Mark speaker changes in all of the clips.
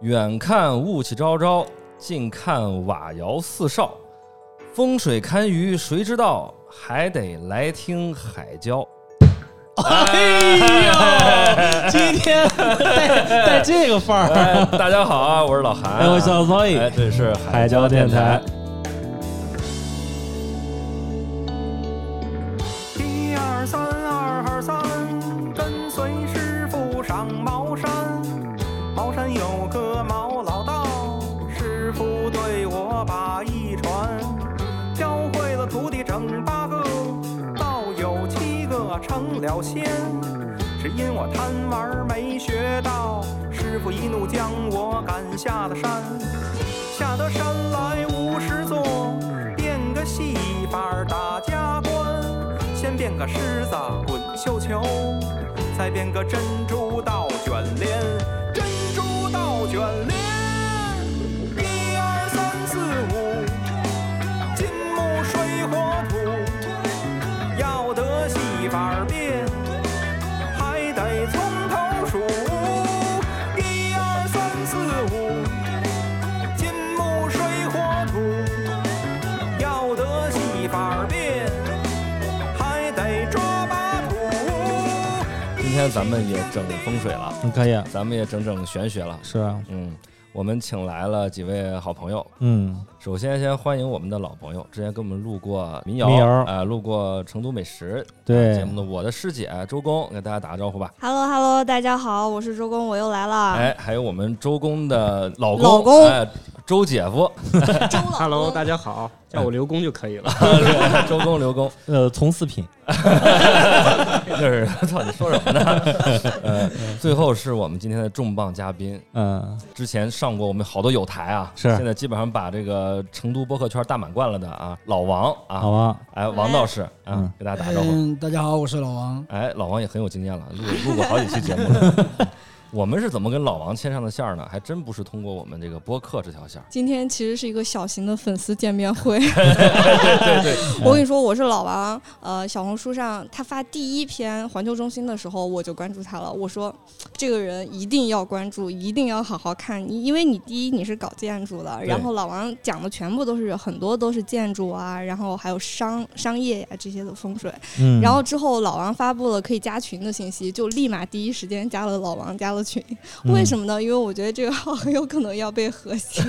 Speaker 1: 远看雾气昭昭，近看瓦窑四少。风水堪舆谁知道？还得来听海椒。
Speaker 2: 哎哎呦，今天带带这个范儿，
Speaker 1: 哎，大家好啊，我是老韩、啊。
Speaker 2: 哎，我是小 Zoe，
Speaker 1: 哎，这是
Speaker 2: 海椒电台。
Speaker 3: 一二三，二二三，跟随师傅上茅山。茅山有个毛老道，师傅对我把艺传，教会了徒弟整八个，道友七个成了仙。只因我贪玩没学到，师傅一怒将我赶下了山。下得山来无事做，变个戏法儿打家关。先变个狮子滚绣球，再变个珍珠倒卷帘，珍珠倒卷帘。一二三四五，金木水火土，要得戏法儿变。还得从头数，一二三四五，金木水火土，要得戏法儿变，还得抓把土。
Speaker 1: 今天咱们也整风水了，
Speaker 2: 嗯，可以，
Speaker 1: 咱们也整整玄学了。
Speaker 2: 是啊，
Speaker 1: 嗯，我们请来了几位好朋友。
Speaker 2: 嗯，
Speaker 1: 首先，先欢迎我们的老朋友，之前跟我们录过民
Speaker 2: 民
Speaker 1: 谣，
Speaker 2: 谣
Speaker 1: 啊、录过成都美食啊
Speaker 2: 对
Speaker 1: 节目的我的师姐周公，给大家打个招呼吧。
Speaker 4: h e l l o h e l l o 大家好，我是周公，我又来了。
Speaker 1: 哎，还有我们周公的老公，
Speaker 4: 啊老公
Speaker 1: 哎，周姐夫，
Speaker 4: 周老公
Speaker 5: Hello，大家好，叫
Speaker 3: 哎
Speaker 5: 我刘工就可以了。
Speaker 1: 周公刘公，
Speaker 2: 呃，从四品，
Speaker 1: 就是 操，你说什么呢？呃，最后是我们今天的重磅嘉宾，
Speaker 2: 嗯，
Speaker 1: 之前上过我们好多有台啊，
Speaker 2: 是
Speaker 1: 现在基本上把这个成都播客圈大满贯了的啊，老王
Speaker 2: 好
Speaker 1: 啊，
Speaker 2: 吧，
Speaker 1: 哎，王道士啊
Speaker 2: 嗯，
Speaker 1: 给大家打个招呼。
Speaker 6: 嗯，大家好，我是老王。
Speaker 1: 哎，老王也很有经验了，录录过好几期节目了。我们是怎么跟老王牵上的线儿呢？还真不是通过我们这个播客这条线儿。
Speaker 4: 今天其实是一个小型的粉丝见 面会。
Speaker 1: 对对，
Speaker 4: 我跟你说，我是老王。呃，小红书上他发第一篇环球中心的时候，我就关注他了。我说，这个人一定要关注，一定要好好看。你因为你第一你是搞建筑的，
Speaker 1: 对
Speaker 4: 然后老王讲的全部都是很多都是建筑啊，然后还有商商业呀、这些的风水。
Speaker 2: 嗯，
Speaker 4: 然后之后老王发布了可以加群的信息，就立马第一时间加了老王，加了
Speaker 2: 嗯
Speaker 4: 群。为什么呢？因为我觉得这个号很有可能要被和 谐，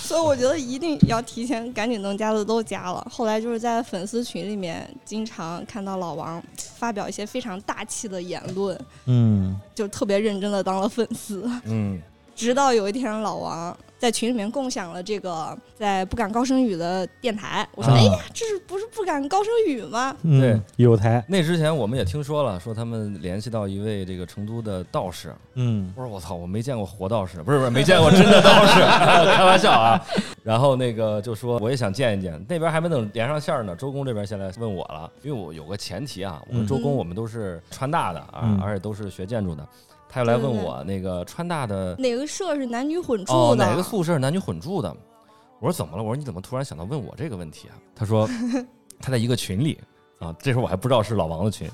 Speaker 4: 所以我觉得一定要提前赶紧能加的都加了。后来就是在粉丝群里面经常看到老王发表一些非常大气的言论，
Speaker 2: 嗯，
Speaker 4: 就特别认真的当了粉丝。
Speaker 1: 嗯，
Speaker 4: 直到有一天，老王在群里面共享了这个在不敢高声语的电台，我说：“
Speaker 2: 啊
Speaker 4: 哎呀，这是不是不敢高声语吗？”
Speaker 2: 嗯
Speaker 1: 对，
Speaker 2: 有台，
Speaker 1: 那之前我们也听说了，说他们联系到一位这个成都的道士。
Speaker 2: 嗯
Speaker 1: 我说我操，我没见过活道士，不是不是，没见过真的道士， 开玩笑啊。然后那个就说我也想见一见，那边还没等连上线儿呢，周公这边先来问我了，因为我有个前提啊，我跟周公
Speaker 4: 嗯
Speaker 1: 我们都是川大的啊，
Speaker 2: 嗯
Speaker 1: 而且都是学建筑的，他又来问我那个川大 的
Speaker 4: 哪个社是男女混住的？
Speaker 1: 哦哪个宿舍是男女混住的，我说怎么了？我说你怎么突然想到问我这个问题啊？他说他在一个群里啊，这时候我还不知道是老王的群，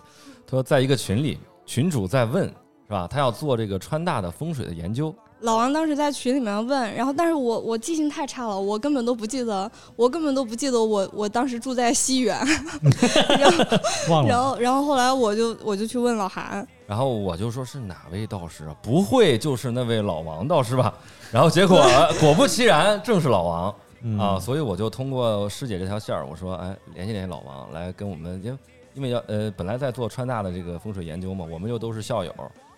Speaker 1: 他说在一个群里，群主在问是吧？他要做这个川大的风水的研究。
Speaker 4: 老王当时在群里面问，然后但是我我记性太差了，我根本都不记得，我根本都不记得我我当时住在西园，然后
Speaker 1: 哦
Speaker 2: 忘
Speaker 4: 然
Speaker 2: 了，
Speaker 4: 后然后后来我就我就去问老韩，
Speaker 1: 然后我就说是哪位道士啊？不会就是那位老王道士吧？然后结果果不其然，正是老王
Speaker 2: 嗯
Speaker 1: 啊！，所以我就通过师姐这条线儿，我说哎，联系联系老王，来跟我们，因为因为要呃，本来在做川大的这个风水研究嘛，我们又都是校友，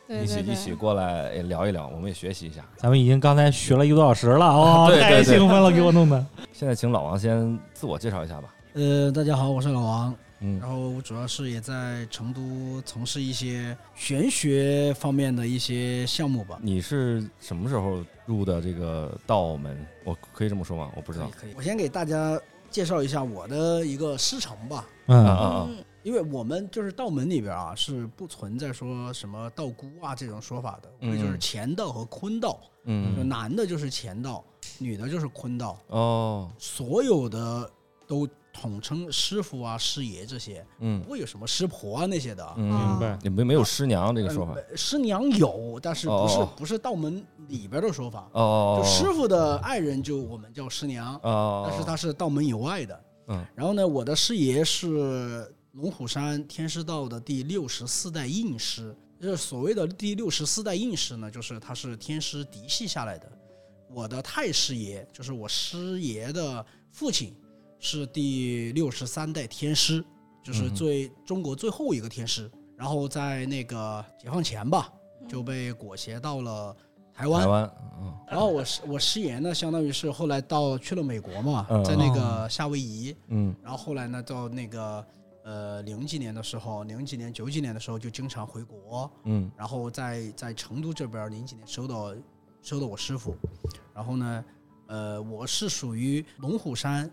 Speaker 4: 对
Speaker 1: 一起
Speaker 4: 对
Speaker 1: 一
Speaker 4: 对，
Speaker 1: 起过来哎聊一聊，我们也学习一下。
Speaker 2: 咱们已经刚才学了一个多小时了，哇，
Speaker 1: 对对
Speaker 2: 太
Speaker 1: 对
Speaker 2: 兴奋了，给我弄的，
Speaker 1: 现在请老王先自我介绍一下吧。
Speaker 6: 呃，大家好，我是老王。
Speaker 1: 嗯
Speaker 6: 然后我主要是也在成都从事一些玄学方面的一些项目吧。
Speaker 1: 你是什么时候入的这个道门？我可以这么说吗？我不知道。
Speaker 5: 可以
Speaker 6: 我先给大家介绍一下我的一个师承吧，
Speaker 1: 啊
Speaker 2: 嗯
Speaker 1: 啊啊！
Speaker 4: 嗯
Speaker 6: 因为我们就是道门里边啊是不存在说什么道姑啊这种说法的，
Speaker 1: 嗯
Speaker 6: 我们就是乾道和坤道，就
Speaker 1: 嗯
Speaker 6: 男的就是乾道，女的就是坤道，
Speaker 1: 哦，
Speaker 6: 所有的都统称师傅啊、师爷这些，
Speaker 1: 嗯
Speaker 6: 不会有什么师婆啊那些的。
Speaker 1: 嗯，
Speaker 3: 明白。
Speaker 1: 也没没有师娘这个说法。
Speaker 6: 呃师娘有，但是不是
Speaker 1: 哦哦哦
Speaker 6: 不是道门里边的说法，
Speaker 1: 哦，
Speaker 6: 嗯就师傅的爱人就我们叫师娘，
Speaker 1: 哦，
Speaker 6: 但是他是道门以外的。
Speaker 1: 嗯，
Speaker 6: 然后呢，我的师爷是龙虎山天师道的第六十四代印师。这所谓的第六十四代印师呢，就是他是天师嫡系下来的。我的太师爷就是我师爷的父亲，是第六十三代天师，就是
Speaker 1: 嗯
Speaker 6: 最、中国最后一个天师。然后在那个解放前吧，就被裹挟到了台湾
Speaker 1: 台。湾，嗯
Speaker 6: 然后我师我师爷呢，相当于是后来到去了美国嘛
Speaker 1: 嗯，
Speaker 6: 在那个夏威夷，
Speaker 1: 嗯
Speaker 6: 然后后来呢，到那个呃零几年的时候，零几年九几年的时候就经常回国，
Speaker 1: 嗯
Speaker 6: 然后在在成都这边儿零几年收到收到我师傅，然后呢，呃，我是属于龙虎山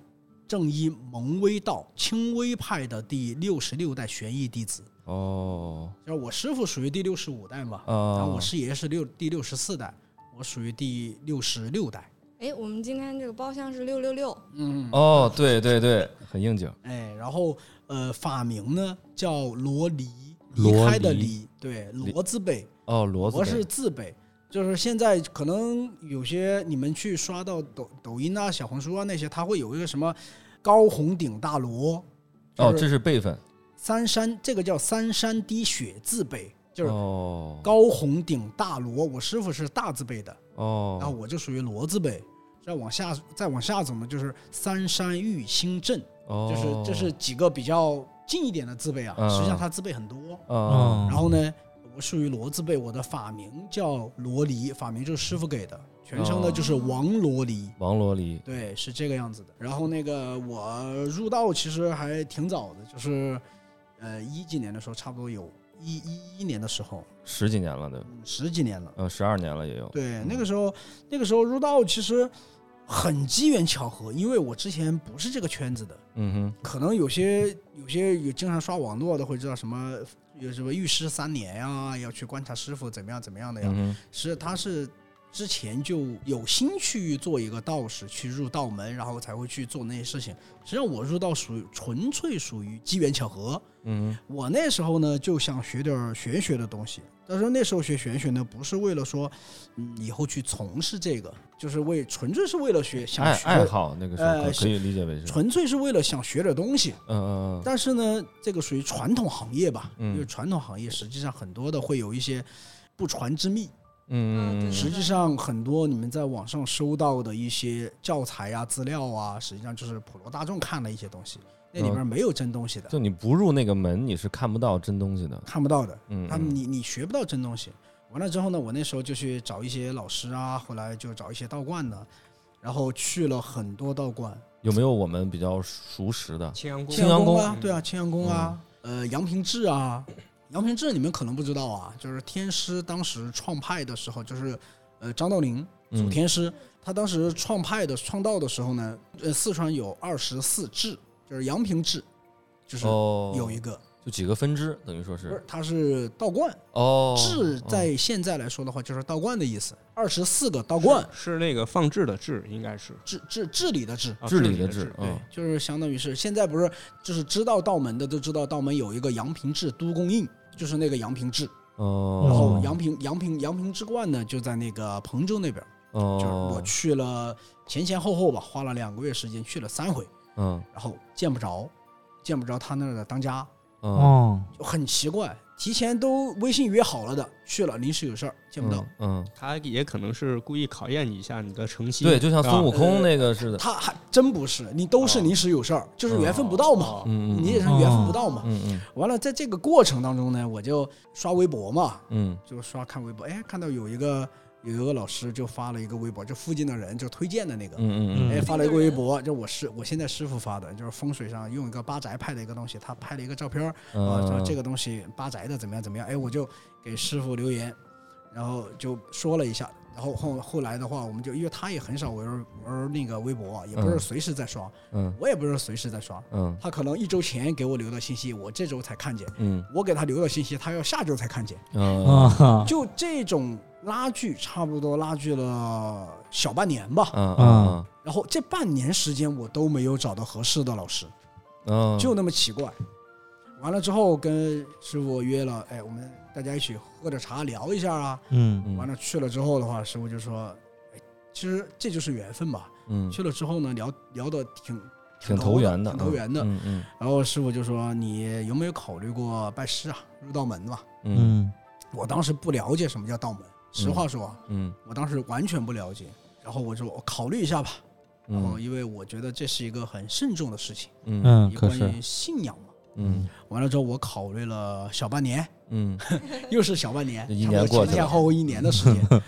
Speaker 6: 正一蒙威道清微派的第六十六代玄义弟子，
Speaker 1: 哦
Speaker 6: 就是我师傅属于第六十五代嘛，然后
Speaker 1: 哦
Speaker 6: 我，师爷是六第六十四代，我属于第六十六代。
Speaker 4: 哎，我们今天这个包厢是六六六，
Speaker 6: 嗯，
Speaker 1: 哦，对对对，很应景。
Speaker 6: 哎，然后呃，法名呢叫罗离，离
Speaker 3: 罗
Speaker 6: 开的
Speaker 3: 离
Speaker 6: 离，对，罗字辈，
Speaker 1: 哦，骡
Speaker 6: 罗
Speaker 1: 子
Speaker 6: 是字辈。就是现在可能有些你们去刷到抖抖音啊、小红书啊那些，它会有一个什么高红顶大罗，
Speaker 1: 哦，
Speaker 6: 就
Speaker 1: 这
Speaker 6: 是
Speaker 1: 是辈分。
Speaker 6: 三山，这个叫三山滴血字辈，就是
Speaker 1: 哦
Speaker 6: 高红顶大罗。我师傅是大字辈的，然后
Speaker 1: 哦
Speaker 6: 我就属于罗字辈。再往下再往下走呢，就是三山玉兴镇，
Speaker 1: 哦，
Speaker 6: 啊就是这是几个比较近一点的字辈啊。
Speaker 1: 嗯
Speaker 6: 实际上他字辈很多。
Speaker 2: 嗯啊
Speaker 1: 哦
Speaker 6: 然后呢，我属于罗字辈，我的法名叫罗离，法名就是师傅给的，全称呢
Speaker 1: 哦
Speaker 6: 就是王罗离。
Speaker 1: 王罗梨，
Speaker 6: 对，是这个样子的。然后那个我入道其实还挺早的，就是呃一几年的时候，差不多有一一一年的时候，
Speaker 1: 十几年了都，
Speaker 6: 嗯十几年了。
Speaker 1: 呃，十二年了也有。
Speaker 6: 对，那
Speaker 1: 嗯
Speaker 6: 个时候，那个时候入道其实很机缘巧合，因为我之前不是这个圈子的，
Speaker 1: 嗯
Speaker 6: 可能有些有些有经常刷网络的会知道什么有什么御师三年呀、要去观察师傅怎么样怎么样的
Speaker 1: 哼，
Speaker 6: 呀。
Speaker 1: 嗯
Speaker 6: 是他是之前就有心去做一个道士，去入道门，然后才会去做那些事情。实际上我入道属于纯粹属于机缘巧合，
Speaker 1: 哼，嗯哼，
Speaker 6: 我那时候呢就想学点儿玄学的东西，但是那时候学玄学呢不是为了说，嗯，以后去从事这个，就是为纯粹是为了学想
Speaker 1: 爱
Speaker 6: 学，
Speaker 1: 爱哎好那个时候
Speaker 6: 呃
Speaker 1: 可
Speaker 6: 是
Speaker 1: 可以理解为是，
Speaker 6: 纯粹是为了想学点东西。
Speaker 1: 嗯嗯嗯，
Speaker 6: 但是呢，这个属于传统行业吧，
Speaker 1: 嗯
Speaker 6: 因为传统行业实际上很多的会有一些不传之秘，
Speaker 1: 嗯嗯嗯
Speaker 4: 嗯
Speaker 6: 实际上很多你们在网上收到的一些教材啊、资料啊，实际上就是普罗大众看的一些东西，
Speaker 1: 嗯
Speaker 6: 那里边没有真东西的，
Speaker 1: 就你不入那个门，你是看不到真东西的。
Speaker 6: 看不到的。
Speaker 1: 嗯，
Speaker 6: 他们
Speaker 1: 嗯
Speaker 6: 你你学不到真东西。完了之后呢，我那时候就去找一些老师啊，后来就找一些道观的，然后去了很多道观，
Speaker 1: 有没有我们比较熟识的？
Speaker 3: 青阳宫，
Speaker 1: 青阳宫嗯
Speaker 6: 啊，对啊，青阳宫啊，呃，杨平志啊， 杨平志你们可能不知道啊，就是天师当时创派的时候，就是呃张道陵祖
Speaker 1: 嗯
Speaker 6: 天师，他当时创派的创道的时候呢，呃，四川有二十四志，就是杨平志，就是
Speaker 1: 哦，
Speaker 6: 有一个，
Speaker 1: 就几个分支，等于说
Speaker 6: 不
Speaker 1: 是
Speaker 6: 是他是道观。
Speaker 1: 哦，
Speaker 6: 智在现在来说的话，就是道观的意思。二十四个道观，
Speaker 3: 是那个放置的置，应该是
Speaker 6: 治治治理的治，
Speaker 3: 啊
Speaker 1: 治理的
Speaker 3: 的
Speaker 1: 治
Speaker 3: 对
Speaker 1: 嗯，
Speaker 6: 就是相当于是现在不是就是知道道门的都知道道门有一个杨平志都公印，就是那个杨平志，
Speaker 1: 哦，
Speaker 6: 然后
Speaker 1: 哦
Speaker 6: 杨平杨平杨平之观呢就在那个彭州那边，就是我
Speaker 1: 哦，
Speaker 6: 去了前前后后吧，花了两个月时间去了三回，
Speaker 1: 嗯
Speaker 6: 然后见不着，见不着他那儿的当家，
Speaker 1: 嗯，
Speaker 2: 哦，
Speaker 6: 就很奇怪，提前都微信约好了的，去了临时有事儿见不到。
Speaker 1: 嗯，嗯，
Speaker 3: 他也可能是故意考验你一下你的诚信。
Speaker 1: 对，就像孙悟
Speaker 3: 空
Speaker 1: 空那个似的，
Speaker 6: 啊呃他还真不是，你都是
Speaker 3: 哦
Speaker 6: 临时有事儿，就是缘分不到嘛，
Speaker 1: 嗯嗯
Speaker 6: 你也是缘分不到嘛。
Speaker 1: 嗯嗯
Speaker 6: 完了，在这个过程当中呢，我就刷微博嘛，
Speaker 1: 嗯
Speaker 6: 就刷看微博，哎，看到有一个有一个老师就发了一个微博，就附近的人就推荐的那个，
Speaker 1: 嗯嗯
Speaker 6: 哎，
Speaker 1: 嗯，
Speaker 6: 发了一个微博，就我师我现在师傅发的，就是风水上用一个八宅派的一个东西，他拍了一个照片儿，
Speaker 1: 嗯
Speaker 6: 啊，说这
Speaker 1: 个
Speaker 6: 个东西八宅的怎么样怎么样，哎，我就给师傅留言，然后就说了一下，然后后后来的话，我们就因为他也很少玩玩那个微博，啊也不是
Speaker 1: 嗯
Speaker 6: 随时在刷，
Speaker 1: 嗯
Speaker 6: 我也不是随时在刷，
Speaker 1: 嗯
Speaker 6: 他可能一周前给我留的信息，我这周才看见，
Speaker 1: 嗯
Speaker 6: 我给他留的信息，他要下周才看见，
Speaker 1: 嗯
Speaker 2: 啊，
Speaker 6: 就这种拉锯，差不多拉锯了小半年吧，
Speaker 1: 嗯
Speaker 6: 啊然后这半年时间我都没有找到合适的老师，
Speaker 1: 嗯，
Speaker 6: 就那么奇怪。完了之后跟师傅约了，哎，我们大家一起喝点茶聊一下啊。
Speaker 2: 嗯
Speaker 1: 嗯
Speaker 6: 完了去了之后的话，师傅就说，哎，其实这就是缘分吧。
Speaker 1: 嗯，
Speaker 6: 去了之后呢，聊聊的挺
Speaker 1: 挺
Speaker 6: 投
Speaker 1: 投缘的，
Speaker 6: 挺投缘的。
Speaker 1: 嗯嗯
Speaker 6: 然后师傅就说，你有没有考虑过拜师啊，入道门嘛？
Speaker 1: 嗯
Speaker 2: 嗯
Speaker 6: 我当时不了解什么叫道门，实话说啊，
Speaker 1: 嗯
Speaker 6: 我当时完全不了解。然后我说我考虑一下吧，然后
Speaker 1: 嗯
Speaker 6: 因为我觉得这是一个很慎重的事情，
Speaker 1: 嗯
Speaker 2: 嗯，
Speaker 6: 也
Speaker 2: 可
Speaker 6: 关
Speaker 2: 是
Speaker 6: 于信仰嘛。
Speaker 1: 嗯
Speaker 6: 完了之后，我考虑了小半年，
Speaker 1: 嗯，
Speaker 6: 又是小半年
Speaker 1: 一
Speaker 6: 差不多
Speaker 1: 年过去了
Speaker 6: 前前后后一年的时 间。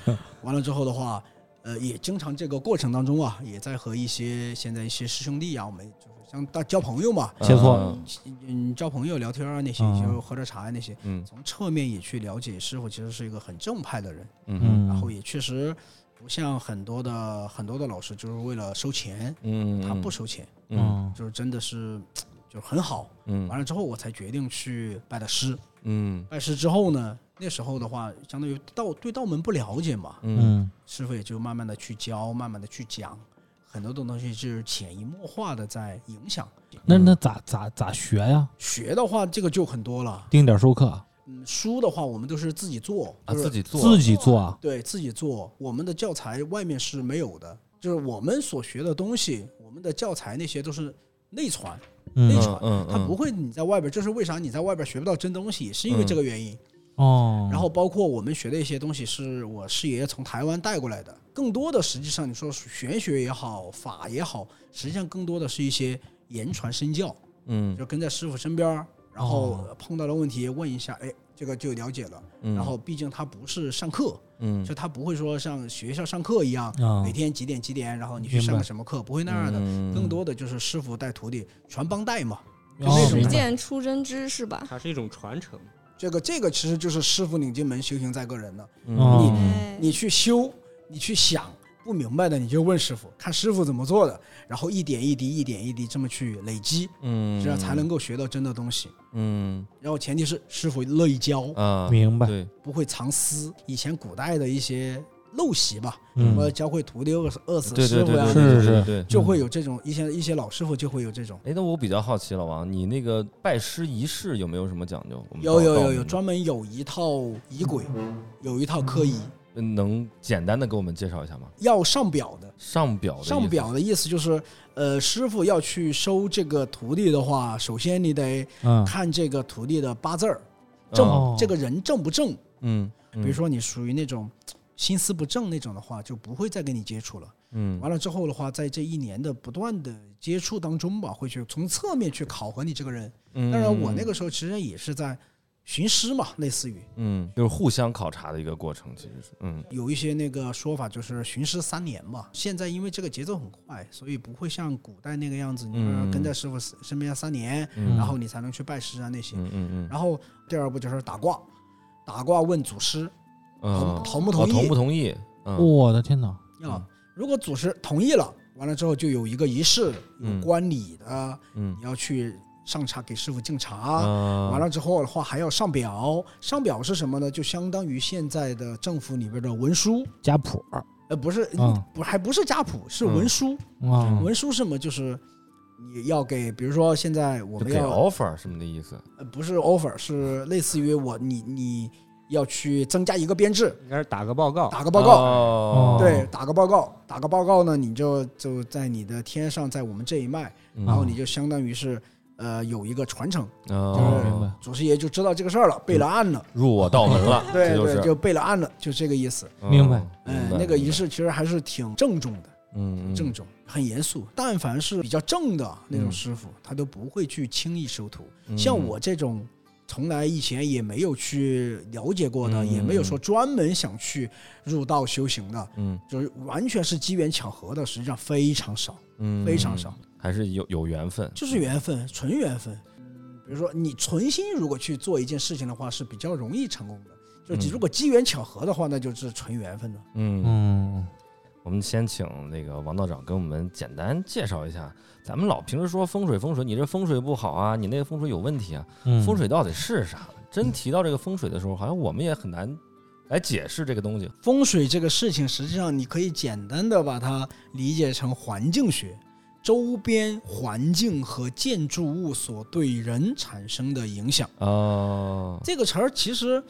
Speaker 6: 完了之后的话，呃，也经常这个过程当中啊，也在和一些现在一些师兄弟啊，我们就是像大交朋友嘛，
Speaker 2: 切磋
Speaker 1: 嗯
Speaker 6: 嗯，交朋友聊天啊那些，
Speaker 2: 嗯
Speaker 6: 就喝点茶啊那些，
Speaker 1: 嗯
Speaker 6: 从侧面也去了解师傅其实是一个很正派的人，
Speaker 1: 嗯
Speaker 2: 嗯，
Speaker 6: 然后也确实不像很多的很多的老师就是为了收钱，
Speaker 1: 嗯，
Speaker 6: 他不收钱，
Speaker 1: 嗯
Speaker 2: 嗯
Speaker 6: 就是真的是就是很好。
Speaker 1: 嗯
Speaker 6: 完了之后，我才决定去拜的师。
Speaker 1: 嗯
Speaker 6: 拜师之后呢，那时候的话，相当于道对道门不了解嘛，
Speaker 1: 嗯
Speaker 2: 嗯
Speaker 6: 师傅也就慢慢的去教，慢慢的去讲，很多的东西就是潜移默化的在影响。
Speaker 2: 那那咋咋咋学呀？
Speaker 6: 学的话，这个就很多了。
Speaker 2: 定点授课，
Speaker 6: 嗯，书的话，我们都是自己做，
Speaker 1: 啊，
Speaker 6: 就是
Speaker 1: 自己做
Speaker 2: 自己做啊，
Speaker 6: 对自己做，我们的教材外面是没有的，就是我们所学的东西，我们的教材那些都是内传，
Speaker 2: 嗯
Speaker 6: 内
Speaker 1: 嗯
Speaker 6: 传
Speaker 1: 嗯，
Speaker 6: 它不会你在外边，这是为啥你在外边学不到真东西，是因为这个原因。
Speaker 2: 哦，
Speaker 1: 嗯
Speaker 6: 然后包括我们学的一些东西，是我师爷从台湾带过来的，更多的实际上你说玄学也好，法也好，实际上更多的是一些言传身教，
Speaker 1: 嗯
Speaker 6: 就跟在师傅身边儿，然后
Speaker 2: 哦
Speaker 6: 呃碰到了问题问一下，哎，这个就了解了。
Speaker 1: 嗯，
Speaker 6: 然后毕竟他不是上课。
Speaker 1: 嗯
Speaker 6: 就他不会说像学校上课一样，
Speaker 2: 啊
Speaker 6: 每天几点几点，然后你去
Speaker 2: 明白
Speaker 6: 上个什么课，不会那样的。
Speaker 1: 嗯
Speaker 6: 更多的就是师傅带徒弟，传帮带嘛。
Speaker 2: 哦
Speaker 6: 那种
Speaker 4: 实
Speaker 2: 明白
Speaker 4: 践出真知是吧？
Speaker 3: 它是一种传承。
Speaker 6: 这个这个其实就是师傅领进门，修行在个人的。
Speaker 1: 嗯
Speaker 2: 哦
Speaker 4: 哎
Speaker 6: 你去修，你去想不明白的，你就问师傅，看师傅怎么做的，然后一点一滴、一点一滴这么去累积，
Speaker 1: 嗯，
Speaker 6: 这样才能够学到真的东西。
Speaker 1: 嗯
Speaker 6: 然后前提是师傅乐意教，
Speaker 1: 啊，
Speaker 2: 明白，
Speaker 1: 对，
Speaker 6: 不会藏私。以前古代的一些陋习吧，什
Speaker 2: 嗯
Speaker 6: 么教会徒弟饿死饿死
Speaker 1: 对对
Speaker 6: 师傅
Speaker 1: 对
Speaker 6: 呀
Speaker 1: 对，
Speaker 2: 是
Speaker 1: 对对
Speaker 2: 是
Speaker 1: 对。
Speaker 6: 就会有这种一些一些老师傅就会有这种，
Speaker 1: 哎，那我比较好奇，老王，你那个拜师仪式有没有什么讲究？我们
Speaker 6: 有
Speaker 1: 到
Speaker 6: 有
Speaker 1: 到
Speaker 6: 有
Speaker 1: 底
Speaker 6: 有专门有一套仪轨，
Speaker 1: 嗯
Speaker 6: 有一套科仪，
Speaker 1: 呃能简单的给我们介绍一下吗？
Speaker 6: 要上表的。
Speaker 1: 上表的意
Speaker 6: 上
Speaker 1: 思
Speaker 6: 表的意思就是，呃，师傅要去收这个徒弟的话，首先你得
Speaker 2: 嗯
Speaker 6: 看这个徒弟的八字儿正、
Speaker 1: 嗯
Speaker 2: 哦
Speaker 6: 这个人正不正。
Speaker 1: 嗯，比
Speaker 6: 比如说你属于那种心思不正那种的话，就不会再跟你接触了。
Speaker 1: 嗯
Speaker 6: 完了之后的话，在这一年的不断的接触当中吧，会去从侧面去考核你这个人。
Speaker 1: 嗯，
Speaker 6: 当然，我那
Speaker 1: 个
Speaker 6: 个时候其实也是在寻师嘛，类似于
Speaker 1: 嗯，就是互相考察的一个过程，其实是嗯
Speaker 6: 有一些那个说法就是寻师三年嘛。现在因为这个节奏很快，所以不会像古代那个样子，你说
Speaker 1: 嗯
Speaker 6: 跟在师傅身边三年，
Speaker 1: 嗯
Speaker 6: 然后你才能去拜师啊那些。
Speaker 1: 嗯嗯嗯
Speaker 6: 然后第二步就是打卦，打卦问祖师
Speaker 1: 嗯，
Speaker 6: 同
Speaker 1: 我
Speaker 6: 不同意
Speaker 1: 同不同意？嗯
Speaker 2: 我的天哪，
Speaker 6: 啊。如果祖师同意了，完了之后就有一个仪式，有
Speaker 1: 嗯
Speaker 6: 观礼的，
Speaker 1: 嗯
Speaker 6: 你要去上茶给师傅敬茶。
Speaker 1: 啊
Speaker 6: 完了之后的话，还要上表。上表是什么呢？就相当于现在的政府里边的文书，
Speaker 2: 家谱儿
Speaker 6: 呃，不是
Speaker 2: 啊，
Speaker 6: 不还不是家谱，是
Speaker 1: 嗯哦
Speaker 6: 文书。
Speaker 2: 啊，
Speaker 6: 文书是什么？就是你要给，比如说现在我
Speaker 1: 就
Speaker 6: 们
Speaker 1: 给哦
Speaker 6: 要
Speaker 1: offer 什么的意思？
Speaker 6: 呃不是 offer，是类似于我你你要去增加一个编制，
Speaker 3: 应该是打个报告，
Speaker 6: 打个报告。
Speaker 1: 哦
Speaker 6: 对，，打个报告，打个报告呢，你就就在你的天上，在我们这一脉，
Speaker 1: 嗯
Speaker 6: 然后你就相当于是，呃，有一个传承，
Speaker 1: 哦
Speaker 2: 哦明白
Speaker 6: 祖师爷就知道这个事儿了，备了案了，
Speaker 1: 入我道门了， 嗯
Speaker 6: 对
Speaker 1: 这就
Speaker 6: 对，
Speaker 1: 是
Speaker 6: 就备了案了，就这个意思。
Speaker 1: 嗯
Speaker 2: 明白
Speaker 6: 嗯，那个仪，
Speaker 1: 明白
Speaker 6: 式其实还是挺郑重的，
Speaker 1: 嗯，嗯
Speaker 6: 郑重，很严肃。但凡是比较正的那种
Speaker 1: 嗯
Speaker 6: 师傅，他都不会去轻易收徒。
Speaker 1: 嗯
Speaker 6: 像我这种。从来以前也没有去了解过的，
Speaker 1: 嗯
Speaker 6: 也没有说专门想去入道修行的，
Speaker 1: 嗯
Speaker 6: 就是完全是机缘巧合的，实际上非常少。
Speaker 1: 嗯
Speaker 6: 非常少，
Speaker 1: 还是有有缘分，
Speaker 6: 就是缘分，纯缘分。比如说，你存心如果去做一件事情的话，是比较容易成功的。就是
Speaker 1: 嗯
Speaker 6: 如果机缘巧合的话，那就是纯缘分了。
Speaker 1: 嗯
Speaker 2: 嗯
Speaker 1: 我们先请那个王道长给我们简单介绍一下。咱们老平时说风水风水，你这风水不好啊，你那个风水有问题啊，
Speaker 2: 嗯，
Speaker 1: 风水到底是啥？真提到这个风水的时候，好像我们也很难来解释这个东西。
Speaker 6: 风水这个事情，实际上你可以简单的把它理解成环境学，周边环境和建筑物所对人产生的影响。
Speaker 1: 哦，
Speaker 6: 这个词儿其实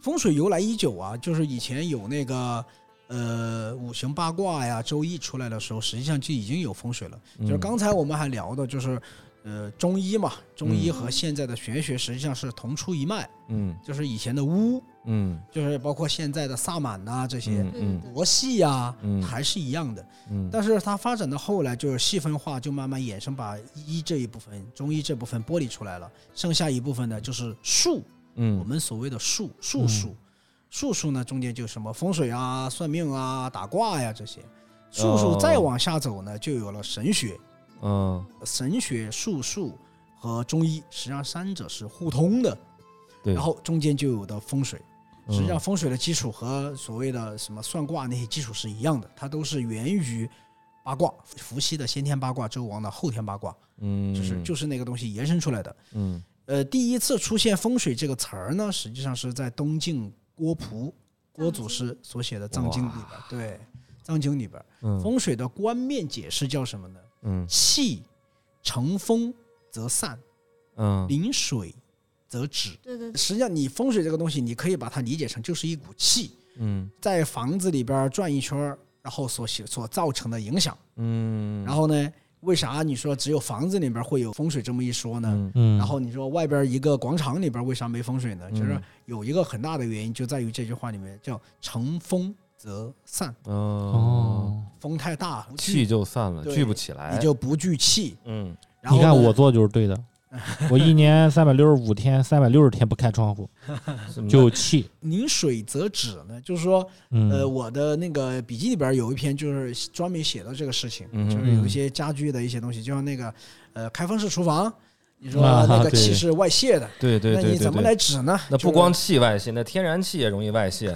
Speaker 6: 风水由来已久啊，就是以前有那个呃五行八卦呀、周易出来的时候，实际上就已经有风水了。就是
Speaker 1: 嗯
Speaker 6: 刚才我们还聊的，就是呃中医嘛，中医
Speaker 1: 嗯
Speaker 6: 和现在的玄学实际上是同出一脉，
Speaker 1: 嗯
Speaker 6: 就是以前的巫，
Speaker 1: 嗯
Speaker 6: 就是包括现在的萨满呐、这些。
Speaker 1: 嗯嗯
Speaker 6: 国戏呀、
Speaker 1: 嗯
Speaker 6: 还是一样的，
Speaker 1: 嗯，
Speaker 6: 但是它发展到后来就是细分化，就慢慢衍生把医这一部分、中医这部分剥离出来了，剩下一部分呢就是术，我
Speaker 1: 嗯
Speaker 6: 们所谓的术术数，术数呢中间就什么风水啊、算命啊、打卦呀、这些，术数
Speaker 1: 哦
Speaker 6: 再往下走呢，就有了神学，
Speaker 1: 嗯，
Speaker 6: 神学、术数和中医，实际上三者是互通的，
Speaker 1: 对，
Speaker 6: 然后中间就有的风水。
Speaker 1: 嗯
Speaker 6: 实际上，风水的基础和所谓的什么算卦那些基础是一样的，它都是源于八卦，伏羲的先天八卦，周王的后天八卦，
Speaker 1: 嗯
Speaker 6: 就是就是那个东西延伸出来的。
Speaker 1: 嗯
Speaker 6: 呃，第一次出现“风水”这个词儿呢，实际上是在东晋郭璞郭祖师所写的《藏经》里边儿，对，《藏经》里边儿，
Speaker 1: 嗯
Speaker 6: 风水的官面解释叫什么呢？
Speaker 1: 嗯
Speaker 6: 气乘风则散，
Speaker 1: 嗯
Speaker 6: 临水则止。
Speaker 4: 对对对，
Speaker 6: 实际上，你风水这个东西，你可以把它理解成就是一股气
Speaker 1: 嗯
Speaker 6: 在房子里边儿转一圈儿，然后所写所造成的影响。
Speaker 1: 嗯，
Speaker 6: 然后呢，为啥你说只有房子里边儿会有风水这么一说呢？
Speaker 1: 嗯
Speaker 2: 嗯，
Speaker 6: 然后你说外边一个广场里边为啥没风水呢？
Speaker 1: 嗯
Speaker 6: 就是有一个很大的原因就在于这句话里面叫“乘风则散
Speaker 1: 哦，
Speaker 2: 哦，”，
Speaker 6: 风太大，不聚
Speaker 1: 气就散了，
Speaker 6: 对
Speaker 1: 聚不起来，
Speaker 6: 你就不聚气。
Speaker 1: 嗯
Speaker 6: 然后
Speaker 2: 你
Speaker 6: 呢
Speaker 2: 看我做就是对 的，我一年三百六十五天，三百六十天不开窗户就气，
Speaker 6: 临水则止呢，就是说，
Speaker 2: 嗯，
Speaker 6: 呃，我的那个笔记里边有一篇就是专门写到这个事情，
Speaker 1: 嗯
Speaker 6: 就是有一些家居的一些东西，就像那个呃开放式厨房，你说
Speaker 2: 啊
Speaker 6: 那个
Speaker 2: 对
Speaker 6: 气是外泄的，
Speaker 1: 对对
Speaker 6: 那
Speaker 1: 对对
Speaker 6: 你
Speaker 1: 对，
Speaker 6: 怎么来止呢？
Speaker 1: 那
Speaker 6: 就
Speaker 1: 不
Speaker 6: 是
Speaker 1: 光气外泄，那天然气也容易外泄。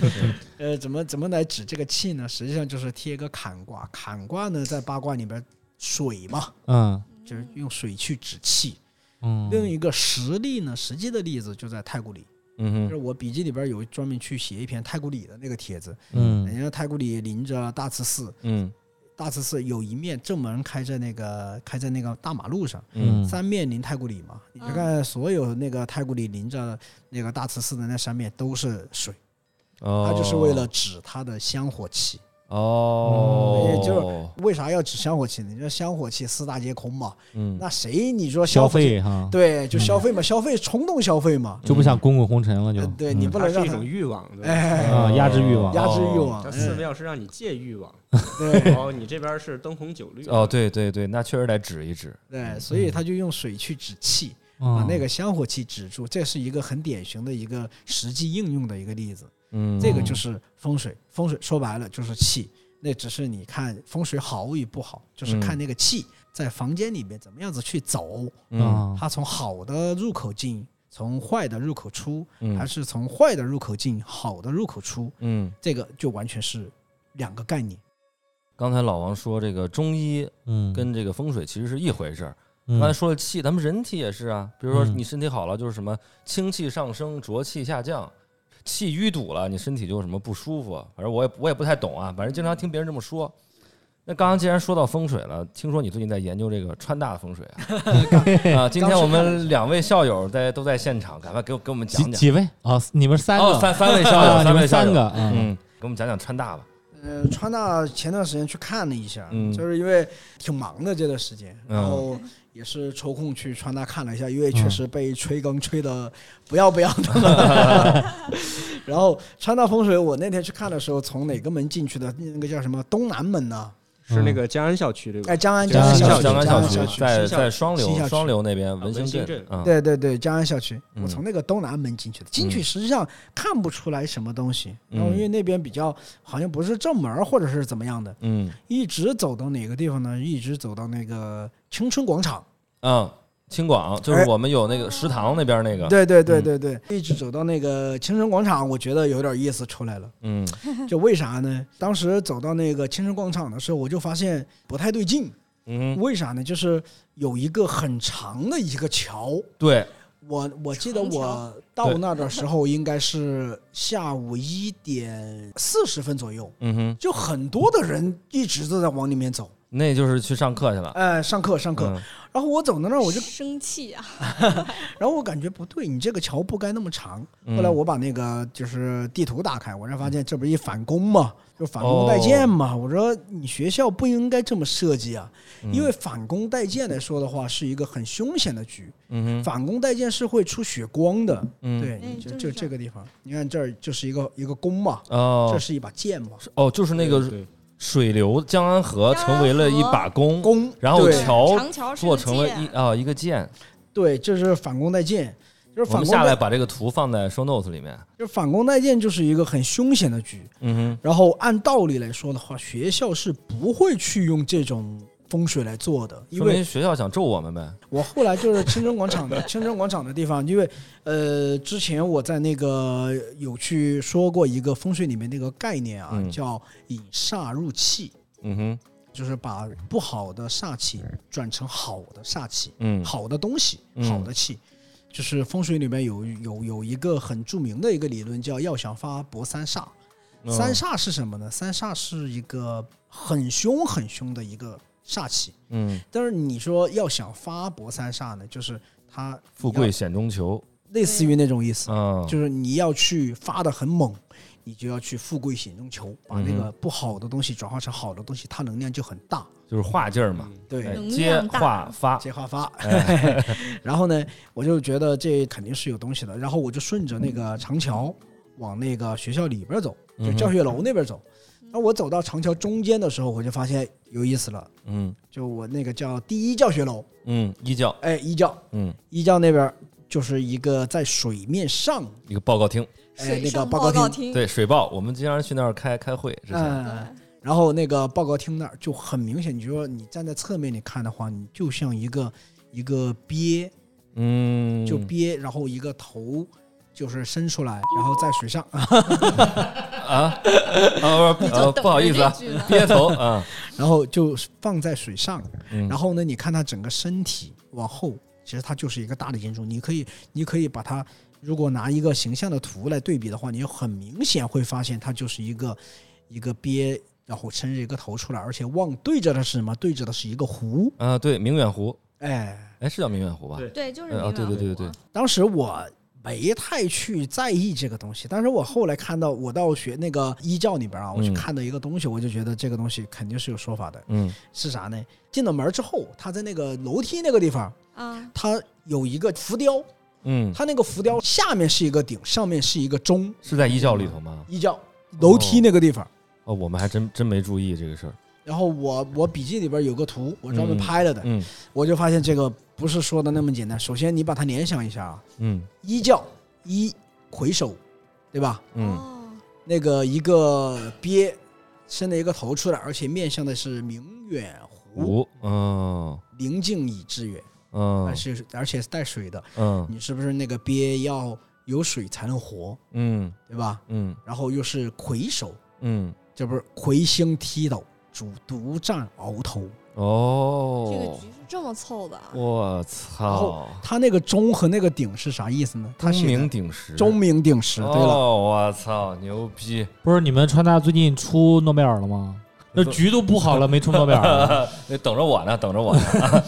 Speaker 6: 呃，怎么怎么来指这个气呢？实际上就是贴一个坎卦，坎卦呢在八卦里边水嘛，
Speaker 2: 嗯
Speaker 6: 就是用水去指气。
Speaker 2: 嗯，
Speaker 6: 另一个实例呢，实际的例子就在太古里，就
Speaker 1: 嗯
Speaker 6: 是我笔记里边有专门去写一篇太古里的那个帖子。
Speaker 2: 嗯
Speaker 6: 人家太古里临着大慈寺，
Speaker 1: 哼，嗯
Speaker 6: 大慈寺有一面正门开在那个开在那个大马路上，
Speaker 1: 嗯
Speaker 2: 嗯
Speaker 6: 三面临太古里嘛。你
Speaker 4: 嗯
Speaker 6: 看看所有那个太古里临着那个大慈寺的那三面都是水，
Speaker 1: 哦，
Speaker 6: 它就是为了指它的香火气。
Speaker 1: 哦，
Speaker 6: 也就是为啥要指香火气呢？你说香火气四大皆空嘛，
Speaker 1: 嗯
Speaker 6: 那谁你说
Speaker 2: 消
Speaker 6: 火气
Speaker 2: 费哈，
Speaker 6: 对就消费嘛，消费冲动消费嘛，
Speaker 2: 就不想滚滚红尘了就
Speaker 6: 呃，对你
Speaker 2: 嗯
Speaker 6: 不
Speaker 3: 它
Speaker 6: 能
Speaker 3: 是
Speaker 6: 让
Speaker 3: 一
Speaker 6: 它
Speaker 3: 种欲哦望，对吧
Speaker 6: 哎
Speaker 2: 啊压制欲望
Speaker 6: 压制欲望
Speaker 3: 它，寺
Speaker 6: 哎
Speaker 3: 庙是让你戒欲望，
Speaker 6: 对
Speaker 3: 然后你这边是灯红酒绿。
Speaker 1: 哦，，对对对，那确实得指一指。
Speaker 6: 对，所以他就用水去止气，把
Speaker 2: 嗯
Speaker 6: 那个香火气止住，这是一个很典型的一个实际应用的一个例子。
Speaker 1: 嗯，
Speaker 6: 这个就是风水，风水说白了就是气，那只是你看风水好与不好，就是看
Speaker 1: 嗯
Speaker 6: 那个气在房间里面怎么样子去走。
Speaker 1: 嗯
Speaker 2: 嗯
Speaker 6: 它从好的入口进，从坏的入口出，还
Speaker 1: 嗯
Speaker 6: 是从坏的入口进，好的入口出，
Speaker 1: 嗯，
Speaker 6: 这个就完全是两个概念。
Speaker 1: 刚才老王说这个中医
Speaker 2: 嗯
Speaker 1: 跟这个风水其实是一回事儿。
Speaker 2: 嗯
Speaker 1: 刚才说了气，咱们人体也是啊。比如说
Speaker 2: 嗯
Speaker 1: 你身体好了，就是什么清气上升，浊气下降，气淤堵了，你身体就有什么不舒服。反正我也我也不太懂啊，反正经常听别人这么说。那刚刚既然说到风水了，听说你最近在研究这个川大的风水啊？啊，今天我们两位校友在都在现场，赶快给我给我们讲
Speaker 2: 几
Speaker 1: 讲。
Speaker 2: 几位啊？你们三
Speaker 1: 哦，
Speaker 2: 个，
Speaker 1: 三三位校
Speaker 2: 啊
Speaker 1: 友，
Speaker 2: 你
Speaker 1: 位
Speaker 2: 们
Speaker 1: 校友
Speaker 2: 三，个，嗯
Speaker 1: 嗯，给我们讲讲川大吧。
Speaker 6: 呃，川大前段时间去看了一下，
Speaker 1: 嗯
Speaker 6: 就是因为挺忙的这段时间，
Speaker 1: 嗯
Speaker 6: 然后也是抽空去川大看了一下，因为确实被催更催的不要不要的了。 然后川大风水，我那天去看的时候，从哪个门进去的？那个叫什么东南门呢？
Speaker 3: 是那个
Speaker 1: 嗯
Speaker 3: 江安校区对吧
Speaker 6: 哎，？江安
Speaker 2: 江安
Speaker 6: 安
Speaker 2: 校
Speaker 6: 校
Speaker 2: 区
Speaker 1: 江
Speaker 6: 区，江
Speaker 1: 安
Speaker 6: 安
Speaker 1: 校
Speaker 6: 区
Speaker 1: 区，在
Speaker 3: 西校
Speaker 1: 在双
Speaker 6: 西校
Speaker 1: 流
Speaker 6: 区
Speaker 1: 双流那边文
Speaker 3: 啊文
Speaker 1: 兴
Speaker 3: 兴
Speaker 1: 镇
Speaker 3: 镇，
Speaker 1: 嗯，
Speaker 6: 对对对，江安校区，
Speaker 1: 嗯
Speaker 6: 我从那个东南门进去的，进去实际上看不出来什么东西，
Speaker 1: 嗯
Speaker 6: 然后因为那边比较好像不是正门儿或者是怎么样的，
Speaker 1: 嗯
Speaker 6: 一直走到哪个地方呢？一直走到那个青春广场，
Speaker 1: 嗯，青广就是
Speaker 6: 哎
Speaker 1: 我们有那个食堂那边那个，
Speaker 6: 对对对对
Speaker 1: 嗯
Speaker 6: 对，一直走到那个青春广场，我觉得有点意思出来了，
Speaker 1: 嗯
Speaker 6: 就为啥呢？当时走到那个青春广场的时候，我就发现不太对劲，
Speaker 1: 嗯，
Speaker 6: 为啥呢？就是有一个很长的一个桥，
Speaker 1: 嗯对，
Speaker 6: 我我记得
Speaker 4: 长
Speaker 6: 我到那儿的时候应该是下午一点四十分左右，
Speaker 1: 嗯哼，
Speaker 6: 就很多的人一直都在往里面走，
Speaker 1: 那就是去上课去了。
Speaker 6: 哎，上课上课，
Speaker 1: 嗯
Speaker 6: 然后我走到那儿我就，
Speaker 4: 生气啊！
Speaker 6: 然后我感觉不对，你这个桥不该那么长。
Speaker 1: 嗯
Speaker 6: 后来我把那个就是地图打开，我才发现这不是一反攻嘛，就反攻带
Speaker 1: 哦
Speaker 6: 箭嘛。我说你学校不应该这么设计啊，
Speaker 1: 嗯
Speaker 6: 因为反攻带箭来说的话是一个很凶险的局，
Speaker 1: 嗯哼
Speaker 6: 反攻带箭是会出血光的。
Speaker 1: 嗯
Speaker 6: 对，
Speaker 4: 嗯
Speaker 6: 你就
Speaker 4: 就是
Speaker 6: 就
Speaker 4: 这
Speaker 6: 这
Speaker 4: 样
Speaker 6: 个地方，你看这儿就是一个一个弓嘛，这
Speaker 1: 哦
Speaker 6: 是一把剑嘛，
Speaker 1: 哦，就是那个
Speaker 3: 对
Speaker 1: 水流江安河成为了一把弓，
Speaker 6: 弓，
Speaker 1: 然后
Speaker 6: 对
Speaker 1: 桥
Speaker 4: 长桥是
Speaker 1: 做
Speaker 4: 个
Speaker 1: 成了
Speaker 4: 剑
Speaker 1: 一啊一个箭。
Speaker 6: 对，这是反攻带箭，就是
Speaker 1: 我
Speaker 6: 反
Speaker 1: 们
Speaker 6: 攻
Speaker 1: 下来
Speaker 6: 带，
Speaker 1: 把这个图放在 show notes 里面。
Speaker 6: 就是反攻带箭就是一个很凶险的局。
Speaker 1: 嗯哼，
Speaker 6: 然后按道理来说的话，学校是不会去用这种风水来做的，因
Speaker 1: 说
Speaker 6: 为
Speaker 1: 明学校想咒我们呗。
Speaker 6: 我后来就是青春广场的 青春广场的地方，因为呃，之前我在那个有去说过一个风水里面那个概念啊，
Speaker 1: 嗯
Speaker 6: 叫引煞入气，
Speaker 1: 嗯哼，
Speaker 6: 就是把不好的煞气转成好的煞气，
Speaker 1: 嗯
Speaker 6: 好的东西，
Speaker 1: 嗯
Speaker 6: 好的气。就是风水里面有有有一个很著名的一个理论，叫“要想发博三煞”。
Speaker 1: 嗯
Speaker 6: 三煞是什么呢？三煞是一个很凶很凶的一个煞气，
Speaker 1: 嗯，
Speaker 6: 但是你说要想发博三煞呢，就是它
Speaker 1: 富贵险中求
Speaker 6: 类似于那种意思，
Speaker 1: 啊，
Speaker 6: 就是你要去发的很猛，你就要去富贵险中求，把那个不好的东西转化成好的东西，它能量就很大。
Speaker 1: 就是画劲儿嘛，哎
Speaker 6: 对，
Speaker 4: 能
Speaker 1: 接
Speaker 4: 量大
Speaker 1: 画发，
Speaker 6: 接话发。
Speaker 1: 哎
Speaker 6: 然后呢，我就觉得这肯定是有东西的，然后我就顺着那个长桥往那个学校里边走，
Speaker 1: 嗯
Speaker 6: 就
Speaker 1: 嗯哼
Speaker 6: 教学楼那边走。那我走到长桥中间的时候，我就发现有意思了，
Speaker 1: 嗯
Speaker 6: 就我那个叫第一教学楼，
Speaker 1: 嗯，一教，
Speaker 6: 哎，一教
Speaker 1: 嗯，
Speaker 6: 一教那边就是一个在水面上，
Speaker 1: 一个报告厅，
Speaker 6: 哎，
Speaker 4: 水
Speaker 6: 那个
Speaker 4: 上
Speaker 6: 报
Speaker 4: 告
Speaker 6: 告厅，
Speaker 4: 厅，
Speaker 1: 对，水报，我们经常去那儿开开会之前，
Speaker 6: 嗯，然后那个报告厅那儿就很明显，你说你站在侧面你看的话，你就像一个一个鳖，
Speaker 1: 嗯，
Speaker 6: 就鳖，然后一个头就是伸出来，然后在水上，
Speaker 1: 啊啊，不是呃不好意思啊，
Speaker 4: 啊，
Speaker 1: 憋 头啊，
Speaker 6: 然后就放在水上，
Speaker 1: 嗯
Speaker 6: 然后呢，你看它整个身体往后，其实它就是一个大的建筑。你可以，你可以把它，如果拿一个形象的图来对比的话，你很明显会发现它就是一个一个鳖，然后伸着一个头出来，而且望对着的是什么？对着的是一个湖。
Speaker 1: 啊，对，明远湖，
Speaker 6: 哎，
Speaker 1: 哎，是叫明远湖吧？
Speaker 3: 对
Speaker 4: 对，就是
Speaker 1: 哎啊
Speaker 4: 明
Speaker 1: 对
Speaker 4: 远
Speaker 1: 对对
Speaker 4: 湖
Speaker 1: 对
Speaker 6: 当时我。没太去在意这个东西，但是我后来看到，我到学那个一教里边啊，我去
Speaker 1: 嗯
Speaker 6: 看到一个东西，我就觉得这个东西肯定是有说法的。
Speaker 1: 嗯
Speaker 6: 是啥呢？进了门之后，他在那个楼梯那个地方，
Speaker 4: 啊，
Speaker 6: 它有一个浮雕，
Speaker 1: 嗯，
Speaker 6: 它那个浮雕下面是一个顶，上面是一个钟，
Speaker 1: 是在一教里头吗？
Speaker 6: 一叫楼梯那个地方。
Speaker 1: 哦，我们还真真没注意这个事儿，
Speaker 6: 然后我我笔记里边有个图，我专门
Speaker 1: 嗯
Speaker 6: 拍了的，
Speaker 1: 嗯
Speaker 6: 我就发现这个不是说的那么简单。首先你把它联想一下啊，
Speaker 1: 嗯
Speaker 6: 一叫一回首，对吧？
Speaker 1: 嗯
Speaker 4: 哦，
Speaker 6: 那个一个鳖伸了一个头出来，而且面向的是明远湖，
Speaker 1: 湖，嗯
Speaker 6: 宁静以致远，
Speaker 1: 嗯
Speaker 6: 而且而且是带水的。
Speaker 1: 嗯
Speaker 6: 你是不是那个鳖要有水才能活，
Speaker 1: 嗯
Speaker 6: 对吧？
Speaker 1: 嗯
Speaker 6: 然后又是魁首，
Speaker 1: 嗯，
Speaker 6: 这不是魁星踢斗，主独占鳌头。
Speaker 4: 这个
Speaker 1: 哦
Speaker 4: 局，是这么凑的啊，
Speaker 1: 我
Speaker 6: 然
Speaker 1: 操
Speaker 6: 后，他那个钟和那个鼎是啥意思呢？他
Speaker 1: 钟
Speaker 6: 写
Speaker 1: 鸣
Speaker 6: 的
Speaker 1: 鼎食，
Speaker 6: 钟鸣鼎食。对了，
Speaker 1: 哦，我操，牛逼！
Speaker 2: 不是你们川大最近出诺贝尔了吗？那局都不好 了，没出诺贝尔了。
Speaker 1: 那等着我呢，等着我 呢。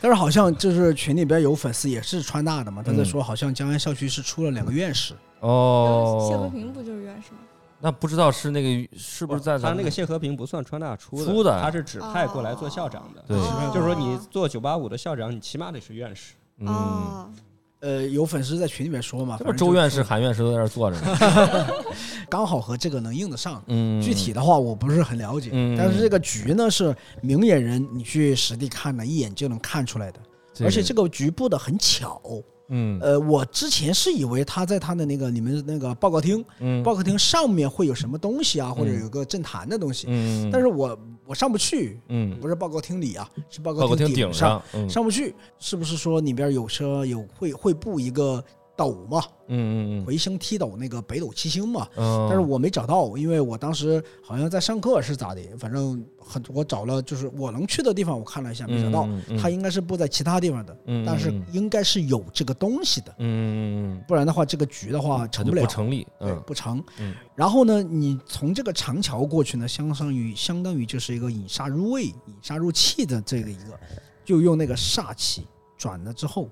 Speaker 6: 但是好像就是群里边有粉丝也是川大的
Speaker 1: 嗯
Speaker 6: 嘛，他在说好像江安校区是出了两个院士，
Speaker 4: 谢和
Speaker 1: 哦，
Speaker 4: 平不就是院士吗？
Speaker 1: 那不知道是那个是不是在
Speaker 3: 他
Speaker 1: 咱
Speaker 3: 那
Speaker 1: 们
Speaker 6: 哦
Speaker 3: 个谢和平不算川大出的，
Speaker 1: 出的
Speaker 3: 他是指派过来做校长的。
Speaker 1: 对
Speaker 4: 哦
Speaker 3: 就是说你做九八五的校长，你起码得是院士。
Speaker 1: 嗯，
Speaker 4: 哦，
Speaker 6: 呃，有粉丝在群里面说嘛，
Speaker 1: 这
Speaker 6: 啊反
Speaker 1: 不
Speaker 6: 正
Speaker 1: 周
Speaker 6: 就
Speaker 1: 院士、韩院士都在这儿坐着 呢。
Speaker 6: 刚好和这个能应得上。
Speaker 1: 嗯，
Speaker 6: 具体的话我不是很了解，
Speaker 1: 嗯
Speaker 6: 但是这个局呢是明眼人你去实地看呢，一眼就能看出来的。而且这
Speaker 1: 个
Speaker 6: 个局部的很巧，
Speaker 1: 嗯
Speaker 6: 呃，我之前是以为他在他的那个你们那个报告厅，
Speaker 1: 嗯
Speaker 6: 报告厅上面会有什么东西啊，或者有个政坛的东西，
Speaker 1: 嗯，
Speaker 6: 但是我我上不去，
Speaker 1: 嗯，
Speaker 6: 不是报告厅里啊，是报
Speaker 1: 报
Speaker 6: 告
Speaker 1: 告厅
Speaker 6: 顶
Speaker 1: 顶
Speaker 6: 上
Speaker 1: 上，嗯
Speaker 6: 上不去，是不是说里边有车有会会布一个斗嘛，
Speaker 1: 嗯嗯嗯
Speaker 6: 回星踢斗那个北斗七星嘛，
Speaker 1: 嗯，
Speaker 6: 但是我没找到，因为我当时好像在上课是咋的，反正很我找了，就是我能去的地方我看了一下，没找到，
Speaker 1: 嗯，嗯
Speaker 6: 它应该是布在其他地方的，
Speaker 1: 嗯嗯
Speaker 6: 但是应该是有这个东西的，
Speaker 1: 嗯嗯嗯
Speaker 6: 不然的话这个局的
Speaker 1: 嗯，
Speaker 6: 话
Speaker 1: 它
Speaker 6: 成
Speaker 1: 就
Speaker 6: 了
Speaker 1: 不。成立，
Speaker 6: 对，
Speaker 1: 嗯
Speaker 6: 不成
Speaker 1: 嗯。
Speaker 6: 然后呢，你从这个长桥过去呢，相当于相当于就是一个引煞入位、引煞入气的这个一个，就用那个煞气转了之后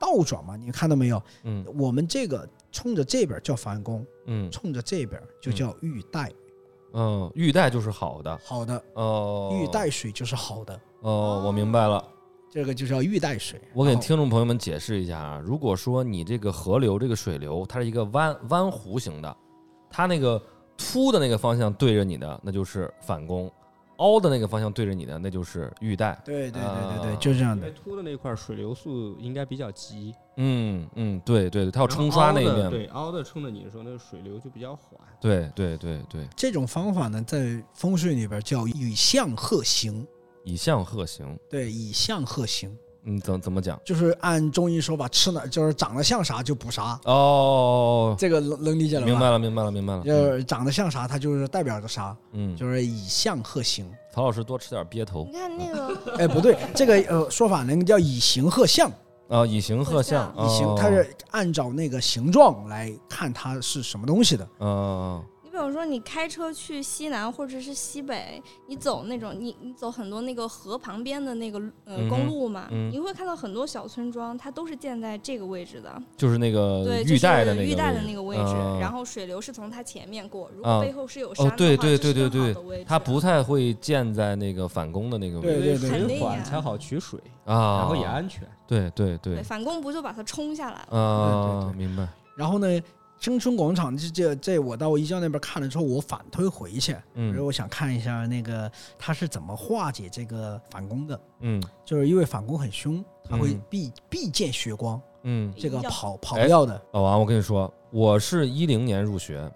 Speaker 6: 倒转嘛，你看到没有？
Speaker 1: 嗯
Speaker 6: 我们这个冲着这边叫反攻，
Speaker 1: 嗯
Speaker 6: 冲着这边就叫玉带。
Speaker 1: 嗯，玉带就是好的
Speaker 6: 好的，
Speaker 1: 哦，
Speaker 6: 玉带水就是好的，
Speaker 1: 哦，我明白了。
Speaker 6: 这个就叫玉带水。
Speaker 1: 我给
Speaker 6: 然后
Speaker 1: 听众朋友们解释一下啊，如果说你这个河流这个水流，它是一个弯弯弧形的，它那个凸的那个方向对着你的，那就是反攻；凹的那个方向对着你的，那就是玉带。
Speaker 6: 对对对对对，
Speaker 1: 啊
Speaker 6: 就这样
Speaker 3: 因为
Speaker 6: 的。
Speaker 3: 凸的那块儿水流速应该比较急，
Speaker 1: 嗯嗯，对对对，它要
Speaker 3: 然后
Speaker 1: 冲刷那一
Speaker 3: 凹的
Speaker 1: 面。
Speaker 3: 对，凹的冲着你的时候，那个水流就比较缓。
Speaker 1: 嗯对对对对，
Speaker 6: 这种方法呢，在风水里边叫以象和形。
Speaker 1: 以象和形。
Speaker 6: 对，以象和形，
Speaker 1: 嗯，怎怎么讲？
Speaker 6: 就是按中医说法，吃哪就是长得像啥就补啥，
Speaker 1: 哦，
Speaker 6: 这个能能理解了吧？
Speaker 1: 明白了，明白了，明白了。
Speaker 6: 就
Speaker 1: 嗯
Speaker 6: 是长得像啥，它就是代表着啥，
Speaker 1: 嗯，
Speaker 6: 就是以象和形。
Speaker 1: 曹老师多吃点鳖头
Speaker 4: 你看那个
Speaker 6: 哎，不对，这个呃说法能叫以形和象，
Speaker 1: 啊，以形和象。
Speaker 6: 以形
Speaker 1: 哦
Speaker 6: 它是按照那个形状来看它是什么东西的。
Speaker 1: 嗯
Speaker 4: 你比如说，你开车去西南或者是西北，你走那种你你走很多那个河旁边的那个呃
Speaker 1: 嗯哼
Speaker 4: 公路嘛，
Speaker 1: 嗯
Speaker 4: 你会看到很多小村庄，它都是建在这个位置的，
Speaker 1: 就是那个
Speaker 4: 对，
Speaker 1: 哦玉带的
Speaker 4: 就
Speaker 1: 那
Speaker 4: 是
Speaker 1: 个
Speaker 4: 玉带的那个位置，
Speaker 1: 嗯
Speaker 4: 然后水流是从它前面过，如
Speaker 1: 啊
Speaker 4: 果背后是有山的话，
Speaker 1: 对对
Speaker 4: 这
Speaker 1: 对
Speaker 4: 是
Speaker 1: 对
Speaker 4: 更好
Speaker 1: 对
Speaker 4: 的位置
Speaker 1: 他不太会建在那个反攻的那个位
Speaker 6: 对
Speaker 1: 置
Speaker 3: 因
Speaker 6: 对
Speaker 3: 为
Speaker 6: 对
Speaker 4: 肯
Speaker 3: 水
Speaker 4: 定呀
Speaker 3: 缓才好取水，
Speaker 1: 啊，
Speaker 3: 然后也安全。
Speaker 1: 对对
Speaker 4: 对
Speaker 1: 对，
Speaker 4: 反攻不就把它冲下来了？
Speaker 6: 对
Speaker 1: 啊
Speaker 6: 对，对
Speaker 1: 明白，
Speaker 6: 然后呢，青春广场这这这，我到一教那边看了之后，我反推回去，因为
Speaker 1: 嗯
Speaker 6: 我想看一下那个他是怎么化解这个反攻的，
Speaker 1: 嗯
Speaker 6: 就是因为反攻很凶，他会
Speaker 1: 嗯
Speaker 6: 必必见血光，
Speaker 1: 嗯。
Speaker 6: 这个
Speaker 4: 要
Speaker 6: 跑跑
Speaker 1: 哎
Speaker 6: 不掉的。
Speaker 1: 老王，我跟你说，我是一零年入学，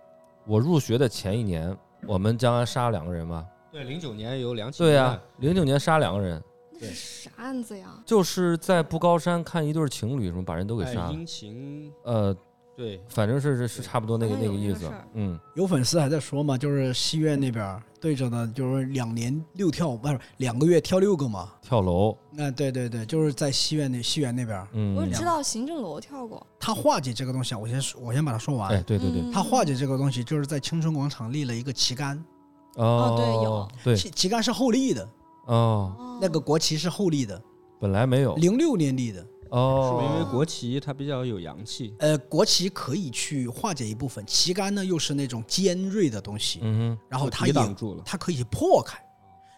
Speaker 1: 我入学的前一年，我们江安杀了两个人吧？
Speaker 3: 对，零九年有两起
Speaker 1: 对啊呀、
Speaker 3: 命案
Speaker 1: 零九年杀两个人，
Speaker 4: 那是啥案子呀？
Speaker 1: 就是在不高山看一对情侣，什么把人都给
Speaker 3: 哎
Speaker 1: 杀了。
Speaker 3: 殷勤
Speaker 1: 呃，
Speaker 3: 对，
Speaker 1: 反正是是是差不多那个
Speaker 4: 好
Speaker 1: 那
Speaker 4: 像
Speaker 1: 个
Speaker 4: 有
Speaker 1: 意
Speaker 4: 这
Speaker 1: 思
Speaker 4: 个事儿。
Speaker 1: 嗯，
Speaker 6: 有粉丝还在说嘛，就是西苑那边儿对着呢，就是两年六跳，不是两个月跳六个嘛。
Speaker 1: 跳楼，
Speaker 6: 那对对对，就是在西苑那西园那边儿，
Speaker 4: 我
Speaker 1: 嗯
Speaker 4: 只，知道行政楼跳过，
Speaker 6: 他化解这个东西啊，我先说我先把它说完。
Speaker 1: 哎，对对对，
Speaker 4: 嗯
Speaker 6: 他化解这个东西，就是在青春广场立了一个旗杆，
Speaker 1: 哦
Speaker 4: 哦，
Speaker 1: 对对，
Speaker 6: 旗旗杆是后立的，
Speaker 1: 哦，
Speaker 6: 那个国旗是后立的，
Speaker 1: 本来没有，
Speaker 6: 零六年立的。
Speaker 3: 是不
Speaker 1: 哦，
Speaker 3: 是因为国旗它比较有阳气，
Speaker 6: 呃，国旗可以去化解一部分，旗杆呢又是那种尖锐的东西，
Speaker 1: 嗯
Speaker 6: 然后哦它
Speaker 3: 抵
Speaker 6: 也
Speaker 3: 挡住了。
Speaker 6: 它可以破开。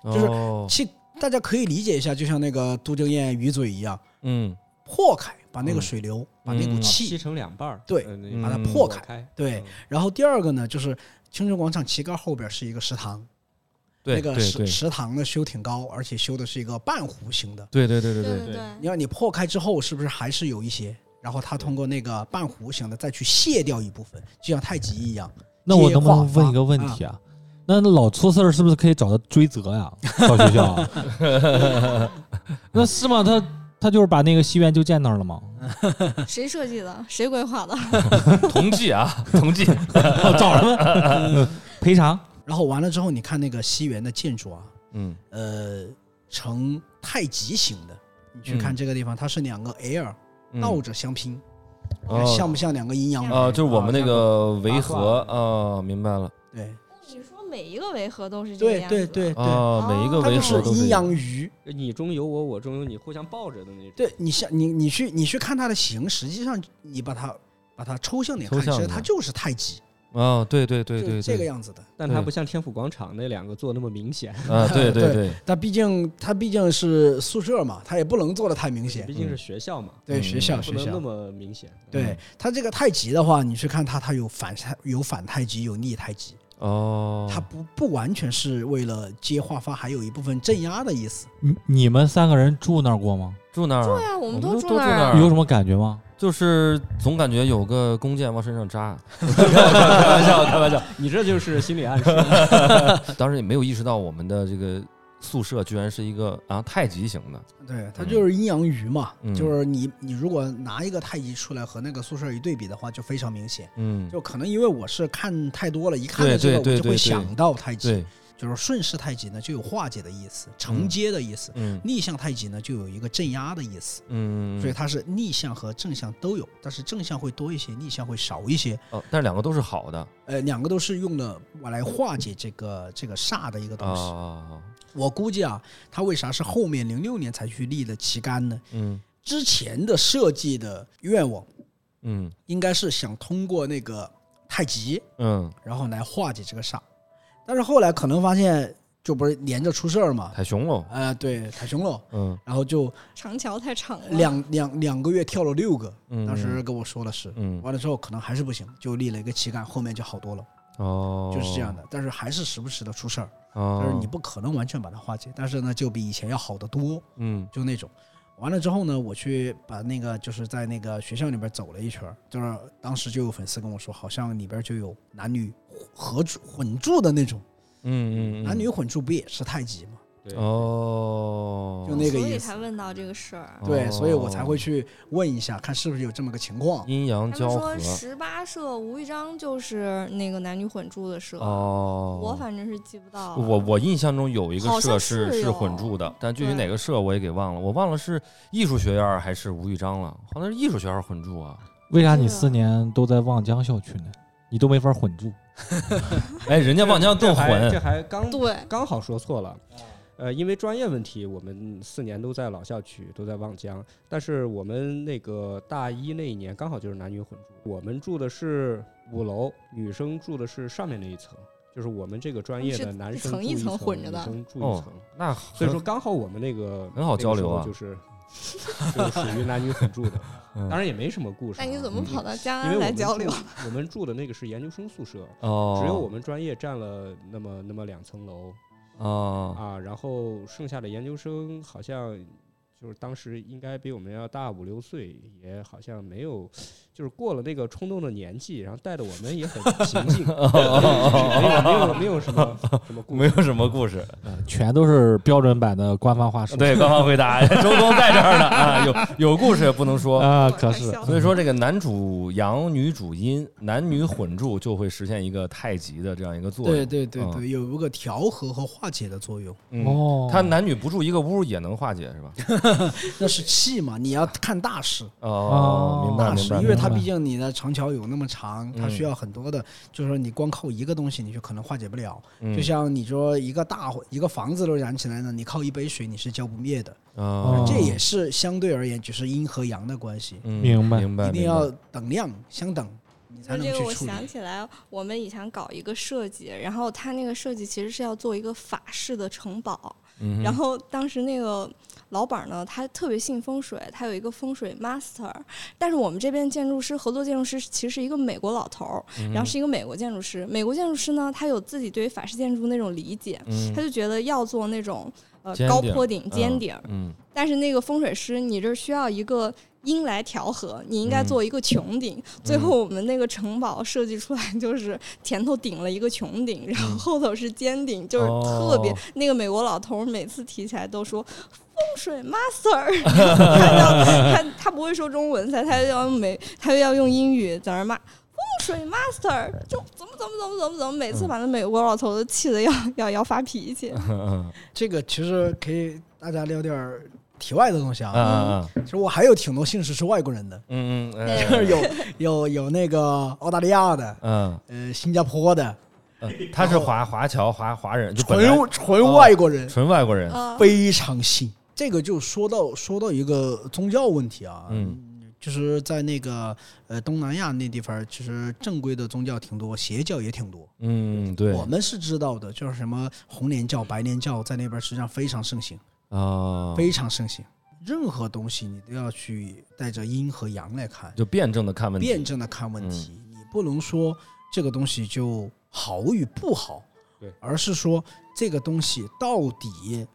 Speaker 1: 哼，
Speaker 6: 就是
Speaker 1: 哦
Speaker 6: 其大家可以理解一下，就像那个都江堰鱼嘴一样，
Speaker 1: 嗯
Speaker 6: 破开把那个
Speaker 1: 嗯
Speaker 6: 水流，把那股
Speaker 1: 嗯
Speaker 6: 气
Speaker 3: 劈成两半儿，
Speaker 6: 对
Speaker 3: 呃那
Speaker 1: 把它
Speaker 3: 个
Speaker 6: 破开
Speaker 3: 开。
Speaker 6: 对
Speaker 3: 嗯，
Speaker 6: 然后第二个呢，就是青春广场旗杆后边是一个食堂，
Speaker 1: 对
Speaker 6: 那个
Speaker 1: 对
Speaker 6: 食
Speaker 1: 对
Speaker 6: 食堂呢修挺高，而且修的是一个半弧形的。
Speaker 1: 对对对对
Speaker 4: 对
Speaker 1: 对，
Speaker 4: 对
Speaker 3: 对
Speaker 6: 你看你破开之后，是不是还是有一些？然后他通过那个半弧形的再去卸掉一部分，就像太极一样。
Speaker 2: 那我能不能问一个问题啊？那老出事儿是不是可以找他追责 呀？到学校、啊？ 那是吗？他他就是把那个西园就建那儿了 吗？
Speaker 4: 谁设计 的？谁规划的？
Speaker 1: 同济啊， 同济，
Speaker 2: 找他们 赔偿？
Speaker 6: 然后完了之后，你看那个西园的建筑啊，
Speaker 1: 嗯
Speaker 6: 呃，呈太极形的。你去看
Speaker 1: 嗯
Speaker 6: 这个地方，它是两个 air
Speaker 1: 嗯
Speaker 6: 倒着相拼，
Speaker 1: 哦
Speaker 6: 像不像两个阴阳？
Speaker 3: 哦
Speaker 1: 啊，就是我们那个维和
Speaker 3: 八
Speaker 1: 啊，明白了
Speaker 6: 对
Speaker 4: 你说每一个维和都是这个
Speaker 6: 对
Speaker 4: 样子
Speaker 6: 对对对，
Speaker 1: 啊，每一个
Speaker 6: 它
Speaker 1: 维
Speaker 6: 就
Speaker 1: 和
Speaker 6: 是
Speaker 1: 都
Speaker 6: 阴
Speaker 1: 是
Speaker 6: 阳鱼。
Speaker 3: 呃你中有我，我中有你，互相抱着的那种。
Speaker 6: 对你像你你去你去看它的形，实际上你把它把它抽象点
Speaker 1: 抽
Speaker 6: 看，其
Speaker 1: 象
Speaker 6: 实
Speaker 1: 一
Speaker 6: 它
Speaker 1: 下
Speaker 6: 就是太极，
Speaker 1: 啊，对对对
Speaker 6: 就
Speaker 1: 对
Speaker 6: 是这个
Speaker 1: 对，
Speaker 6: 样子的。
Speaker 3: 但它
Speaker 1: 对
Speaker 3: 不像天府广场那两个做那么明显，
Speaker 1: 啊， 对对
Speaker 6: 对
Speaker 1: 对，
Speaker 6: 但毕竟它毕竟是宿舍嘛，它也不能做的太明显
Speaker 3: 毕。竟是学校嘛，
Speaker 6: 对
Speaker 1: 嗯
Speaker 6: 学校
Speaker 3: 不
Speaker 6: 学
Speaker 3: 能那
Speaker 6: 校，
Speaker 3: 么明显。
Speaker 6: 对它这个太极的话，你去看它，它有反太有反太极，有逆太极，
Speaker 1: 哦，
Speaker 6: 它不不完全是为了接画发，还有一部分镇压的意思。
Speaker 2: 你你们三个人住那儿过吗？
Speaker 1: 住那儿
Speaker 4: 对
Speaker 1: 啊，
Speaker 4: 啊，我
Speaker 1: 们
Speaker 4: 们
Speaker 1: 都
Speaker 4: 都
Speaker 1: 住那
Speaker 4: 那儿
Speaker 1: 儿
Speaker 4: 啊。
Speaker 2: 有什么感觉吗？
Speaker 1: 就是总感觉有个弓箭往身上扎，开玩笑，开玩笑，
Speaker 3: 你这就是心理暗示。
Speaker 1: 当时也没有意识到我们的这个宿舍居然是一个啊太极型的，
Speaker 6: 对，它
Speaker 1: 嗯
Speaker 6: 就是阴阳鱼嘛，
Speaker 1: 嗯
Speaker 6: 就是你你如果拿一个太极出来和那个宿舍一对比的话，就非常明显。
Speaker 1: 嗯，
Speaker 6: 就可能因为我是看太多了，一看到
Speaker 1: 对
Speaker 6: 这个
Speaker 1: 对对
Speaker 6: 我就会
Speaker 1: 对对
Speaker 6: 想到太极，
Speaker 1: 对，
Speaker 6: 就是顺势太极呢就有化解的意思，承接的意思；
Speaker 1: 嗯
Speaker 6: 逆向太极呢就有一个镇压的意思。
Speaker 1: 嗯，
Speaker 6: 所以它是逆向和正向都有，但是正向会多一些，逆向会少一些。
Speaker 1: 哦，但是两个都是好的
Speaker 6: 呃，两个都是用了我来化解这个这个煞的一个东西。
Speaker 1: 啊，
Speaker 6: 我估计啊，它为啥是后面零六年才去立的旗杆呢？
Speaker 1: 嗯
Speaker 6: 之前的设计的愿望
Speaker 1: 嗯
Speaker 6: 应该是想通过那个太极，
Speaker 1: 嗯，
Speaker 6: 然后来化解这个煞，但是后来可能发现就不是连着出事儿嘛，
Speaker 1: 太熊了，
Speaker 6: 呃，对，太凶了，
Speaker 1: 嗯
Speaker 6: 然后就
Speaker 4: 长桥太长了，
Speaker 6: 两两两个月跳了六个，
Speaker 1: 嗯，
Speaker 6: 当时跟我说的是，
Speaker 1: 嗯
Speaker 6: 完了之后可能还是不行，就立了一个旗杆，后面就好多了，
Speaker 1: 哦，
Speaker 6: 就是这样的。但是还是时不时的出事儿，
Speaker 1: 哦，
Speaker 6: 但是你不可能完全把它化解，但是呢，就比以前要好得多，
Speaker 1: 嗯
Speaker 6: 就那种。完了之后呢，我去把那个就是在那个学校里边走了一圈儿，就是当时就有粉丝跟我说，好像里边就有男女合住混住的那种，
Speaker 1: 嗯嗯，
Speaker 6: 男女混住不也是太极吗？
Speaker 3: 对，
Speaker 1: 哦，
Speaker 6: 就那个
Speaker 4: 所
Speaker 6: 意
Speaker 4: 以
Speaker 6: 思
Speaker 4: 才。问到这个事儿。
Speaker 6: 对，所以我才会
Speaker 1: 哦
Speaker 6: 去问一下，看是不是有这么个情况。
Speaker 1: 阴阳
Speaker 4: 他
Speaker 1: 交
Speaker 4: 们
Speaker 1: 合
Speaker 4: 说十八社无一章就是那个男女混住的社，
Speaker 1: 哦，
Speaker 4: 我反正是记不到了。
Speaker 1: 我我印象中有一个
Speaker 4: 好
Speaker 1: 社
Speaker 4: 像
Speaker 1: 是
Speaker 4: 是
Speaker 1: 是
Speaker 4: 有
Speaker 1: 混住的，但具体
Speaker 4: 对
Speaker 1: 哪个社我也给忘了，我忘了是艺术学院儿还是吴玉章了，好像是艺术学院儿混住 啊。
Speaker 2: 为啥你
Speaker 4: 是啊
Speaker 2: 四年都在望江校区呢？你都没法混住。
Speaker 1: 哎，人家望江
Speaker 3: 这
Speaker 1: 更
Speaker 3: 还这
Speaker 1: 混，
Speaker 3: 还刚
Speaker 4: 对
Speaker 3: 刚好说错了。呃，因为专业问题，我们四年都在老校区，都在望江。但是我们那个大一那一年，刚好就是男女混住。我们住的是五楼，女生住的是上面那一层，就是我们这个专业
Speaker 4: 是
Speaker 3: 的男生
Speaker 4: 一层
Speaker 3: 住
Speaker 4: 一
Speaker 3: 一
Speaker 4: 层混着
Speaker 3: 女
Speaker 4: 的
Speaker 3: 生住一
Speaker 1: 哦
Speaker 3: 层。
Speaker 1: 那
Speaker 3: 所以说
Speaker 1: 很
Speaker 3: 刚好我们那个
Speaker 1: 很好交流啊
Speaker 3: 那个时候就是就是属于男女混住的，
Speaker 1: 嗯
Speaker 3: 当然也没什么故事啊。
Speaker 4: 那你怎么跑到江
Speaker 3: 因为
Speaker 4: 安
Speaker 3: 我
Speaker 4: 来
Speaker 3: 们
Speaker 4: 交流
Speaker 3: 住？我们住的那个是研究生宿舍，
Speaker 1: 哦，
Speaker 3: 只有我们专业占了那么那么两层楼
Speaker 1: 哦
Speaker 3: 啊，然后剩下的研究生好像就是当时应该比我们要大五六岁，也好像没有就是过了那个冲动的年纪，然后带的我们也很平 静，没有没有没有什么什么故事
Speaker 1: 没有什么故事，
Speaker 2: 呃全都是标准版的官方 话术。
Speaker 1: 对，官方回答， 周公在这儿呢啊，有有故事也不能说。
Speaker 2: 啊，
Speaker 4: 开
Speaker 2: 可是
Speaker 4: 玩笑
Speaker 1: 所以说，这个男主阳，女主阴，男女混住就会实现一个太极的这样一个作用。
Speaker 6: 对对对
Speaker 1: 嗯
Speaker 6: 对，有一个调和和化解的作用。
Speaker 1: 嗯
Speaker 2: 哦，
Speaker 1: 他男女不住一个屋也能化解是吧？
Speaker 6: 那是气嘛，你要看大势，
Speaker 1: 哦，
Speaker 2: 哦
Speaker 1: 明白
Speaker 6: 大
Speaker 1: 明
Speaker 6: 势，
Speaker 1: 白，
Speaker 6: 因为它
Speaker 2: 明白
Speaker 6: 毕竟你的长桥有那么长，它
Speaker 1: 嗯
Speaker 6: 需要很多的，就是说你光靠一个东西，你就可能化解不了。
Speaker 1: 嗯
Speaker 6: 就像你说一个大火一个房子都燃起来了，你靠一杯水你是浇不灭的，
Speaker 1: 哦
Speaker 6: 这也是相对而言就是阴和阳的关系，
Speaker 1: 嗯
Speaker 2: 明白
Speaker 1: 明白，
Speaker 6: 一定
Speaker 1: 明白
Speaker 6: 要等量相等，你才
Speaker 4: 说
Speaker 6: 能
Speaker 4: 这个，
Speaker 6: 去
Speaker 4: 我
Speaker 6: 处理。
Speaker 4: 想起来，我们以前搞一个设计，然后他那个设计其实是要做一个法式的城堡，
Speaker 1: 嗯哼
Speaker 4: 然后当时那个老板呢，他特别信风水，他有一个风水 master，但是我们这边建筑师合作建筑师其实是一个美国老头儿，
Speaker 1: 嗯
Speaker 4: 然后是一个美国建筑师，美国建筑师呢，他有自己对于法式建筑那种理解，
Speaker 1: 嗯
Speaker 4: 他就觉得要做那种呃
Speaker 1: 尖
Speaker 4: 高
Speaker 1: 顶
Speaker 4: 坡顶尖顶儿，
Speaker 1: 嗯
Speaker 4: 但是那个风水师，你这需要一个阴来调和，你应该做一个穹顶。最后我们那个城堡设计出来就是前头顶了一个穹顶，然后后头是尖顶，就是特别、
Speaker 1: 哦
Speaker 4: 那个美国老头儿每次提起来都说。风水 master，然 后他要他他不会说中文，他他要用美，他又要用英语在那儿骂风水 master，就怎么怎么怎么怎么怎么，每次把那美国老头儿都气得要要要发脾气。
Speaker 1: 嗯
Speaker 6: 这个其实可以大家聊点儿题外的东西
Speaker 1: 嗯
Speaker 6: 啊。
Speaker 1: 嗯
Speaker 6: 其实我还有挺多姓氏是外国人 的，
Speaker 1: 嗯嗯
Speaker 4: 对
Speaker 1: 嗯
Speaker 6: 有有有那个澳大利亚的，
Speaker 1: 嗯
Speaker 6: 呃，新加坡的，
Speaker 1: 嗯，他是华华侨华华人，就本来哦
Speaker 6: 纯哦纯外国人，
Speaker 1: 纯外国人，
Speaker 4: 啊，
Speaker 6: 非常信。这个就说到说到一个宗教问题啊，
Speaker 1: 嗯，
Speaker 6: 就是在那个呃东南亚那地方，其实正规的宗教挺多，邪教也挺多。
Speaker 1: 嗯对
Speaker 6: 我们是知道的，就是什么红莲教、白莲教在那边实际上非常盛行，
Speaker 1: 啊，
Speaker 6: 非常盛行。任何东西你都要去带着阴和阳来看，
Speaker 1: 就辩证的看问题，嗯
Speaker 6: 辩证的看问题，你不能说这个东西就好与不好，
Speaker 3: 对
Speaker 6: 而是说这个东西到底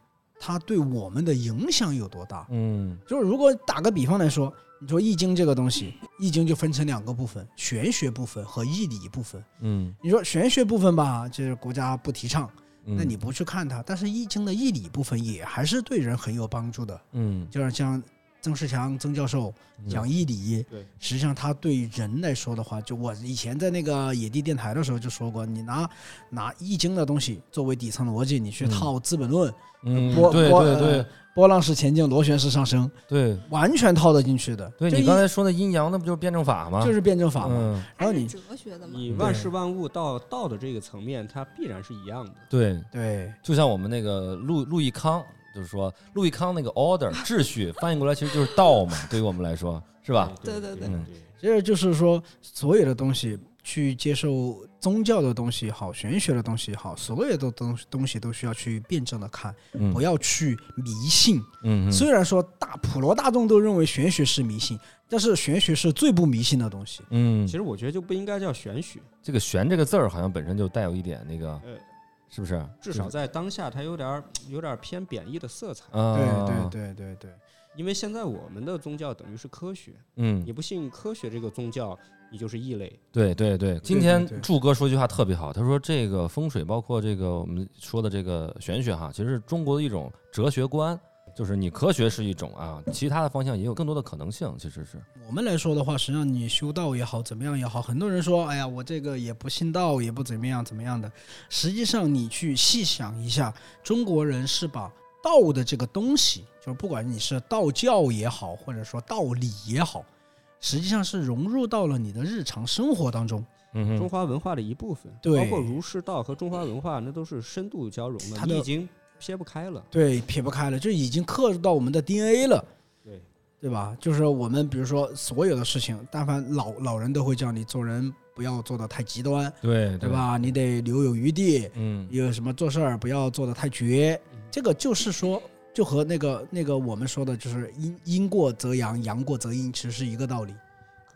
Speaker 6: 它对我们的影响有多大。
Speaker 1: 嗯
Speaker 6: 就是如果打个比方来说，你说《易经》这个东西，《易经》就分成两个部分，玄学部分和易理部分。
Speaker 1: 嗯
Speaker 6: 你说玄学部分吧，就是国家不提倡，
Speaker 1: 嗯
Speaker 6: 那你不去看它，但是易经的易理部分也还是对人很有帮助的。
Speaker 1: 嗯
Speaker 6: 就像像曾仕强曾教授讲易理，
Speaker 3: 对
Speaker 6: 实际上他对人来说的话，就我以前在那个野地电台的时候就说过，你拿拿易经的东西作为底层逻辑，你去
Speaker 1: 嗯
Speaker 6: 套《资本论》
Speaker 1: 嗯，
Speaker 6: 波
Speaker 1: 对
Speaker 6: 波
Speaker 1: 对
Speaker 6: 呃
Speaker 1: 对
Speaker 6: 波浪式前进，螺旋式上升，
Speaker 1: 对
Speaker 6: 完全套得进去的。
Speaker 1: 对，
Speaker 6: 就
Speaker 1: 你
Speaker 6: 一
Speaker 1: 刚才说那阴阳，那不就是辩证法吗？
Speaker 6: 就是辩证法嘛。
Speaker 1: 啊嗯，
Speaker 6: 然后
Speaker 4: 还是
Speaker 6: 你
Speaker 4: 哲学的嘛，
Speaker 3: 你万事万物到道的这个层面，它必然是一样的。
Speaker 1: 对，
Speaker 6: 对
Speaker 1: 就像我们那个陆陆毅康，就是说陆毅康那个 order 秩序翻译过来其实就是道嘛，对于我们来说是吧？嗯
Speaker 3: 对
Speaker 4: 对
Speaker 3: 对
Speaker 4: 对
Speaker 1: 啊对
Speaker 6: 其实就是说，所有的东西去接受宗教的东西也好，玄学的东西也好，所有的东东西都需要去辩证的看，
Speaker 1: 嗯
Speaker 6: 不要去迷信。
Speaker 1: 嗯，
Speaker 6: 虽然说大普罗大众都认为玄学是迷信，但是玄学是最不迷信的东西。
Speaker 1: 嗯，
Speaker 3: 其实我觉得就不应该叫玄学，
Speaker 1: 这个“玄”这个字儿好像本身就带有一点那个，
Speaker 3: 呃，
Speaker 1: 是不是？
Speaker 3: 至少在当下它有点儿有点儿偏贬义的色彩。
Speaker 1: 啊，
Speaker 6: 对对，对对对，
Speaker 3: 因为现在我们的宗教等于是科学，你
Speaker 1: 嗯，
Speaker 3: 不信科学这个宗教，你就是异类。
Speaker 1: 对对对。今
Speaker 6: 对
Speaker 1: 天
Speaker 6: 对
Speaker 1: 柱哥说一句话特别好，他说这个风水包括这个我们说的这个玄学哈，其实是中国的一种哲学观，就是你科学是一种啊，其他的方向也有更多的可能性，其实是，
Speaker 6: 我们来说的话，实际上你修道也好，怎么样也好，很多人说，哎呀，我这个也不信道，也不怎么样怎么样的。实际上，你去细想一下，中国人是把道的这个东西，就是不管你是道教也好，或者说道理也好，实际上是融入到了你的日常生活当中。
Speaker 1: 嗯
Speaker 3: 中
Speaker 1: 哼，
Speaker 3: 华文化的一部分，
Speaker 6: 对
Speaker 3: 包括儒释道和中华文化，那都是深度交融的，
Speaker 6: 它的
Speaker 3: 你已经撇不开了。
Speaker 6: 对，撇不开了，就已经刻入到我们的 DNA 了。
Speaker 3: 对，
Speaker 6: 对吧？就是我们比如说所有的事情，但凡老老人都会叫你做人不要做的太极端，
Speaker 1: 对
Speaker 6: 对？吧？你得留有余地，
Speaker 1: 嗯
Speaker 6: 有什么做事儿不要做的太绝，
Speaker 3: 嗯
Speaker 6: 这个就是说，就和那个那个我们说的，就是阴阴过则阳，阳过则阴，其实是一个道理。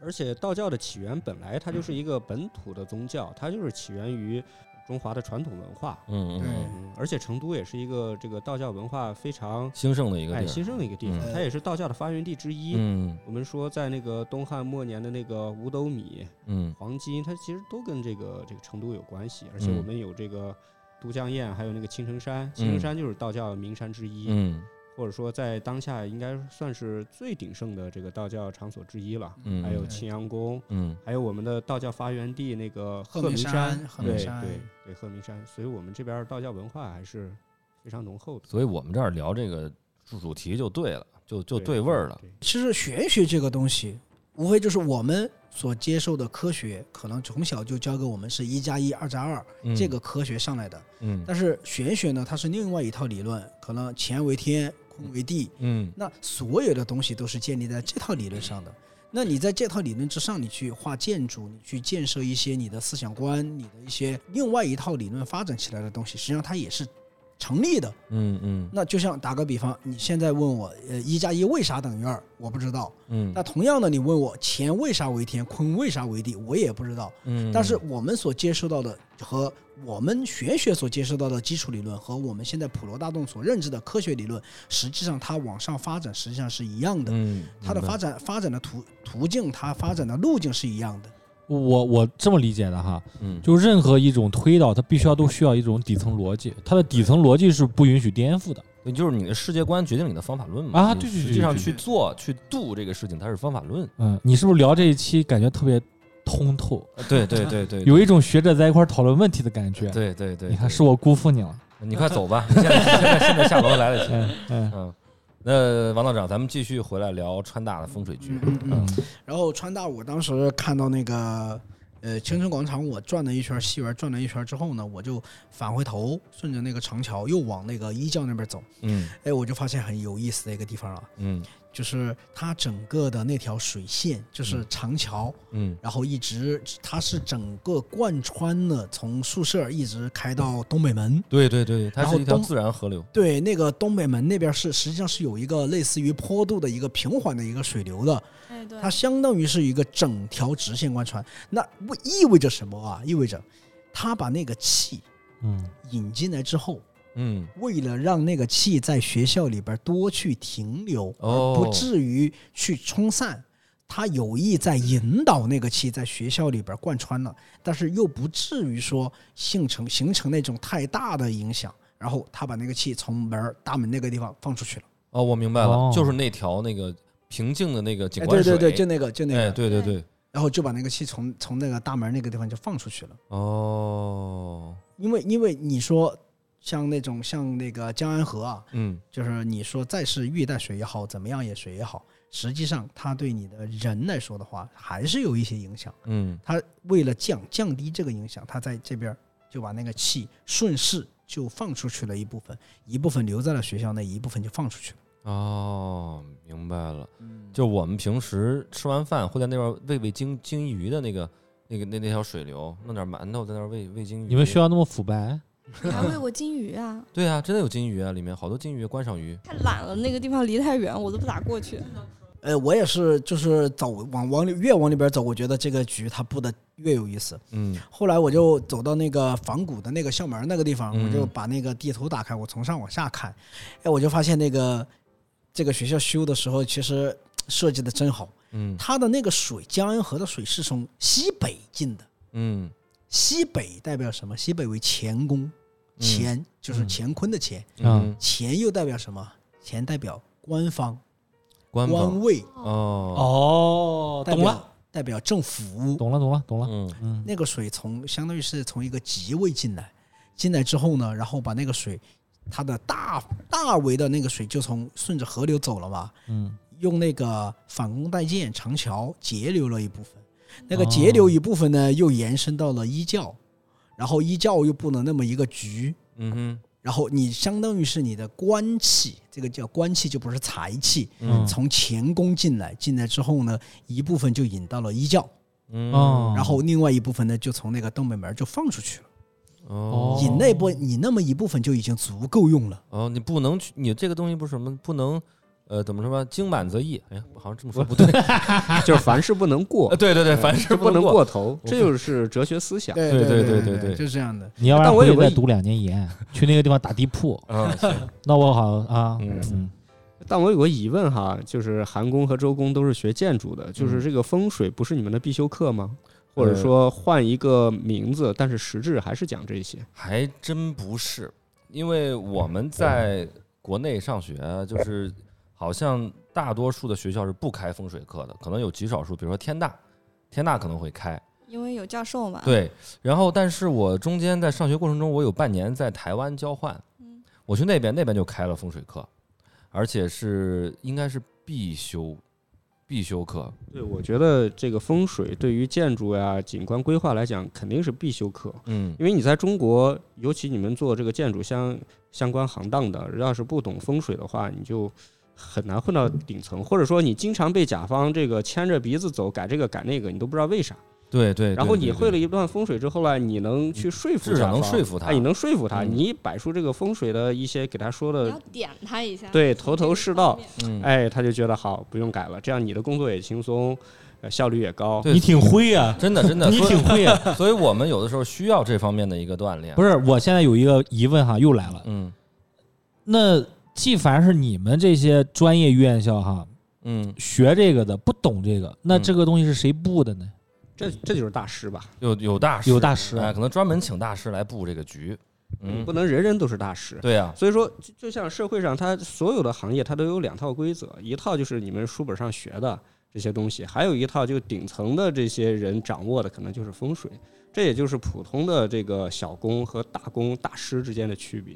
Speaker 3: 而且道教的起源本来它
Speaker 1: 嗯
Speaker 3: 就是一个本土的宗教，它就是起源于中华的传统文化。
Speaker 1: 嗯嗯嗯，
Speaker 3: 嗯，而且成都也是一个这个道教文化非常
Speaker 1: 兴盛的一个
Speaker 3: 哎
Speaker 1: 地
Speaker 3: 兴
Speaker 1: 儿，
Speaker 3: 盛的一个地
Speaker 1: 嗯
Speaker 3: 方，它也是道教的发源地之一。
Speaker 1: 嗯
Speaker 3: 我们说，在那个东汉末年的那个五斗米、
Speaker 1: 嗯
Speaker 3: 黄金，它其实都跟这个这个成都有关系。而且
Speaker 1: 嗯
Speaker 3: 我们有这个都江堰，还有那个青城山，青城
Speaker 1: 嗯
Speaker 3: 山就是道教名山之一，
Speaker 1: 嗯
Speaker 3: 或者说在当下应该算是最鼎盛的这个道教场所之一了。
Speaker 1: 嗯，
Speaker 3: 还有
Speaker 6: 嗯
Speaker 3: 青阳宫，
Speaker 1: 嗯
Speaker 3: 还有我们的道教发源地那个
Speaker 6: 鹤
Speaker 3: 鹤
Speaker 6: 鸣
Speaker 3: 鸣
Speaker 6: 山鹤鸣
Speaker 3: 对
Speaker 6: 山
Speaker 3: 对对，鹤鸣山。所以我们这边儿道教文化还是非常浓厚的，
Speaker 1: 所以我们这儿聊这个主主题就对了，就就对味儿了。
Speaker 3: 对
Speaker 6: 其实玄学这个东西，无非就是我们所接受的科学，可能从小就教给我们是一加一、二加二
Speaker 1: 嗯
Speaker 6: 这个科学上来的。
Speaker 1: 嗯
Speaker 6: 但是玄学呢，它是另外一套理论，可能乾为天，坤为地，
Speaker 1: 嗯
Speaker 6: 那所有的东西都是建立在这套理论上的。那你在这套理论之上，你去画建筑，你去建设一些你的思想观，你的一些另外一套理论发展起来的东西，实际上它也是成立的。
Speaker 1: 嗯嗯
Speaker 6: 那就像打个比方，你现在问我，呃，一加一为啥等于二，我不知道。
Speaker 1: 嗯
Speaker 6: 那同样的，你问我乾为啥为天，坤为啥为地，我也不知道。
Speaker 1: 嗯，
Speaker 6: 但是我们所接受到的和我们玄学所接受到的基础理论和我们现在普罗大众所认知的科学理论，实际上它往上发展实际上是一样的，
Speaker 1: 嗯，
Speaker 6: 它的发展发展的途途径，它发展的路径是一样的。
Speaker 2: 我我这么理解的哈，
Speaker 1: 嗯
Speaker 2: 就任何一种推导，它必须要都需要一种底层逻辑，它的底层逻辑是不允许颠覆的。
Speaker 1: 就是你的世界观决定你的方法论嘛
Speaker 2: 啊
Speaker 1: 你
Speaker 2: 对对
Speaker 1: 实
Speaker 2: 对
Speaker 1: 际上
Speaker 2: 对
Speaker 1: 去做去度这个事情，它是方法论。
Speaker 2: 嗯，你是不是聊这一期感觉特别通透，
Speaker 1: 呃对对 对对，
Speaker 2: 有一种学者在一块儿讨论问题的感觉？
Speaker 1: 对对对，
Speaker 2: 你看
Speaker 1: 对
Speaker 2: 是我辜负你了。
Speaker 1: 你快走吧，你现在现在现在下楼来得及。
Speaker 2: 嗯嗯，
Speaker 1: 嗯，那王道长，咱们继续回来聊川大的风水局。
Speaker 6: 嗯嗯
Speaker 2: 嗯。
Speaker 6: 然后川大，我当时看到那个呃青春广场，我转了一圈西园，转了一圈之后呢，我就返回头，顺着那个长桥又往那个一教那边走。
Speaker 1: 嗯
Speaker 6: 哎，我就发现很有意思的一个地方了，啊
Speaker 1: 嗯
Speaker 6: 就是它整个的那条水线，就是长桥。
Speaker 1: 嗯
Speaker 6: 然后一直它是整个贯穿了从宿舍一直开到东北门。
Speaker 1: 对对对，它
Speaker 6: 然
Speaker 1: 是
Speaker 6: 后
Speaker 1: 一条
Speaker 6: 东
Speaker 1: 自然河流。
Speaker 6: 对，那个东北门那边是实际上是有一个类似于坡度的一个平缓的一个水流的，
Speaker 4: 哎对
Speaker 6: 它，相当于是一个整条直线贯穿。那不意味着什么啊？意味着它把那个气
Speaker 2: 嗯，
Speaker 6: 引进来之后，
Speaker 1: 嗯
Speaker 6: 为了让那个气在学校里边多去停留，而
Speaker 1: 哦
Speaker 6: 不至于去冲散，他有意在引导那个气在学校里边贯穿了，但是又不至于说形成形成那种太大的影响。然后他把那个气从门儿大门那个地方放出去了。
Speaker 1: 哦，我明白了，
Speaker 2: 哦
Speaker 1: 就是那条那个平静的那个景
Speaker 6: 哎，
Speaker 1: 观
Speaker 6: 对
Speaker 1: 水，
Speaker 6: 对对，就那个就那个，
Speaker 1: 哎，对对对，
Speaker 6: 然后就把那个气从从那个大门那个地方就放出去了。
Speaker 1: 哦，
Speaker 6: 因为因为你说像那种像那个江安河啊，
Speaker 1: 嗯，
Speaker 6: 就是你说再是玉带水也好，怎么样也水也好，实际上它对你的人来说的话，还是有一些影响。
Speaker 1: 嗯，
Speaker 6: 它为了降降低这个影响，它在这边就把那个气顺势就放出去了一部分，一部分留在了学校内，一部分就放出去了。
Speaker 1: 哦，明白了。就我们平时吃完饭会在那边喂喂鲸鲸鱼的那个那个那那条水流，弄点馒头在那儿喂喂鲸鱼。
Speaker 2: 你们学校那么腐败，
Speaker 4: 你还喂过金鱼啊？
Speaker 1: 对啊，真的有鲸鱼啊，里面好多鲸鱼，观赏鱼。
Speaker 4: 太懒了，那个地方离太远，我都不咋过去。
Speaker 6: 呃，我也是，就是走往往里越往里边走，我觉得这个局它布的越有意思。
Speaker 1: 嗯，
Speaker 6: 后来我就走到那个仿古的那个校门那个地方，
Speaker 1: 嗯
Speaker 6: 我就把那个地图打开，我从上往下看，哎，我就发现那个这个学校修的时候，其实设计的真好。
Speaker 1: 嗯
Speaker 6: 它的那个水，江恩河的水是从西北进的，
Speaker 1: 嗯
Speaker 6: 西北代表什么？西北为乾宫，
Speaker 1: 嗯
Speaker 6: 乾就是乾坤的乾，
Speaker 1: 嗯，
Speaker 6: 乾又代表什么？乾代表官方、
Speaker 1: 官
Speaker 6: 官
Speaker 1: 方
Speaker 6: 位，
Speaker 1: 哦
Speaker 2: 哦
Speaker 6: 代表，代表政府，
Speaker 2: 懂了，懂了，懂了。
Speaker 1: 嗯
Speaker 2: 嗯，
Speaker 6: 那个水从相当于是从一个极位进来，进来之后呢，然后把那个水，它的大大围的那个水就从顺着河流走了嘛，
Speaker 2: 嗯，
Speaker 6: 用那个反弓带箭长桥截流了一部分，那个
Speaker 2: 哦
Speaker 6: 截流一部分呢又延伸到了一教，然后一教又不能那么一个局。
Speaker 1: 嗯哼
Speaker 6: 然后你相当于是你的官气，这个叫官气，就不是财气。
Speaker 1: 嗯
Speaker 6: 从乾宫进来，进来之后呢，一部分就引到了一教，
Speaker 1: 嗯
Speaker 2: 哦
Speaker 6: 然后另外一部分呢，就从那个东北门就放出去了。
Speaker 1: 哦
Speaker 6: 你那波你那么一部分就已经足够用了。
Speaker 1: 哦，你不能去，你这个东西不是什么不能。呃，怎么说吧，精满则溢。哎呀，好像这么说不 对。
Speaker 3: 就是凡事不能过
Speaker 1: 呃，对对对，凡事
Speaker 3: 就不能
Speaker 1: 过。
Speaker 3: 过头，这就是哲学思想。
Speaker 6: 对
Speaker 1: 对对对
Speaker 6: 对
Speaker 1: 对对
Speaker 6: 就是这样的。
Speaker 2: 你要不然
Speaker 3: 但我
Speaker 2: 回
Speaker 3: 有
Speaker 2: 去
Speaker 3: 个
Speaker 2: 再
Speaker 3: 疑
Speaker 2: 读两年研，去那个地方打地铺，
Speaker 1: 嗯，行
Speaker 2: 那我好啊，
Speaker 1: 嗯
Speaker 2: 嗯，
Speaker 3: 但我有个疑问哈，就是韩工和周工都是学建筑的，就是这个风水不是你们的必修课吗？或者说换一个名字，但是实质还是讲这些。
Speaker 1: 还真不是，因为我们在国内上学，啊就是好像大多数的学校是不开风水课的，可能有极少数，比如说天大，天大可能会开。
Speaker 4: 因为有教授嘛。，
Speaker 1: 对，然后但是我中间在上学过程中，我有半年在台湾交换，
Speaker 4: 嗯
Speaker 1: 我去那边那边就开了风水课，而且是应该是必修必修课。
Speaker 3: 对，我觉得这个风水对于建筑呀、景观规划来讲，肯定是必修课。
Speaker 1: 嗯
Speaker 3: 因为你在中国，尤其你们做这个建筑相相关行当的，要是不懂风水的话，你就很难混到顶层，或者说你经常被甲方这个牵着鼻子走，改这个改那个，你都不知道为啥。
Speaker 1: 对对，
Speaker 3: 然后
Speaker 1: 对
Speaker 3: 你
Speaker 1: 对
Speaker 3: 会了
Speaker 1: 对
Speaker 3: 一段风水之后呢，你能去说服
Speaker 1: 至少
Speaker 3: 甲
Speaker 1: 能
Speaker 3: 方
Speaker 1: 说服他
Speaker 3: 哎你能说服他，
Speaker 1: 嗯
Speaker 3: 你摆出这个风水的一些给他说
Speaker 4: 你
Speaker 3: 的
Speaker 4: 要，点他一下。
Speaker 3: 呃对头头是道
Speaker 4: 这个方
Speaker 1: 嗯，
Speaker 4: 面。
Speaker 3: 哎，他就觉得好，不用改了，这样你的工作也轻松，呃，效率也高。
Speaker 1: 对
Speaker 2: 你挺会啊，
Speaker 1: 真的真的，
Speaker 2: 你
Speaker 1: 所以
Speaker 2: 挺会啊。
Speaker 1: 所以我们有的时候需要这方面的一个锻炼。
Speaker 2: 不
Speaker 1: 是，
Speaker 2: 是，我现在有一个疑问哈，又来了。
Speaker 1: 嗯
Speaker 2: 那既凡是你们这些专业院校哈，
Speaker 1: 嗯，
Speaker 2: 学这个的不懂这个，那这个东西是谁布的呢？
Speaker 3: 这这就是大师吧？
Speaker 1: 有有大师，
Speaker 2: 有大师啊
Speaker 1: 哎，可能专门请大师来布这个局。嗯
Speaker 3: 不，能人人都是大师。
Speaker 1: 对啊呀，
Speaker 3: 所以说，就就像社会上，它所有的行业它都有两套规则，一套就是你们书本上学的这些东西，还有一套就顶层的这些人掌握的可能就是风水，这也就是普通的这个小工和大工大师之间的区别。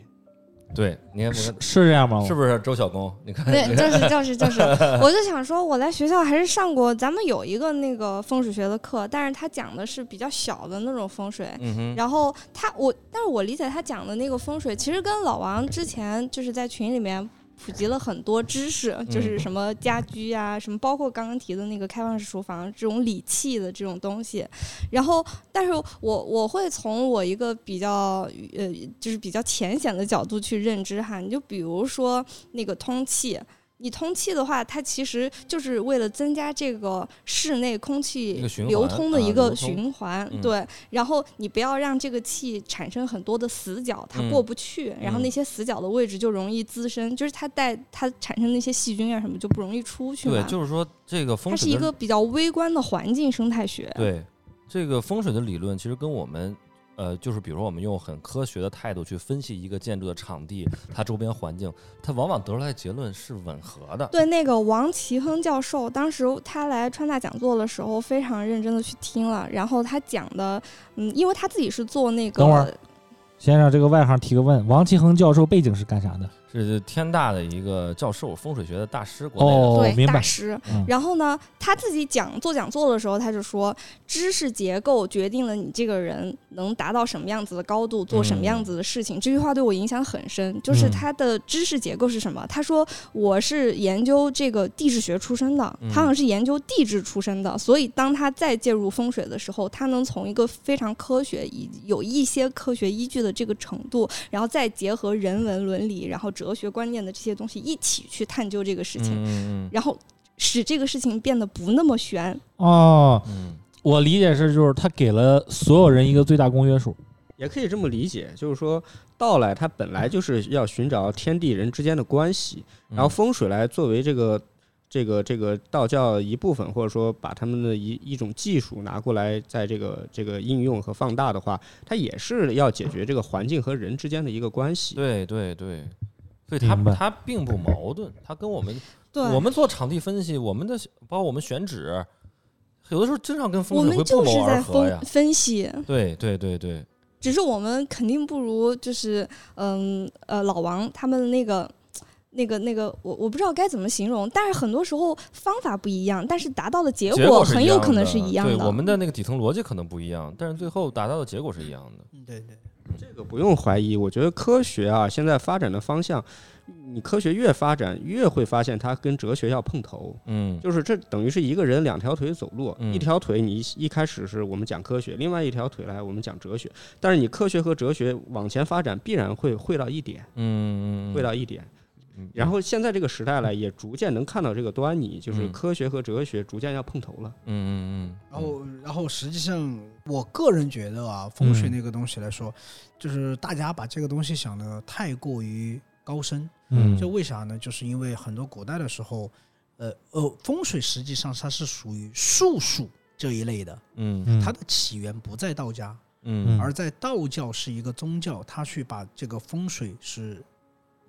Speaker 1: 对，你看，
Speaker 2: 是哦
Speaker 1: 你
Speaker 2: 是这样吗？
Speaker 1: 看是不是周小工？你看，
Speaker 4: 对，就是就是就是，我就想说，我来学校还是上过，咱们有一个那个风水学的课，但是他讲的是比较小的那种风水，
Speaker 1: 嗯哼，
Speaker 4: 然后他我，但是我理解他讲的那个风水，其实跟老王之前就是在群里面普及了很多知识，
Speaker 1: 嗯
Speaker 4: 就是什么家居啊，什么包括刚刚提的那个开放式厨房这种理气的这种东西。然后，但是我我会从我一个比较呃，就是比较浅显的角度去认知哈。你就比如说那个通气。你通气的话，它其实就是为了增加这个室内空
Speaker 1: 一
Speaker 4: 气
Speaker 1: 个循环
Speaker 4: 流通的一
Speaker 1: 啊
Speaker 4: 个
Speaker 1: 流通
Speaker 4: 循环，
Speaker 1: 嗯
Speaker 4: 对。然后你不要让这个气产生很多的死角，它
Speaker 1: 嗯
Speaker 4: 过不去，然后
Speaker 1: 嗯
Speaker 4: 那些死角的位置就容易滋生，就是它带它产生那些细菌啊什么就不容易出去
Speaker 1: 对，
Speaker 4: 嘛。
Speaker 1: 就是说这个风
Speaker 4: 它是
Speaker 1: 水
Speaker 4: 一
Speaker 1: 的
Speaker 4: 个比较微观的环境生态学。
Speaker 1: 对，这个风水的理论其实跟我们，呃，就是比如说我们用很科学的态度去分析一个建筑的场地，它周边环境，它往往得出来的结论是吻合的。
Speaker 4: 对，那个王奇亨教授，当时他来川大讲座的时候，非常认真的去听了，然后他讲的，嗯，因为他自己是做那
Speaker 2: 等会儿
Speaker 4: 个，
Speaker 2: 先让这个外行提个问：王其恒教授背景是干啥的？
Speaker 1: 是天大的一个教授，风水学的大师，国内的。
Speaker 2: 哦，
Speaker 4: 对
Speaker 2: 明
Speaker 4: 大
Speaker 2: 白。
Speaker 4: 师。
Speaker 2: 嗯
Speaker 4: 然后呢，他自己讲做讲座的时候，他就说，知识结构决定了你这个人能达到什么样子的高度，做什么样子的事情。这句话对我影响很深，就是
Speaker 2: 嗯
Speaker 4: 他的知识结构是什么？他说我是研究这个地质学出身的，
Speaker 1: 嗯
Speaker 4: 他好像是研究地质出身的，所以当他再介入风水的时候，他能从一个非常科学、以有一些科学依据的这个程度，然后再结合人文伦理，然后哲学观念的这些东西一起去探究这个事情。
Speaker 1: 嗯嗯
Speaker 4: 然后使这个事情变得不那么悬。
Speaker 2: 哦，
Speaker 1: 嗯
Speaker 2: 我理解是就是他给了所有人一个最大公约数。
Speaker 3: 也可以这么理解，就是说道来它本来就是要寻找天地人之间的关系，
Speaker 1: 嗯
Speaker 3: 然后风水来作为这个这个这个道教一部分，或者说把他们的一一种技术拿过来，在这个这个应用和放大的话，它也是要解决这个环境和人之间的一个关系。
Speaker 1: 对对对，所以它
Speaker 2: 明白
Speaker 1: 它并不矛盾，它跟我们
Speaker 4: 对，
Speaker 1: 我们做场地分析，我们的包括我们选址，有的时候真上跟
Speaker 4: 我
Speaker 1: 风水
Speaker 4: 们
Speaker 1: 会不
Speaker 4: 就是
Speaker 1: 谋而
Speaker 4: 在
Speaker 1: 合呀
Speaker 4: 分。分析，
Speaker 1: 对对对对，
Speaker 4: 只是我们肯定不如就是嗯呃老王他们那个。那个、那个，我我不知道该怎么形容，但是很多时候方法不一样，但是达到的结
Speaker 1: 结
Speaker 4: 果
Speaker 1: 是
Speaker 4: 很
Speaker 1: 一
Speaker 4: 有
Speaker 1: 样
Speaker 4: 可能
Speaker 1: 的
Speaker 4: 是一样
Speaker 1: 对，我们的那个底层逻辑可能不一样，但是最后达到的结果是一样的。
Speaker 6: 嗯，对对，
Speaker 3: 这个不用怀疑，我觉得科学啊，现在发展的方向，你科学越发展，越会发现它跟哲学要碰头。
Speaker 1: 嗯，
Speaker 3: 就是这等于是一个人两条腿走路，
Speaker 1: 嗯
Speaker 3: 一条腿你一一开始是我们讲科学，另外一条腿来我们讲哲学。但是你科学和哲学往前发展，必然会会到一点，
Speaker 1: 嗯，
Speaker 3: 会到一点。
Speaker 1: 嗯，
Speaker 3: 然后现在这个时代了，也逐渐能看到这个端倪，就是
Speaker 1: 嗯
Speaker 3: 科学和哲学逐渐要碰头了。
Speaker 1: 嗯嗯嗯，
Speaker 6: 然后然后实际上，我个人觉得啊，风
Speaker 1: 嗯
Speaker 6: 水那个东西来说，就是大家把这个东西想的太过于高深，
Speaker 2: 嗯
Speaker 6: 这为啥呢？就是因为很多古代的时候，呃呃，风水实际上它是属于术数这一类的，
Speaker 1: 嗯
Speaker 2: 嗯
Speaker 6: 它的起源不在道家，
Speaker 1: 嗯
Speaker 6: 而在道教是一个宗教，它去把这个风水是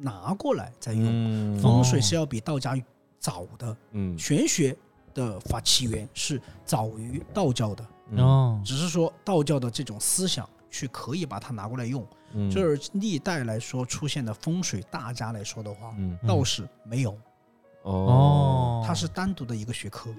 Speaker 6: 拿过来再用。
Speaker 1: 嗯
Speaker 6: 风水是要比道家早的，
Speaker 1: 嗯
Speaker 6: 玄学的发起源是早于道教的，
Speaker 2: 哦，
Speaker 6: 只是说道教的这种思想去可以把它拿过来用。
Speaker 1: 嗯
Speaker 6: 这是历代来说出现的风水大家来说的话，
Speaker 1: 嗯
Speaker 6: 道士没有。
Speaker 1: 哦
Speaker 2: 哦，
Speaker 6: 它是单独的一个学科。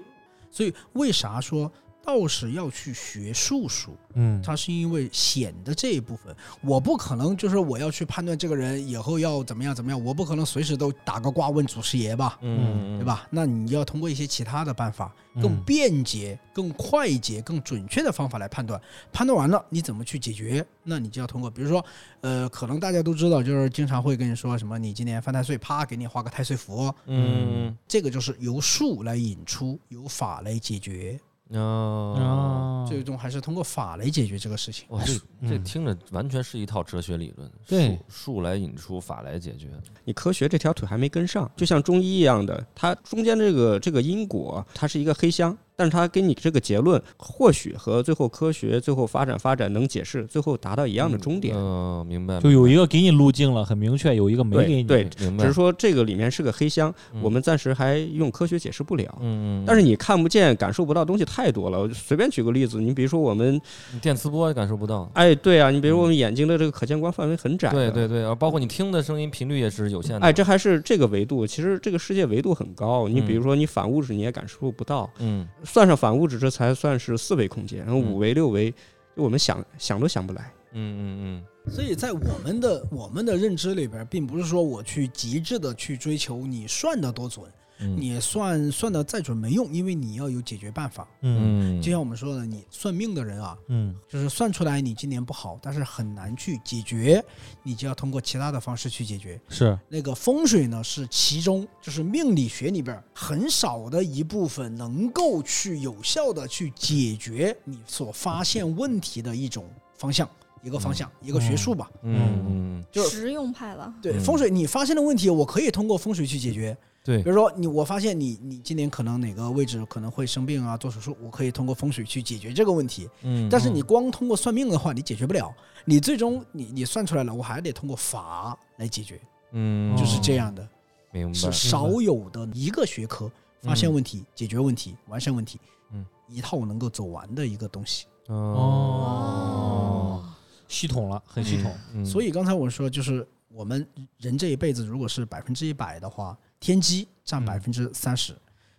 Speaker 6: 所以为啥说道士要去学术数？
Speaker 2: 嗯，
Speaker 6: 它是因为显的这一部分，我不可能就是我要去判断这个人以后要怎么样怎么样，我不可能随时都打个卦问祖师爷吧，
Speaker 1: 嗯
Speaker 6: 对？吧？那你要通过一些其他的办法，
Speaker 2: 嗯
Speaker 6: 更便捷、更快捷、更准确的方法来判断。判断完了，你怎么去解决？那你就要通过，比如说，呃，可能大家都知道，就是经常会跟你说什么，你今年犯太岁，啪，给你画个太岁符，
Speaker 1: 嗯
Speaker 6: 这个就是由术来引出，由法来解决，
Speaker 1: 嗯哦。
Speaker 2: 哦，
Speaker 6: 最终还是通过法来解决这个事情。
Speaker 1: 哇，这这
Speaker 2: 嗯
Speaker 1: 听着完全是一套哲学理论，
Speaker 2: 对
Speaker 1: 术术来引出，法来解决。
Speaker 3: 你科学这条腿还没跟上，就像中医一样的，它中间这个这个因果，它是一个黑箱，但是它给你这个结论，或许和最后科学最后发展发展能解释，最后达到一样的终点。
Speaker 1: 嗯，明白。
Speaker 2: 就有一个给你路径了，很明确，有一个没
Speaker 3: 对
Speaker 2: 给你。
Speaker 3: 对
Speaker 1: 明白。
Speaker 3: 只是说这个里面是个黑箱，
Speaker 1: 嗯
Speaker 3: 我们暂时还用科学解释不了。
Speaker 1: 嗯，嗯，
Speaker 3: 但是你看不见、感受不到东西太多了。我就随便举个例子，你比如说我们，
Speaker 1: 你电磁波也感受不到。
Speaker 3: 哎，对啊，你比如我们眼睛的这个可见光范围很窄，
Speaker 1: 嗯
Speaker 3: 啊
Speaker 1: 对对。对，而包括你听的声音频率也是有限的。
Speaker 3: 哎，这还是这个维度。其实这个世界维度很高，你
Speaker 1: 嗯
Speaker 3: 比如说你反物质你也感受不到，
Speaker 1: 嗯，
Speaker 3: 算上反物质这才算是四维空间，然后
Speaker 1: 嗯
Speaker 3: 五维、六维，就我们想想都想不来。
Speaker 1: 嗯嗯
Speaker 6: 所以在我们的我们的认知里边，并不是说我去极致的去追求你算的多准，
Speaker 1: 嗯
Speaker 6: 你算算的再准没用，因为你要有解决办法。
Speaker 2: 嗯
Speaker 1: 嗯，
Speaker 6: 就像我们说的，你算命的人啊，
Speaker 2: 嗯
Speaker 6: 就是算出来你今年不好，但是很难去解决，你就要通过其他的方式去解决。
Speaker 2: 是
Speaker 6: 那个风水呢，是其中就是命理学里边儿很少的一部分，能够去有效的去解决你所发现问题的一种方向，一个方向，一个学术吧。
Speaker 1: 嗯嗯，
Speaker 6: 就是
Speaker 4: 实用派了。
Speaker 6: 对
Speaker 1: 嗯
Speaker 6: 风水，你发现的问题，我可以通过风水去解决。
Speaker 1: 对
Speaker 6: 比如说你，我发现你你今年可能哪个位置可能会生病啊，做手术，我可以通过风水去解决这个问题。
Speaker 1: 嗯，
Speaker 6: 但是你光通过算命的话，你解决不了。你最终你你算出来了，我还得通过法来解决，
Speaker 1: 嗯
Speaker 6: 就是这样的，
Speaker 1: 明白
Speaker 6: 是少有的一个学科发现问题、解决问题、完善问题，
Speaker 1: 嗯，
Speaker 6: 一套能够走完的一个东西。
Speaker 4: 哦
Speaker 2: 哦，系统了，很系统。
Speaker 1: 嗯
Speaker 6: 所以刚才我说，就是我们人这一辈子，如果是百分之一百的话，天机占
Speaker 2: 嗯
Speaker 6: 百分之三十。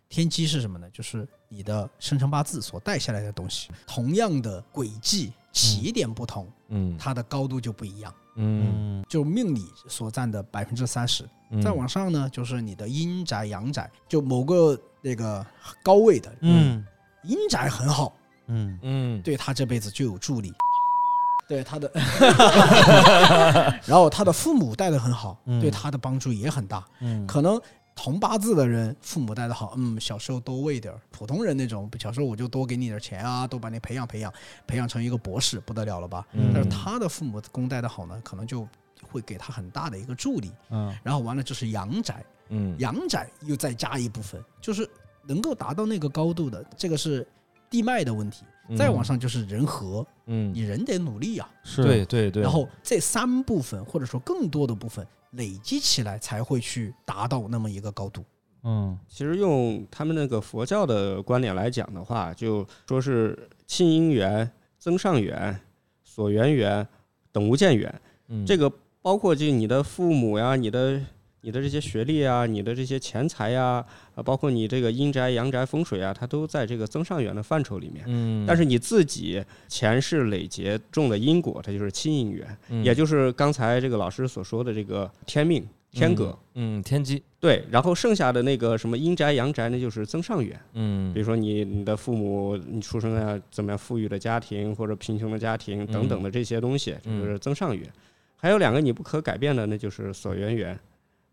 Speaker 6: 天机是什么呢？就是你的生辰八字所带下来的东西，同样的轨迹起点不同，
Speaker 1: 嗯
Speaker 6: 它的高度就不一样。
Speaker 1: 嗯
Speaker 2: 嗯
Speaker 6: 就命理所占的百分之三十，
Speaker 1: 嗯，
Speaker 6: 再往上呢，就是你的阴宅、阳宅，就某个那个高位的
Speaker 2: 嗯
Speaker 6: 阴宅很好，
Speaker 2: 嗯，
Speaker 1: 嗯
Speaker 6: 对他这辈子就有助力。对他的， 然后他的父母带的很好，
Speaker 2: 嗯
Speaker 6: 对他的帮助也很大。
Speaker 2: 嗯
Speaker 6: 可能同八字的人，父母带的好，嗯，小时候多喂点儿。普通人那种，小时候我就多给你点儿钱啊，多把你培养培养，培养成一个博士，不得了了吧？
Speaker 1: 嗯
Speaker 6: 但是他的父母宫带的好呢，可能就会给他很大的一个助力。
Speaker 2: 嗯
Speaker 6: 然后完了就是阳宅，
Speaker 1: 嗯
Speaker 6: 阳宅又再加一部分，就是能够达到那个高度的，这个是地脉的问题。再往上就是人和，
Speaker 1: 嗯
Speaker 6: 你人得努力啊。
Speaker 2: 是
Speaker 1: 对对对，
Speaker 6: 然后这三部分或者说更多的部分累积起来，才会去达到那么一个高度。
Speaker 2: 嗯
Speaker 3: 其实用他们那个佛教的观点来讲的话，就说是庆因缘、增上缘、所缘缘等无间缘。
Speaker 1: 嗯
Speaker 3: 这个包括就你的父母呀、你的、你的这些学历啊、你的这些钱财呀，啊，包括你这个阴宅、阳宅、风水啊，它都在这个增上缘的范畴里面。
Speaker 1: 嗯，
Speaker 3: 但是你自己前世累劫种的因果，它就是亲因缘，
Speaker 1: 嗯
Speaker 3: 也就是刚才这个老师所说的这个天命、天格。
Speaker 1: 嗯嗯天机
Speaker 3: 对，然后剩下的那个什么阴宅阳宅，那就是增上缘。
Speaker 1: 嗯
Speaker 3: 比如说你你的父母，你出生在怎么样富裕的家庭或者贫穷的家庭等等的这些东西，
Speaker 1: 嗯
Speaker 3: 就是增上缘。还有两个你不可改变的，那就是所缘缘，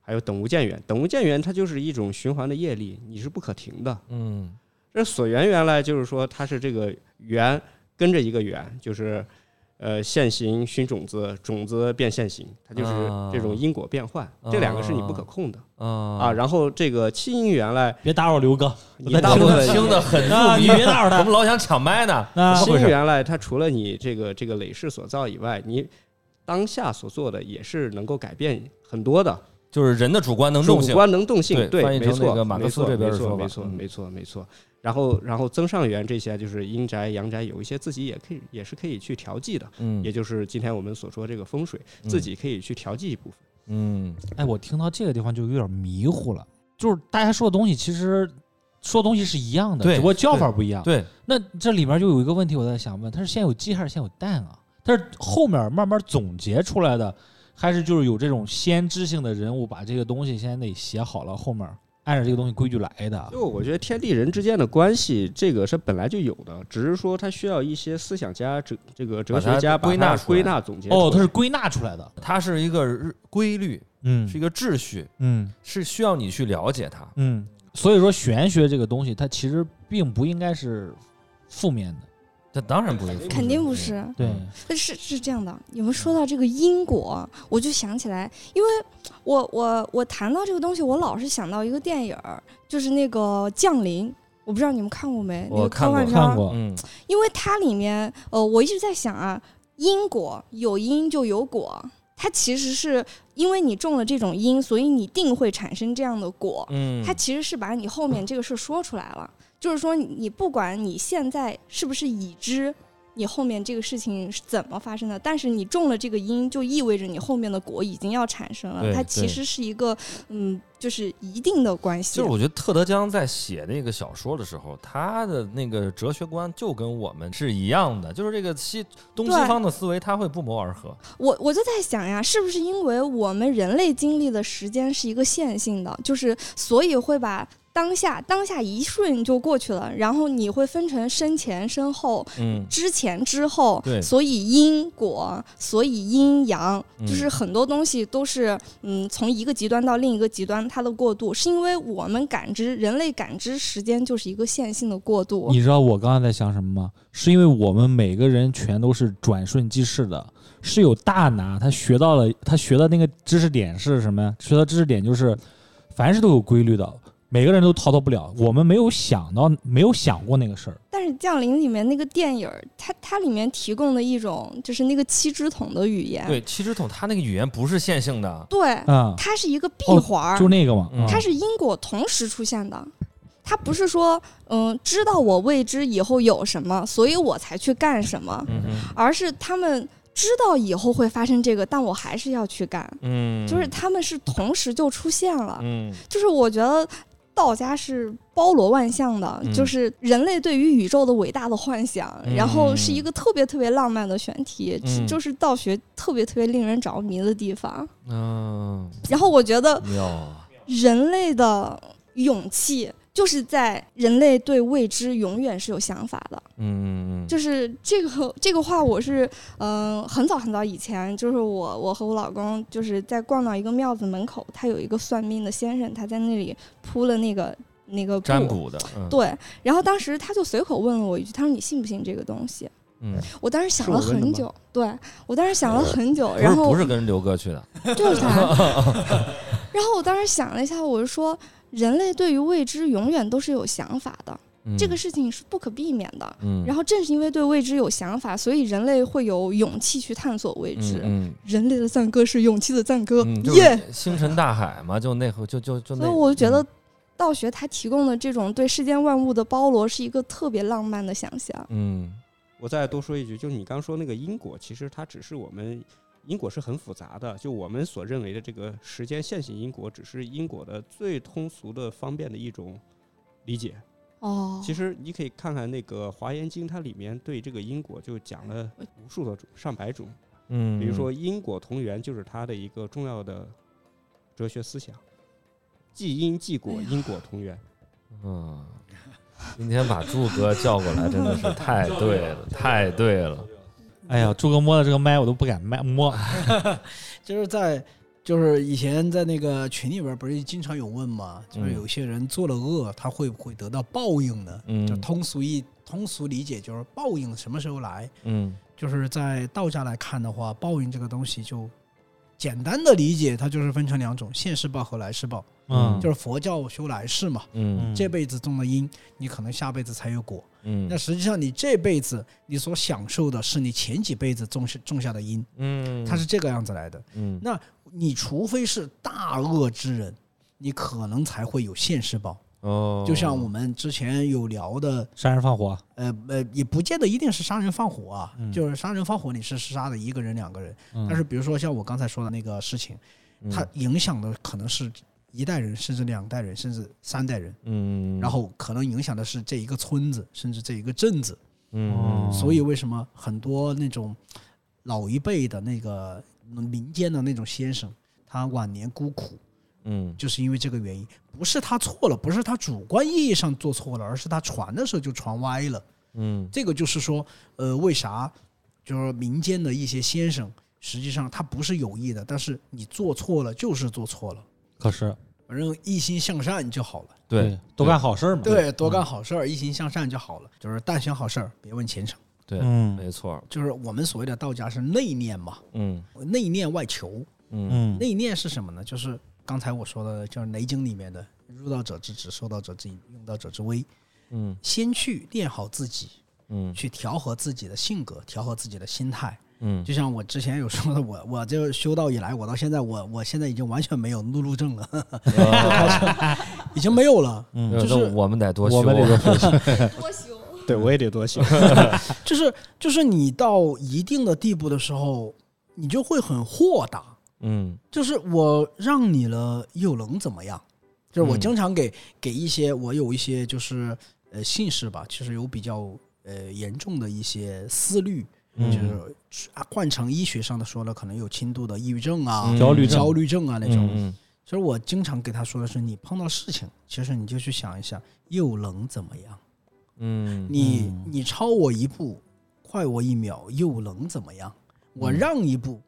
Speaker 3: 还有等无间缘。等无间缘它就是一种循环的业力，你是不可停的。
Speaker 1: 嗯
Speaker 3: 这所缘缘呢，就是说它是这个缘跟着一个缘，就是呃现行熏种子，种子变现行，它就是这种因果变换。这两个是你不可控的。啊，
Speaker 1: 啊
Speaker 3: 然后这个七因缘来，
Speaker 2: 别打扰刘哥，
Speaker 3: 你
Speaker 2: 在
Speaker 3: 大
Speaker 1: 听
Speaker 3: 部
Speaker 1: 的
Speaker 3: 分
Speaker 1: 听的很
Speaker 2: 啊
Speaker 1: 入迷
Speaker 2: 你别打扰他
Speaker 1: 我们老想抢麦呢，
Speaker 2: 那
Speaker 3: 七
Speaker 1: 怎么回
Speaker 3: 因
Speaker 1: 事？
Speaker 3: 缘来，它除了你这个这个累世所造以外，你当下所做的也是能够改变很多的，
Speaker 1: 就是人的主观能
Speaker 3: 主
Speaker 1: 动性，
Speaker 3: 观能动性，
Speaker 1: 对
Speaker 3: 对，
Speaker 1: 翻译
Speaker 3: 没
Speaker 1: 成那个
Speaker 3: 错，
Speaker 1: 马克
Speaker 3: 没
Speaker 1: 思
Speaker 3: 错
Speaker 1: 这边
Speaker 3: 没
Speaker 1: 的说
Speaker 3: 错，
Speaker 1: 法
Speaker 3: 没错，
Speaker 1: 嗯
Speaker 3: 没错，没错。然后，然后增上缘这些就是阴宅、阳宅，有一些自己也可以也是可以去调剂的，
Speaker 1: 嗯
Speaker 3: 也就是今天我们所说这个风水，自己可以去调剂一部分。
Speaker 1: 嗯
Speaker 2: 哎，我听到这个地方就有点迷糊了，就是大家说的东西其实说的东西是一样的，
Speaker 1: 对
Speaker 2: 只不过叫法不
Speaker 3: 啊
Speaker 2: 一样。
Speaker 1: 对
Speaker 2: 那这里面就有一个问题，我在想问，它是先有鸡还是先有蛋啊？它是后面慢慢总结出来的，还是就是有这种先知性的人物把这个东西先得写好了，后面按照这个东西规矩来的？
Speaker 3: 就我觉得天地人之间的关系，这个是本来就有的，只是说它需要一些思想家、哲这个哲学家
Speaker 1: 把它归
Speaker 3: 把
Speaker 1: 纳
Speaker 3: 它
Speaker 1: 出来
Speaker 3: 归纳总结。
Speaker 2: 哦，它是归纳出来的。
Speaker 1: 它是一个日规律，
Speaker 2: 嗯
Speaker 1: 是一个秩序，
Speaker 2: 嗯
Speaker 1: 是需要你去了解它。
Speaker 2: 嗯，所以说玄学这个东西，它其实并不应该是负面的。嗯
Speaker 1: 这当然不是，
Speaker 4: 肯定不。是，
Speaker 2: 对，
Speaker 4: 是是这样的。你们说到这个因果，我就想起来，因为我我我谈到这个东西，我老是想到一个电影儿，就是那个《降临》，我不知道你们看过没？
Speaker 1: 我
Speaker 4: 那个
Speaker 1: 看
Speaker 4: 科
Speaker 1: 过
Speaker 4: 幻片儿
Speaker 2: 看过。
Speaker 1: 嗯
Speaker 4: 因为它里面，呃，我一直在想啊，因果有因就有果，它其实是因为你种了这种因，所以你定会产生这样的果。
Speaker 1: 嗯，
Speaker 4: 它其实是把你后面这个事说出来了，就是说你不管你现在是不是已知。你后面这个事情是怎么发生的，但是你中了这个因，就意味着你后面的果已经要产生了
Speaker 1: 对。
Speaker 4: 它
Speaker 1: 对
Speaker 4: 其实是一个嗯，就是一定的关系。
Speaker 1: 就是我觉得特德·江在写那个小说的时候，他的那个哲学观就跟我们是一样的，就是这个西东西
Speaker 4: 对
Speaker 1: 方的思维，他会不谋而合。
Speaker 4: 我我就在想呀，是不是因为我们人类经历的时间是一个线性的，就是所以会把当下当下一瞬就过去了，然后你会分成生前、身后、
Speaker 1: 嗯，
Speaker 4: 之前、之后
Speaker 1: 对，
Speaker 4: 所以因果，所以阴阳，
Speaker 1: 嗯
Speaker 4: 就是很多东西都是嗯从一个极端到另一个极端它的过渡，是因为我们感知人类感知时间就是一个线性的过渡。
Speaker 2: 你知道我刚才在想什么吗？是因为我们每个人全都是转瞬即逝的，是有大拿他学到了，他学的那个知识点是什么呀？学到知识点就是，凡事都有规律的，每个人都逃脱不了。我们没有想到，没有想过那个事儿。
Speaker 4: 但是《降临》里面那个电影儿，它它里面提供的一种就是那个七只桶的语言，
Speaker 1: 对，七只桶他那个语言不是线性的，
Speaker 4: 对
Speaker 2: 啊、
Speaker 4: 它是一个闭
Speaker 2: 哦
Speaker 4: 环儿，
Speaker 2: 就那个嘛，
Speaker 1: 嗯
Speaker 4: 它是因果同时出现的。它不是说，嗯，知道我未知以后有什么，所以我才去干什么，
Speaker 1: 嗯哼
Speaker 4: 而是他们知道以后会发生这个，但我还是要去干，
Speaker 1: 嗯，
Speaker 4: 就是他们是同时就出现了。
Speaker 1: 嗯
Speaker 4: 就是我觉得道家是包罗万象的，
Speaker 1: 嗯
Speaker 4: 就是人类对于宇宙的伟大的幻想，
Speaker 1: 嗯
Speaker 4: 然后是一个特别特别浪漫的选题，
Speaker 1: 嗯
Speaker 4: 就是道学特别特别令人着迷的地方。
Speaker 1: 嗯，
Speaker 4: 然后我觉得
Speaker 1: 妙，
Speaker 4: 人类的勇气。就是在人类对未知永远是有想法的，
Speaker 1: 嗯，
Speaker 4: 就是这个这个话，我是嗯、很早很早以前，就是我我和我老公就是在逛到一个庙子门口，他有一个算命的先生，他在那里铺了那个那个布
Speaker 1: 占卜的，嗯，
Speaker 4: 对，然后当时他就随口问了我一句，他说你信不信这个东西？
Speaker 1: 嗯，
Speaker 4: 我当时想
Speaker 3: 是
Speaker 4: 了
Speaker 3: 我问的
Speaker 4: 很
Speaker 3: 吗
Speaker 4: 久，对我当时想了很久，
Speaker 1: 呃不
Speaker 4: 然
Speaker 1: 是
Speaker 4: 后啊
Speaker 1: 不是跟刘哥去 的，
Speaker 4: 就是他， 然后我当时想了一下，我是说人类对于未知永远都是有想法的，这
Speaker 1: 嗯
Speaker 4: 个事情是不可避免的。
Speaker 1: 嗯，
Speaker 4: 然后正是因为对未知有想法，所以人类会有勇气去探索未知。
Speaker 1: 嗯
Speaker 4: 人类的赞歌是勇气的赞歌，
Speaker 1: 嗯嗯，就
Speaker 4: 耶、
Speaker 1: 是星辰大海嘛，就那会就就就那，
Speaker 4: 所以我觉得
Speaker 1: 嗯
Speaker 4: 道学它提供的这种对世间万物的包罗，是一个特别浪漫的想象。
Speaker 1: 嗯
Speaker 3: 我再多说一句，就是你刚说那个因果，其实它只是我们因果是很复杂的，就我们所认为的这个时间线性因果，只是因果的最通俗的方便的一种理解。
Speaker 4: 哦，
Speaker 3: 其实你可以看看那个《华严经》，它里面对这个因果就讲了无数的种，上百种。
Speaker 1: 嗯，
Speaker 3: 比如说因果同源，就是它的一个重要的哲学思想，即因即果，
Speaker 4: 哎呀
Speaker 3: 因果同源。
Speaker 1: 嗯，今天把柱哥叫过来，真的是太对了，太对了。
Speaker 2: 哎呀，朱哥摸的这个麦我都不敢麦摸，
Speaker 6: 就是在就是以前在那个群里边不是经常有问嘛，就是
Speaker 1: 嗯
Speaker 6: 有些人做了恶，他会不会得到报应呢？
Speaker 1: 嗯
Speaker 6: 就通俗一通俗理解就是报应什么时候来？
Speaker 1: 嗯
Speaker 6: 就是在道家来看的话，报应这个东西就简单的理解，它就是分成两种：现世报和来世报。
Speaker 2: 嗯，
Speaker 6: 就是佛教修来世嘛，
Speaker 1: 嗯
Speaker 6: 这辈子种了因，你可能下辈子才有果。
Speaker 1: 嗯
Speaker 6: 那实际上你这辈子你所享受的是你前几辈子种下种下的因，
Speaker 1: 嗯，
Speaker 6: 它是这个样子来的。
Speaker 1: 嗯
Speaker 6: 那你除非是大恶之人，你可能才会有现世报。
Speaker 1: 哦，
Speaker 6: 就像我们之前有聊的，
Speaker 2: 杀人放火，
Speaker 6: 呃呃，也不见得一定是杀人放火啊，
Speaker 2: 嗯
Speaker 6: 就是杀人放火你是杀的一个人两个人，
Speaker 2: 嗯
Speaker 6: 但是比如说像我刚才说的那个事情，
Speaker 1: 嗯
Speaker 6: 它影响的可能是一代人，甚至两代人，甚至三代人，
Speaker 1: 嗯，
Speaker 6: 然后可能影响的是这一个村子，甚至这一个镇子。
Speaker 1: 嗯
Speaker 6: 所以为什么很多那种老一辈的那个民间的那种先生，他晚年孤苦，
Speaker 1: 嗯
Speaker 6: 就是因为这个原因，不是他错了，不是他主观意义上做错了，而是他传的时候就传歪了。
Speaker 1: 嗯
Speaker 6: 这个就是说，呃，为啥就是民间的一些先生，实际上他不是有意的，但是你做错了就是做错了，
Speaker 2: 可是
Speaker 6: 反正一心向善就好了。
Speaker 1: 对，
Speaker 2: 多干好事儿嘛，
Speaker 6: 对，多干好事儿，一心向善就好了，就是但行好事儿，别问前程。
Speaker 1: 对，
Speaker 2: 嗯
Speaker 1: 没错，
Speaker 6: 就是我们所谓的道家是内敛嘛，
Speaker 1: 嗯
Speaker 6: 内敛外求。
Speaker 1: 嗯
Speaker 2: 嗯，
Speaker 6: 内敛是什么呢？就是刚才我说的，就是《雷经》里面的“入道者之直，受道者之隐，用道者之威
Speaker 1: 嗯”。
Speaker 6: 先去练好自己，
Speaker 1: 嗯
Speaker 6: 去调和自己的性格，调和自己的心态。
Speaker 1: 嗯，
Speaker 6: 就像我之前有说的，我 我就修道以来，我到现在，我我现在已经完全没有路路症了， 已经没有了。
Speaker 1: 啊那我们得多
Speaker 2: 嗯
Speaker 1: 啊
Speaker 2: 我们得多
Speaker 1: 修，
Speaker 4: 多修
Speaker 3: 对我也得多想。
Speaker 6: 就是就是你到一定的地步的时候，你就会很豁达，
Speaker 1: 嗯
Speaker 6: 就是我让你了又能怎么样？就是我
Speaker 1: 嗯
Speaker 6: 经常给、给一些我有一些就是呃姓氏吧，其实有比较呃严重的一些思虑，
Speaker 1: 嗯
Speaker 6: 就是啊换成医学上的说了，可能有轻度的抑郁症啊、
Speaker 1: 嗯
Speaker 2: 焦虑症
Speaker 6: 焦虑症啊那种。
Speaker 1: 嗯
Speaker 6: 其实我经常给他说的是，你碰到事情，其实你就去想一下又能怎么样？
Speaker 1: 嗯
Speaker 6: 你
Speaker 2: 嗯
Speaker 6: 你超我一步，快我一秒，又能怎么样？我
Speaker 1: 嗯
Speaker 6: 让一步，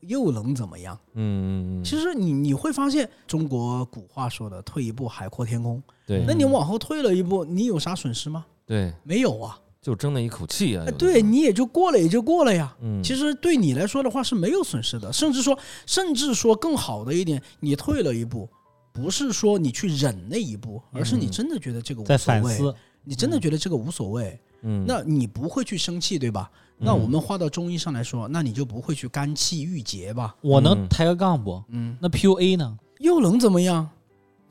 Speaker 6: 又能怎么样？
Speaker 1: 嗯嗯，
Speaker 6: 其实你你会发现，中国古话说的“退一步海阔天空”，
Speaker 1: 对
Speaker 6: 那你往后退了一步，你有啥损失吗？
Speaker 1: 对，
Speaker 6: 没有啊，
Speaker 1: 就争那一口气啊
Speaker 6: 哎，对
Speaker 1: 你
Speaker 6: 你也就过了，也就过了呀。
Speaker 1: 嗯，
Speaker 6: 其实对你来说的话是没有损失的，甚至说，甚至说更好的一点，你退了一步，不是说你去忍那一步，而是你
Speaker 1: 嗯
Speaker 6: 真的觉得这个无
Speaker 2: 在
Speaker 6: 所
Speaker 2: 反
Speaker 6: 谓，
Speaker 2: 思，
Speaker 6: 你真的觉得这个无所谓，
Speaker 1: 嗯
Speaker 6: 那你不会去生气，对吧？那我们话到中医上来说，那你就不会去肝气郁结吧？
Speaker 2: 我
Speaker 1: 嗯
Speaker 2: 能抬个杠不？
Speaker 6: 嗯，
Speaker 2: 那 PUA 呢？
Speaker 6: 又能怎么样？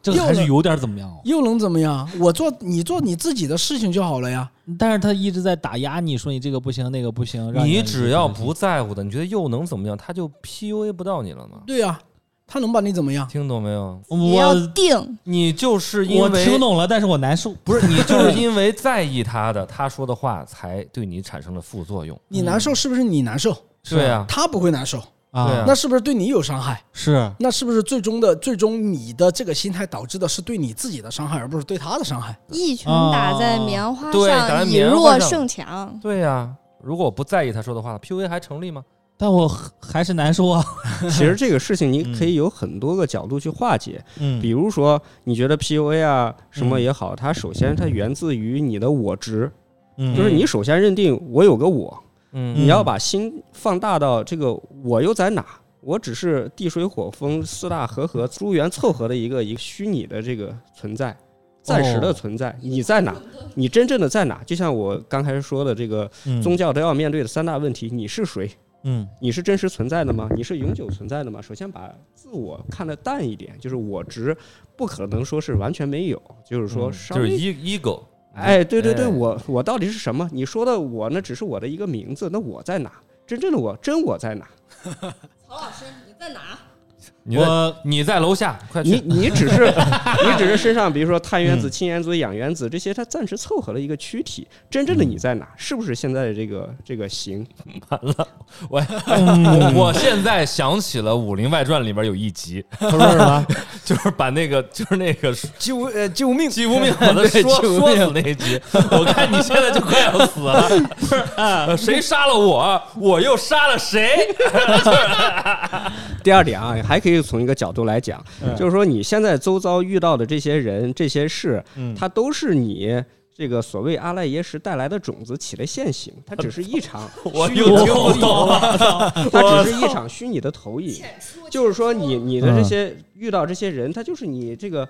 Speaker 2: 这个还
Speaker 6: 又
Speaker 2: 是
Speaker 6: 了
Speaker 2: 有点怎么样哦？
Speaker 6: 又能怎么样？我做你做你自己的事情就好了呀。
Speaker 2: 但是他一直在打压你，说你这个不行，那个不行。让
Speaker 1: 你
Speaker 2: 让
Speaker 1: 只要不在乎的，你觉得又能怎么样？他就 PUA 不到你了吗？
Speaker 6: 对呀、他能把你怎么样？
Speaker 1: 听懂没有？
Speaker 4: 也要
Speaker 2: 我
Speaker 4: 定，
Speaker 1: 你就是因
Speaker 2: 我
Speaker 1: 为
Speaker 2: 听懂了，但是我难受。
Speaker 1: 不是你就是因为在意他的，他说的话才对你产生了副作用。
Speaker 6: 你难受是不是你难受？
Speaker 2: 是
Speaker 1: 对啊，
Speaker 6: 他不会难受，
Speaker 1: 对啊
Speaker 2: 啊，
Speaker 6: 那是不是对你有伤害？
Speaker 2: 是
Speaker 6: 那是不是最终的最终你的这个心态导致的是对你自己的伤害，而不是对他的伤害？
Speaker 4: 一拳打在棉花
Speaker 1: 对打在
Speaker 4: 上，以
Speaker 1: 棉花
Speaker 4: 弱
Speaker 1: 上
Speaker 4: 胜强。
Speaker 1: 对呀、如果我不在意他说的话，PUA 还成立吗？
Speaker 3: 嗯
Speaker 2: 但我还还是难受啊。
Speaker 3: 其实这个事情你可以有很多个角度去化解，
Speaker 2: 嗯
Speaker 3: 比如说你觉得 PUA 啊什么
Speaker 2: 嗯
Speaker 3: 也好，它首先它源自于你的我值，
Speaker 2: 嗯
Speaker 3: 就是你首先认定我有个我，
Speaker 1: 嗯
Speaker 3: 你要把心放大到这个我又在哪？我只是地水火风四大和合诸缘凑合的一个一个虚拟的这个存在，暂时
Speaker 2: 哦
Speaker 3: 的存在。你在哪？你真正的在哪？就像我刚开始说的，这个宗教都要面对的三大问题：你是谁？
Speaker 2: 嗯
Speaker 3: 你是真实存在的吗？你是永久存在的吗？首先把自我看得淡一点，就是我值不可能说是完全没有，就是说稍
Speaker 1: 就是
Speaker 3: 微
Speaker 1: e ego，
Speaker 3: 哎，对对对，
Speaker 1: 哎
Speaker 3: 我我到底是什么？你说的我那只是我的一个名字，那我在哪？真正的我，真我在哪？
Speaker 4: 曹老师，你在哪？
Speaker 1: 你在
Speaker 3: 嗯
Speaker 2: 我
Speaker 1: 你在楼下，快
Speaker 3: 你
Speaker 1: 去！
Speaker 3: 你 只是你只是身上，比如说碳原
Speaker 1: 嗯
Speaker 3: 子、氢原子、氧原子这些，它暂时凑合了一个躯体。真正的
Speaker 1: 嗯
Speaker 3: 你在哪？是不是现在的这个这 个形？
Speaker 1: 我我现在想起了《武林外传》里边有一集，他说什么？就是把那个 就是那个
Speaker 6: 救呃救命！
Speaker 1: 姬 无命把他
Speaker 6: 对
Speaker 1: 说
Speaker 6: 姬无
Speaker 1: 说
Speaker 6: 命
Speaker 1: 死那一集，我看你现在就快要死了，不是呃谁杀了我，我又杀了谁？
Speaker 3: 第二点啊，还可以从一个角度来讲，
Speaker 2: 嗯
Speaker 3: 就是说你现在周遭遇到的这些人、这些事，
Speaker 2: 嗯
Speaker 3: 它都是你。这个所谓阿赖耶识带来的种子起了现形，它只是 一场
Speaker 1: 我
Speaker 3: 虚
Speaker 1: 又
Speaker 3: 拟的
Speaker 1: 听不懂了，
Speaker 3: 它只是一场虚拟的投影，就是说你你的这
Speaker 2: 嗯
Speaker 3: 些遇到这些人，他就是你这个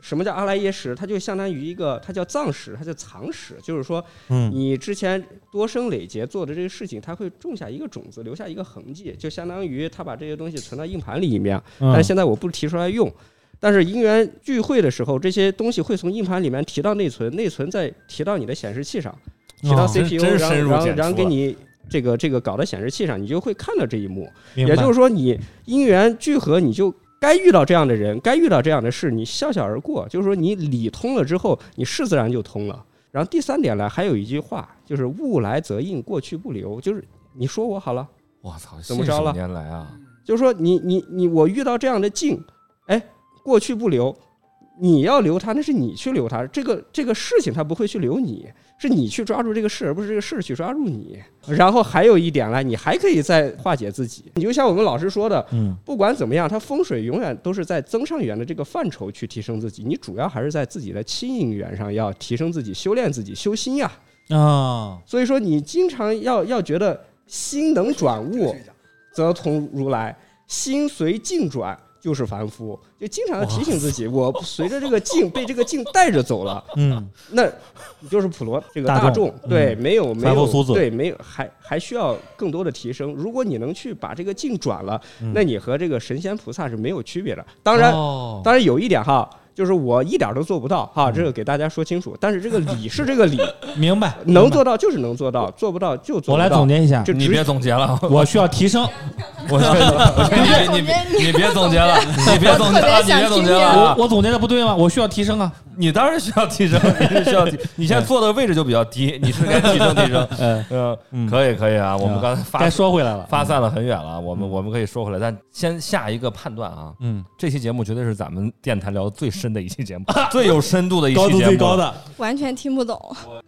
Speaker 3: 什么叫阿赖耶识？它就相当于一个，它叫藏识，它叫藏识，就是说
Speaker 2: 嗯
Speaker 3: 你之前多生累劫做的这个事情，它会种下一个种子，留下一个痕迹，就相当于他把这些东西存到硬盘里面，
Speaker 1: 嗯
Speaker 2: 嗯
Speaker 3: 但是现在我不提出来用。但是因缘聚会的时候，这些东西会从硬盘里面提到内存，内存再提到你的显示器上，提到
Speaker 2: 哦
Speaker 3: CPU，、
Speaker 1: 真深
Speaker 3: 然
Speaker 1: 入
Speaker 3: 后然后
Speaker 1: 浅出
Speaker 3: 然后给
Speaker 1: 了
Speaker 3: 你这个这个搞到显示器上，你就会看到这一幕。也
Speaker 2: 也
Speaker 3: 就是说，你因缘聚合，你就该遇到这样的人，该遇到这样的事，你笑笑而过。就是说，你理通了之后，你是自然就通了。然后第三点呢，还有一句话，就是物来则应，过去不留。就是你说我好了，
Speaker 1: 我操，
Speaker 3: 怎么着了
Speaker 1: 信手拈来啊，
Speaker 3: 就是说你你你我遇到这样的境，哎，过去不留，你要留他，那是你去留他，这个这个事情他不会去留你，是你去抓住这个事，而不是这个事去抓住你。然后还有一点呢，你还可以再化解自己。你就像我们老师说的，
Speaker 2: 嗯
Speaker 3: 不管怎么样，它风水永远都是在增上缘的这个范畴去提升自己，你主要还是在自己的亲应缘上要提升自己、修炼自己、修心呀、
Speaker 1: 嗯
Speaker 2: 啊，
Speaker 3: 所以说，你经常要要觉得心能转物，则同如来；心随境转，就是凡夫。就经常要提醒自己，我随着这个境 被这个境带着走了，
Speaker 2: 嗯
Speaker 3: 那你就是普罗这个
Speaker 2: 大
Speaker 3: 大
Speaker 2: 众
Speaker 3: 众，对，没有没
Speaker 2: 嗯凡夫
Speaker 3: 有
Speaker 2: 俗子
Speaker 3: 对，没有还还需要更多的提升。如果你能去把这个境转了，那你和这个神仙菩萨是没有区别的。当然，
Speaker 2: 嗯哦
Speaker 3: 当然有一点哈，就是我一点儿都做不到
Speaker 2: 嗯
Speaker 3: 哈，这个给大家说清楚。但是这个理是这个理，
Speaker 2: 明白？
Speaker 3: 能做到就是能做到，做不到就 做
Speaker 2: 我
Speaker 3: 不
Speaker 2: 来
Speaker 3: 到
Speaker 2: 总。结一下，
Speaker 3: 就
Speaker 1: 你
Speaker 3: 直
Speaker 1: 别总结 了，
Speaker 2: 我需要提升，
Speaker 1: 我我劝你别你别你别总结了，你别总结了，你别总结了
Speaker 2: 我
Speaker 1: 啊。
Speaker 2: 我总结的不对吗？我需要提升啊。
Speaker 1: 你当然需要提升，你是需要提。你现在坐的位置就比较低，你是该提升提升。
Speaker 2: 嗯
Speaker 1: 嗯，
Speaker 2: 嗯，
Speaker 1: 可以可以啊，我们刚才发
Speaker 2: 该说回来了。
Speaker 1: 发散了很远了，我们
Speaker 2: 嗯
Speaker 1: 我们可以说回来，但先下一个判断啊。
Speaker 2: 嗯，
Speaker 1: 这期节目绝对是咱们电台聊的最深的一期 节目，最有深度的一期节
Speaker 2: 高
Speaker 1: 目，
Speaker 2: 度最高。的
Speaker 4: 完全听不懂。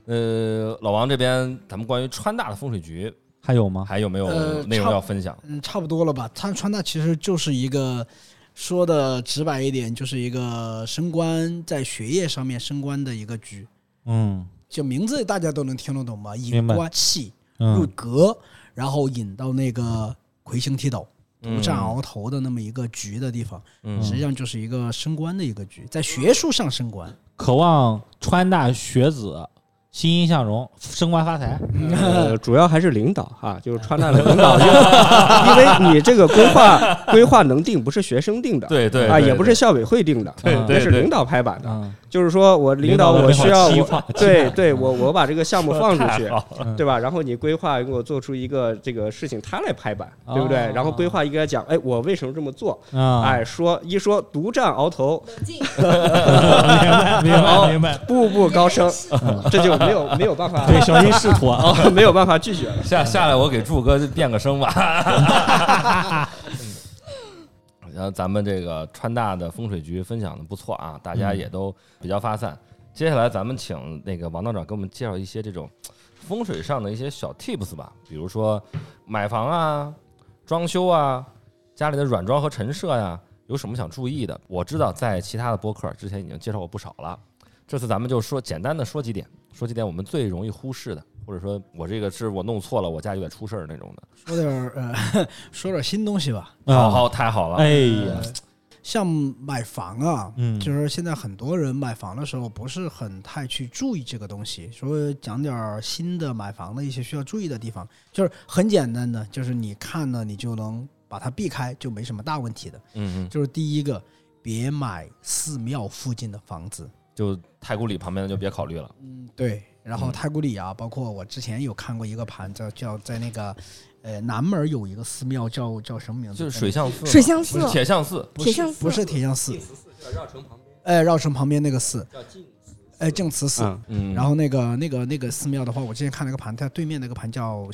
Speaker 1: 呃，老王这边，咱们关于川大的风水局
Speaker 2: 还有吗？
Speaker 1: 还有没有
Speaker 6: 呃
Speaker 1: 内容
Speaker 6: 差
Speaker 1: 要分享？
Speaker 6: 嗯，差不多了吧？他穿戴其实就是一个说的直白一点，就是一个升官在学业上面升官的一个局。
Speaker 2: 嗯
Speaker 6: 就名字大家都能听得懂嘛，引
Speaker 2: 明白
Speaker 6: 官气入
Speaker 2: 嗯
Speaker 6: 格，然后引到那个魁星踢斗、
Speaker 1: 嗯
Speaker 6: 独占哦鳌头的那么一个局的地方，
Speaker 1: 嗯
Speaker 6: 实际上就是一个升官的一个局，在学术上升官。
Speaker 2: 渴望川大学子欣欣向荣，升官发财。
Speaker 3: 呃，主要还是领导哈，就是川大的领 导，因为因为你这个规划规划能定，不是学生定的，
Speaker 1: 对对
Speaker 3: 啊，
Speaker 1: 对
Speaker 3: 也不是校委会定的，啊
Speaker 2: 对
Speaker 3: 那
Speaker 1: 对
Speaker 3: 是
Speaker 1: 对
Speaker 3: 领导拍板的。
Speaker 2: 嗯，
Speaker 3: 就是说我领导
Speaker 2: 领导
Speaker 3: 我
Speaker 2: 没法
Speaker 3: 需要
Speaker 2: 期
Speaker 3: 我
Speaker 2: 盼期
Speaker 3: 对
Speaker 2: 盼
Speaker 3: 对，我我把这个项目放出去，
Speaker 2: 嗯
Speaker 3: 对吧？然后你规划给我做出一个这个事情，他来拍板，对不对
Speaker 2: 哦？
Speaker 3: 然后规划一个讲，哎，我为什么这么做？
Speaker 2: 啊，
Speaker 3: 哎，说一说独占鳌头，
Speaker 2: 嗯明 白明白明白。
Speaker 3: 步步 高升，这就没有没有办法，
Speaker 2: 对，小心仕途啊。
Speaker 3: 啊，没有办法拒绝了。
Speaker 1: 下下来，我给祝哥变个声吧。然后咱们这个川大的风水局分享的不错啊，大家也都比较发散。接下来咱们请那个王道长给我们介绍一些这种风水上的一些小 tips 吧，比如说买房啊、装修啊、家里的软装和陈设呀、有什么想注意的？我知道在其他的播客之前已经介绍过不少了，这次咱们就说简单的说几点，说几点我们最容易忽视的，或者说我这个是我弄错了，我家有点出事儿那种的。
Speaker 6: 说点儿呃， 说点儿新东西吧。
Speaker 1: 好好，太好了，
Speaker 2: 哎呀，
Speaker 6: 像买房啊，
Speaker 2: 嗯
Speaker 6: 就是现在很多人买房的时候不是很太去注意这个东西，所以讲点儿新的买房的一些需要注意的地方，就是很简单的，就是你看了你就能把它避开，就没什么大问题的。
Speaker 1: 嗯嗯，
Speaker 6: 就是第一个，别买寺庙附近的房子。
Speaker 1: 就太古里旁边的就别考虑了。
Speaker 6: 嗯，对。然后
Speaker 1: 嗯
Speaker 6: 太古里啊，包括我之前有看过一个盘子，叫在那个，呃，南门有一个寺庙叫叫什么名字？
Speaker 1: 就是水象寺嘛，
Speaker 4: 水象
Speaker 1: 不
Speaker 4: 寺
Speaker 1: 是铁象寺，
Speaker 6: 不
Speaker 4: 铁
Speaker 6: 是
Speaker 4: 像寺
Speaker 6: 不是铁像寺，哎，绕城旁边那个寺叫哎，净慈寺。
Speaker 3: 嗯，
Speaker 1: 嗯，
Speaker 6: 然后那个那个那个寺庙的话，我之前看了一个盘，它对面那个盘叫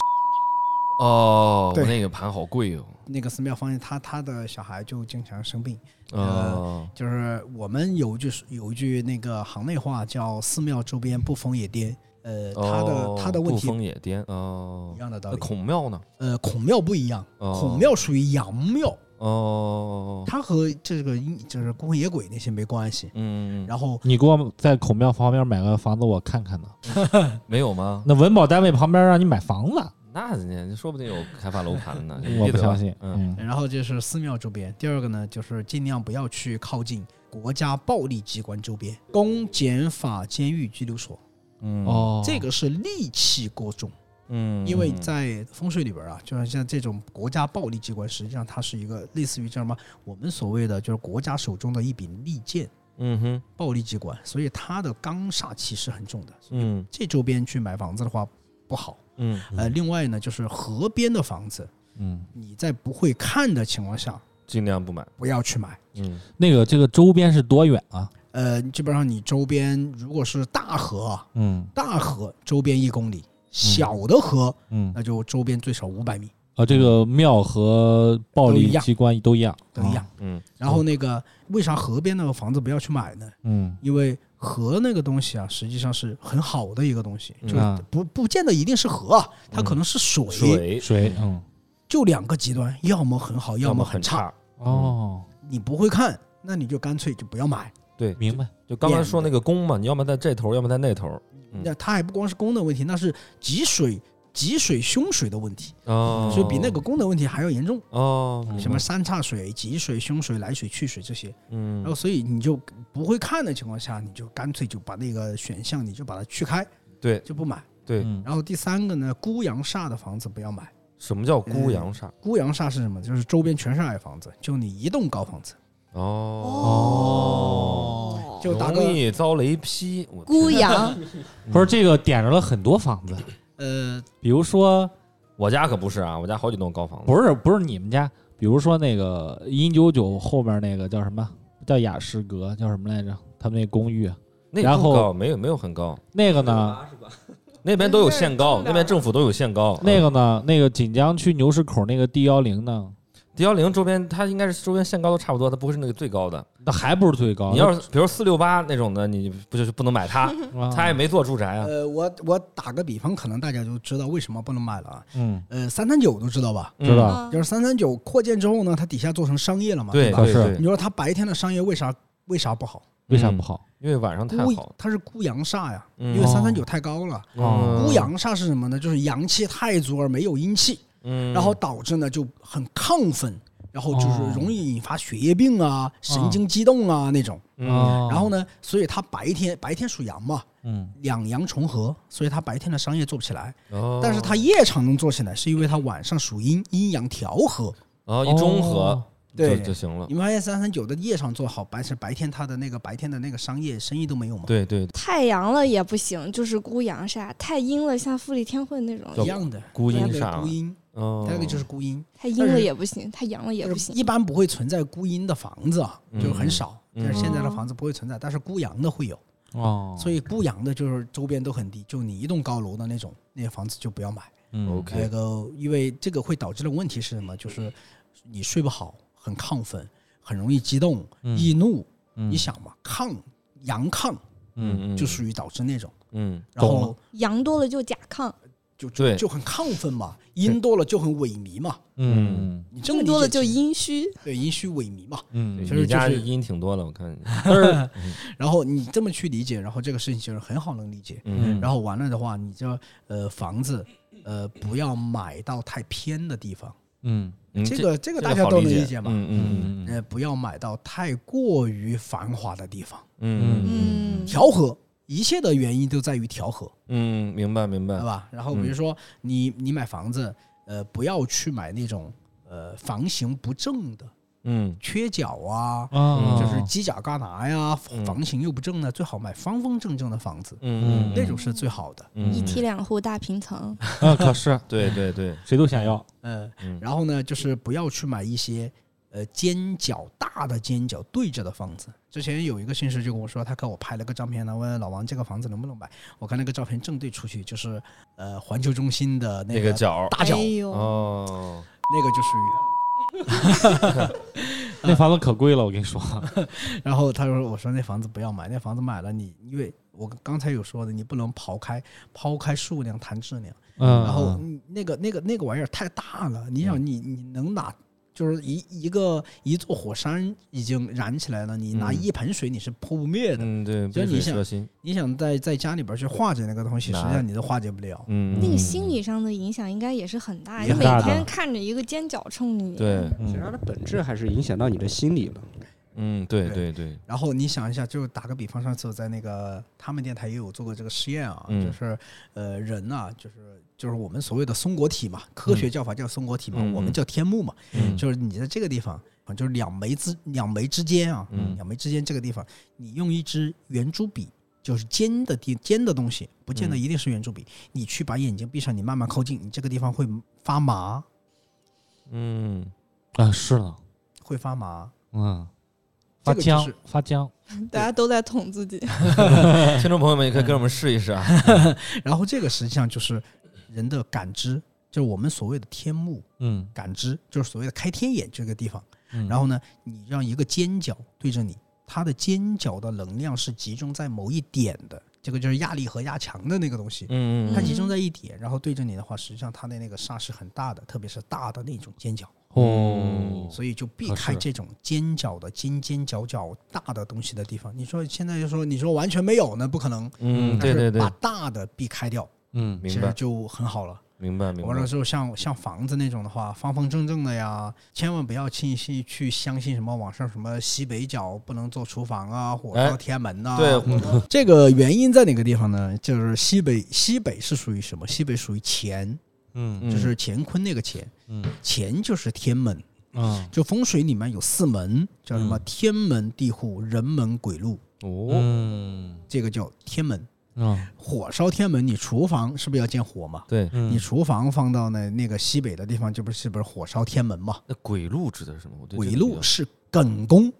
Speaker 1: 哦，
Speaker 6: 对
Speaker 1: 那个盘好贵哦，
Speaker 6: 那个寺庙方向，他他的小孩就经常生病，
Speaker 1: 哦，
Speaker 6: 就是我们有一句有一句那个行内话叫“寺庙周边不疯也癫”，呃，他
Speaker 1: 哦
Speaker 6: 的他的问
Speaker 1: 不
Speaker 6: 题
Speaker 1: 封也颠哦
Speaker 6: 一，样的道
Speaker 1: 那
Speaker 6: 理。
Speaker 1: 孔庙呢？
Speaker 6: 呃，孔庙不一样，
Speaker 1: 哦
Speaker 6: 孔庙属于阳庙，
Speaker 1: 哦，
Speaker 6: 它和这个阴就是孤魂野鬼那些没关系。
Speaker 1: 嗯，
Speaker 6: 然后
Speaker 2: 你给我在孔庙旁边买个房子，我看看呢。
Speaker 1: 没有吗？
Speaker 2: 那文保单位旁边让你买房子，
Speaker 1: 那人家说不定有开发楼盘呢，
Speaker 2: 我
Speaker 1: 你记
Speaker 2: 不
Speaker 1: 得吧
Speaker 2: 相信。
Speaker 1: 嗯，
Speaker 2: 嗯，
Speaker 6: 然后就是寺庙周边。第二个呢，就是尽量不要去靠近国家暴力机关周边，公检法、监狱、拘留所，
Speaker 1: 嗯，
Speaker 2: 哦，
Speaker 6: 这个是戾气过重。
Speaker 1: 嗯，
Speaker 6: 因为在风水里边啊，就是像这种国家暴力机关，实际上它是一个类似于叫什么？我们所谓的就是国家手中的一柄利剑，
Speaker 1: 嗯哼，
Speaker 6: 暴力机关，所以它的刚煞气是很重的。
Speaker 1: 嗯
Speaker 6: 这周边去买房子的话不好。
Speaker 1: 嗯
Speaker 6: 呃，另外呢，就是河边的房子，
Speaker 2: 嗯，
Speaker 6: 你在不会看的情况下
Speaker 1: 尽量不买，
Speaker 6: 不要去买。
Speaker 1: 嗯
Speaker 2: 那个这个周边是多远啊？
Speaker 6: 呃，基本上你周边如果是大河，啊，
Speaker 2: 嗯
Speaker 6: 大河周边一公里，小的河
Speaker 2: 嗯，
Speaker 6: 那就周边最少五百米
Speaker 2: 啊，这个庙和暴
Speaker 6: 都
Speaker 2: 力
Speaker 6: 一样
Speaker 2: 机关都一样，
Speaker 6: 都一样
Speaker 2: 啊。。
Speaker 1: 嗯
Speaker 6: 然后那个为啥河边那个房子不要去买呢？
Speaker 2: 嗯
Speaker 6: 因为河那个东西啊，实际上是很好的一个东西，
Speaker 1: 嗯
Speaker 6: 就是
Speaker 2: 啊
Speaker 6: 不不见得一定是河啊，它可能是水，
Speaker 1: 水
Speaker 2: 水，嗯，
Speaker 6: 就两个极端，要么很好，
Speaker 1: 要
Speaker 6: 么
Speaker 1: 很
Speaker 6: 差。，
Speaker 2: 哦，
Speaker 6: 你不会看，那你就干脆就不要买。
Speaker 1: 对，
Speaker 2: 明白。
Speaker 1: 就刚才说那个宫嘛，你要么在这头，要么在那头。嗯
Speaker 6: 那它还不光是功能问题，那是积水、积水、凶水的问题，
Speaker 1: 哦，
Speaker 6: 所以比那个功能问题还要严重。
Speaker 1: 哦，
Speaker 6: 什么三叉水、积水、凶水、来水、去水这些，
Speaker 1: 嗯
Speaker 6: 然后所以你就不会看的情况下，你就干脆就把那个选项你就把它去开，
Speaker 1: 对
Speaker 6: 就不买。
Speaker 1: 对，
Speaker 2: 嗯
Speaker 6: 然后第三个呢，孤阳煞的房子不要买。
Speaker 1: 什么叫孤阳煞？
Speaker 6: 孤阳煞是什么？就是周边全是矮房子，就你一栋高房子，
Speaker 1: 哦，
Speaker 2: 哦，
Speaker 4: 哦，
Speaker 6: 就打个
Speaker 1: 容易遭雷劈。我
Speaker 4: 孤阳，
Speaker 2: 不是这个点着了很多房子，
Speaker 6: 呃，
Speaker 2: 比如说
Speaker 1: 我家可不是啊，我家好几栋高房子。
Speaker 2: 不是不是你们家，比如说那个一九九后面那个叫什么？叫雅诗阁，叫什么来着？他们那公寓
Speaker 1: 那
Speaker 2: 然
Speaker 1: 更
Speaker 2: 后
Speaker 1: 高没有没有很高，
Speaker 2: 那个呢？
Speaker 3: 是吧？
Speaker 1: 那边都有限高，那边政府都有限高。
Speaker 2: 那个呢？那个锦江区牛市口那个 D 幺零呢？
Speaker 1: D 幺零周边，它应该是周边限高都差不多，它不会是那个最高的。
Speaker 2: 那还不是最高。
Speaker 1: 你要是比如四六八那种的，你不就是不能买它？
Speaker 6: 嗯
Speaker 2: 啊
Speaker 1: 它也没做住宅啊。
Speaker 6: 呃，我我打个比方，可能大家就知道为什么不能买了啊。
Speaker 2: 嗯，
Speaker 6: 呃，三三九都知道吧？
Speaker 1: 嗯
Speaker 2: 知道
Speaker 4: 啊
Speaker 6: 就是三三九扩建之后呢，它底下做成商业了嘛，
Speaker 1: 嗯对，
Speaker 6: 吧？
Speaker 2: 可
Speaker 1: 对
Speaker 2: 是
Speaker 1: 对
Speaker 6: 你说它白天的商业为啥为啥不好？
Speaker 2: 为啥不好？
Speaker 1: 因为晚上太
Speaker 6: 孤
Speaker 1: 好了。
Speaker 6: 它是孤阳煞呀，
Speaker 1: 嗯
Speaker 6: 因为三三九太高了。
Speaker 2: 哦
Speaker 6: 孤，阳煞是什么呢？就是阳气太足而没有阴气，
Speaker 1: 嗯，
Speaker 6: 然后导致呢就很亢奋，然后就是容易引发血液病啊、神经激动啊那种。
Speaker 1: 嗯，
Speaker 6: 然后呢，所以它白天白天属阳嘛，
Speaker 2: 嗯，
Speaker 6: 两阳重合，所以它白天的商业做不起来。
Speaker 1: 哦
Speaker 6: 但是它夜场能做起来，是因为它晚上属阴，阴阳调和。
Speaker 1: 然后一中和
Speaker 2: 哦
Speaker 1: 就
Speaker 6: 对
Speaker 1: 就行了
Speaker 6: 你。们发现三三九的夜场做好，白是白天它的那个白天的那个商业生意都没有嘛？
Speaker 1: 对对，
Speaker 4: 太阳了也不行，就是孤阳煞；太阴了，像富丽天会那种
Speaker 1: 叫
Speaker 6: 一，样的，
Speaker 1: 孤阴
Speaker 6: 对
Speaker 1: 煞
Speaker 6: 孤，阴，
Speaker 1: 嗯，
Speaker 6: 那个就是孤阴，
Speaker 4: 太阴了也不行，太阳了也
Speaker 6: 就
Speaker 4: 不
Speaker 6: 是
Speaker 4: 行。
Speaker 6: 一般不会存在孤阴的房子啊，
Speaker 1: 嗯
Speaker 6: 就是很少。
Speaker 1: 嗯
Speaker 6: 但是现在的房子不会存在，但是孤阳的会有，
Speaker 2: 哦，
Speaker 6: 嗯所以孤阳的就是周边都很低，就你一栋高楼的那种那些房子就不要买。
Speaker 2: 嗯
Speaker 1: OK
Speaker 6: 那个，因为这个会导致的问题是什么？就是你睡不好，很亢奋，很容易激动、
Speaker 2: 嗯
Speaker 6: 易怒。
Speaker 2: 嗯
Speaker 6: 你想嘛，亢阳亢
Speaker 1: 嗯嗯，
Speaker 6: 就属于导致那种，
Speaker 1: 嗯
Speaker 6: 然
Speaker 2: 懂
Speaker 6: 后
Speaker 4: 阳多了就甲亢，
Speaker 6: 就
Speaker 1: 对
Speaker 6: 就就很亢奋嘛，阴多了就很萎靡嘛。
Speaker 2: 嗯
Speaker 6: 你这么
Speaker 4: 阴
Speaker 6: 理
Speaker 4: 多了
Speaker 6: 解
Speaker 4: 就
Speaker 6: 其实
Speaker 4: 阴虚。
Speaker 6: 对阴虚萎靡嘛。
Speaker 2: 嗯
Speaker 1: 嗯，
Speaker 6: 其
Speaker 2: 嗯
Speaker 6: 实
Speaker 1: 你家
Speaker 6: 就是
Speaker 1: 阴挺多的，我看你，
Speaker 6: 然后你这么去理解，然后这个事情其实很好能理解。
Speaker 1: 嗯，
Speaker 6: 然后完了的话，你这呃房子呃不要买到太偏的地方，
Speaker 2: 嗯
Speaker 1: 嗯
Speaker 6: 这个这个
Speaker 1: 这
Speaker 6: 大家
Speaker 1: 好
Speaker 6: 都能
Speaker 1: 理
Speaker 6: 理解嘛。
Speaker 1: 嗯嗯嗯
Speaker 6: 呃，不要买到太过于繁华的地方，
Speaker 1: 嗯嗯
Speaker 4: 嗯，
Speaker 6: 调和一切的原因都在于调和，
Speaker 1: 嗯，明白明
Speaker 6: 对
Speaker 1: 白，
Speaker 6: 吧？然后比如说你你买房子，呃，不要去买那种呃房型不正的，
Speaker 1: 嗯
Speaker 6: 缺角啊，
Speaker 2: 啊，
Speaker 6: 就是犄角旮旯呀，
Speaker 1: 嗯
Speaker 6: 房型又不正的，最好买方方正正的房子，
Speaker 1: 嗯嗯，
Speaker 6: 那种是最好的。
Speaker 1: 嗯
Speaker 4: 一梯两户大平层，
Speaker 2: 啊，可是
Speaker 1: 对对对，
Speaker 2: 谁都想要，
Speaker 6: 呃
Speaker 1: 嗯，
Speaker 6: 然后呢，就是不要去买一些呃尖角大的尖角对着的房子。之前有一个信师就跟我说，他给我拍了个照片呢，问老王这个房子能不能买。我看那个照片正对出去就是呃环球中心的那
Speaker 1: 那
Speaker 6: 个
Speaker 1: 个角儿
Speaker 6: 大角，
Speaker 4: 哎呦，
Speaker 1: 哦，
Speaker 6: 那个就属于。
Speaker 2: 那房子可贵了，我跟你说，
Speaker 6: 嗯然后他说：“我说那房子不要买，那房子买了你，因为我刚才有说的，你不能刨开抛开数量谈质量。
Speaker 2: 嗯，
Speaker 6: 然后嗯那个那个那个玩意儿太大了，
Speaker 1: 嗯
Speaker 6: 你想你你能拿就是一一个一座火山已经燃起来了，你拿
Speaker 1: 嗯
Speaker 6: 一盆水你是泼不灭的。
Speaker 1: 嗯对，
Speaker 6: 就
Speaker 1: 杯
Speaker 6: 你
Speaker 1: 水
Speaker 6: 想
Speaker 1: 车薪，
Speaker 6: 你想在在家里边去化解那个东西，实际上你都化解不了。
Speaker 1: 嗯，
Speaker 4: 那个
Speaker 1: 嗯
Speaker 4: 心理上的影响应该也是很大。
Speaker 6: 也
Speaker 4: 你
Speaker 6: 很
Speaker 4: 每
Speaker 2: 大的
Speaker 4: 天看着一个尖角冲着你，
Speaker 1: 对，
Speaker 3: 其
Speaker 6: 嗯
Speaker 3: 实它的本质还是影响到你的心理了。
Speaker 1: 嗯对对
Speaker 6: 对
Speaker 1: 对，
Speaker 6: 然后你想一下，就打个比方，上次我在那个他们电台也有做过这个实验啊，
Speaker 1: 嗯
Speaker 6: 就是呃人呐、就是就是我们所谓的松果体嘛，科学叫法叫松果体嘛，
Speaker 1: 嗯嗯
Speaker 6: 我们叫天幕嘛，
Speaker 1: 嗯
Speaker 6: 就是你在这个地方啊，就是两眉之两眉之间啊，
Speaker 1: 嗯
Speaker 6: 两眉之间这个地方，你用一支圆珠笔，就是尖的地尖的东西，不见得
Speaker 1: 嗯
Speaker 6: 一定是圆珠笔，你去把眼睛闭上，你慢慢靠近，你这个地方会发麻，
Speaker 1: 嗯
Speaker 2: 啊是呢，
Speaker 6: 会发麻。
Speaker 2: 嗯，
Speaker 6: 这
Speaker 2: 发
Speaker 6: 个就是
Speaker 2: 僵发僵，
Speaker 4: 大家都在捅自己。
Speaker 1: 听众朋友们也可以跟我们试一试啊，
Speaker 6: 然后这个实际上就是人的感知，就是我们所谓的天幕
Speaker 2: 嗯
Speaker 6: 感知，就是所谓的开天眼这个地方。
Speaker 2: 嗯，
Speaker 6: 然后呢，你让一个尖角对着你，它的尖角的能量是集中在某一点的，这个就是压力和压强的那个东西。
Speaker 1: 嗯
Speaker 6: 它
Speaker 1: 嗯
Speaker 6: 集中在一点，然后对着你的话，实际上它的那个煞是很大的，特别是大的那种尖角，
Speaker 2: 哦，
Speaker 6: 所以就避
Speaker 2: 合
Speaker 6: 开
Speaker 2: 适
Speaker 6: 这种尖角的尖尖角角大的东西的地方。你说现在就说你说完全没有呢，不可能，
Speaker 1: 嗯
Speaker 6: 但
Speaker 1: 对
Speaker 6: 是
Speaker 1: 对对
Speaker 6: 把，大的避开掉，
Speaker 2: 嗯
Speaker 6: 其
Speaker 1: 明
Speaker 6: 实
Speaker 1: 白
Speaker 6: 就很好了。
Speaker 1: 明白明
Speaker 6: 完了
Speaker 1: 白，
Speaker 6: 之后，像像房子那种的话，方方正正的呀，千万不要轻易去相信什么网上什么西北角不能做厨房啊，火
Speaker 1: 哎
Speaker 6: 烧天安门呐、
Speaker 1: 对，嗯
Speaker 6: 这个原因在哪个地方呢？就是西北，西北是属于什么？西北属于乾，
Speaker 2: 嗯
Speaker 1: 嗯
Speaker 6: 就是乾坤那个乾，
Speaker 2: 嗯
Speaker 6: 乾就是天门。
Speaker 2: 嗯
Speaker 6: 就风水里面有四门，叫什么
Speaker 2: 嗯
Speaker 6: 天门、地户、人门、鬼路。
Speaker 1: 哦，
Speaker 2: 嗯
Speaker 6: 这个叫天门。
Speaker 2: 啊
Speaker 6: 火烧天门，你厨房是不是要建火嘛？
Speaker 1: 对，
Speaker 2: 嗯
Speaker 6: 你厨房放到那那个西北的地方，这不是不是火烧天门嘛？
Speaker 1: 那鬼路指的是什么？我对这
Speaker 6: 鬼
Speaker 1: 个比
Speaker 6: 路
Speaker 1: 较
Speaker 6: 是艮宫，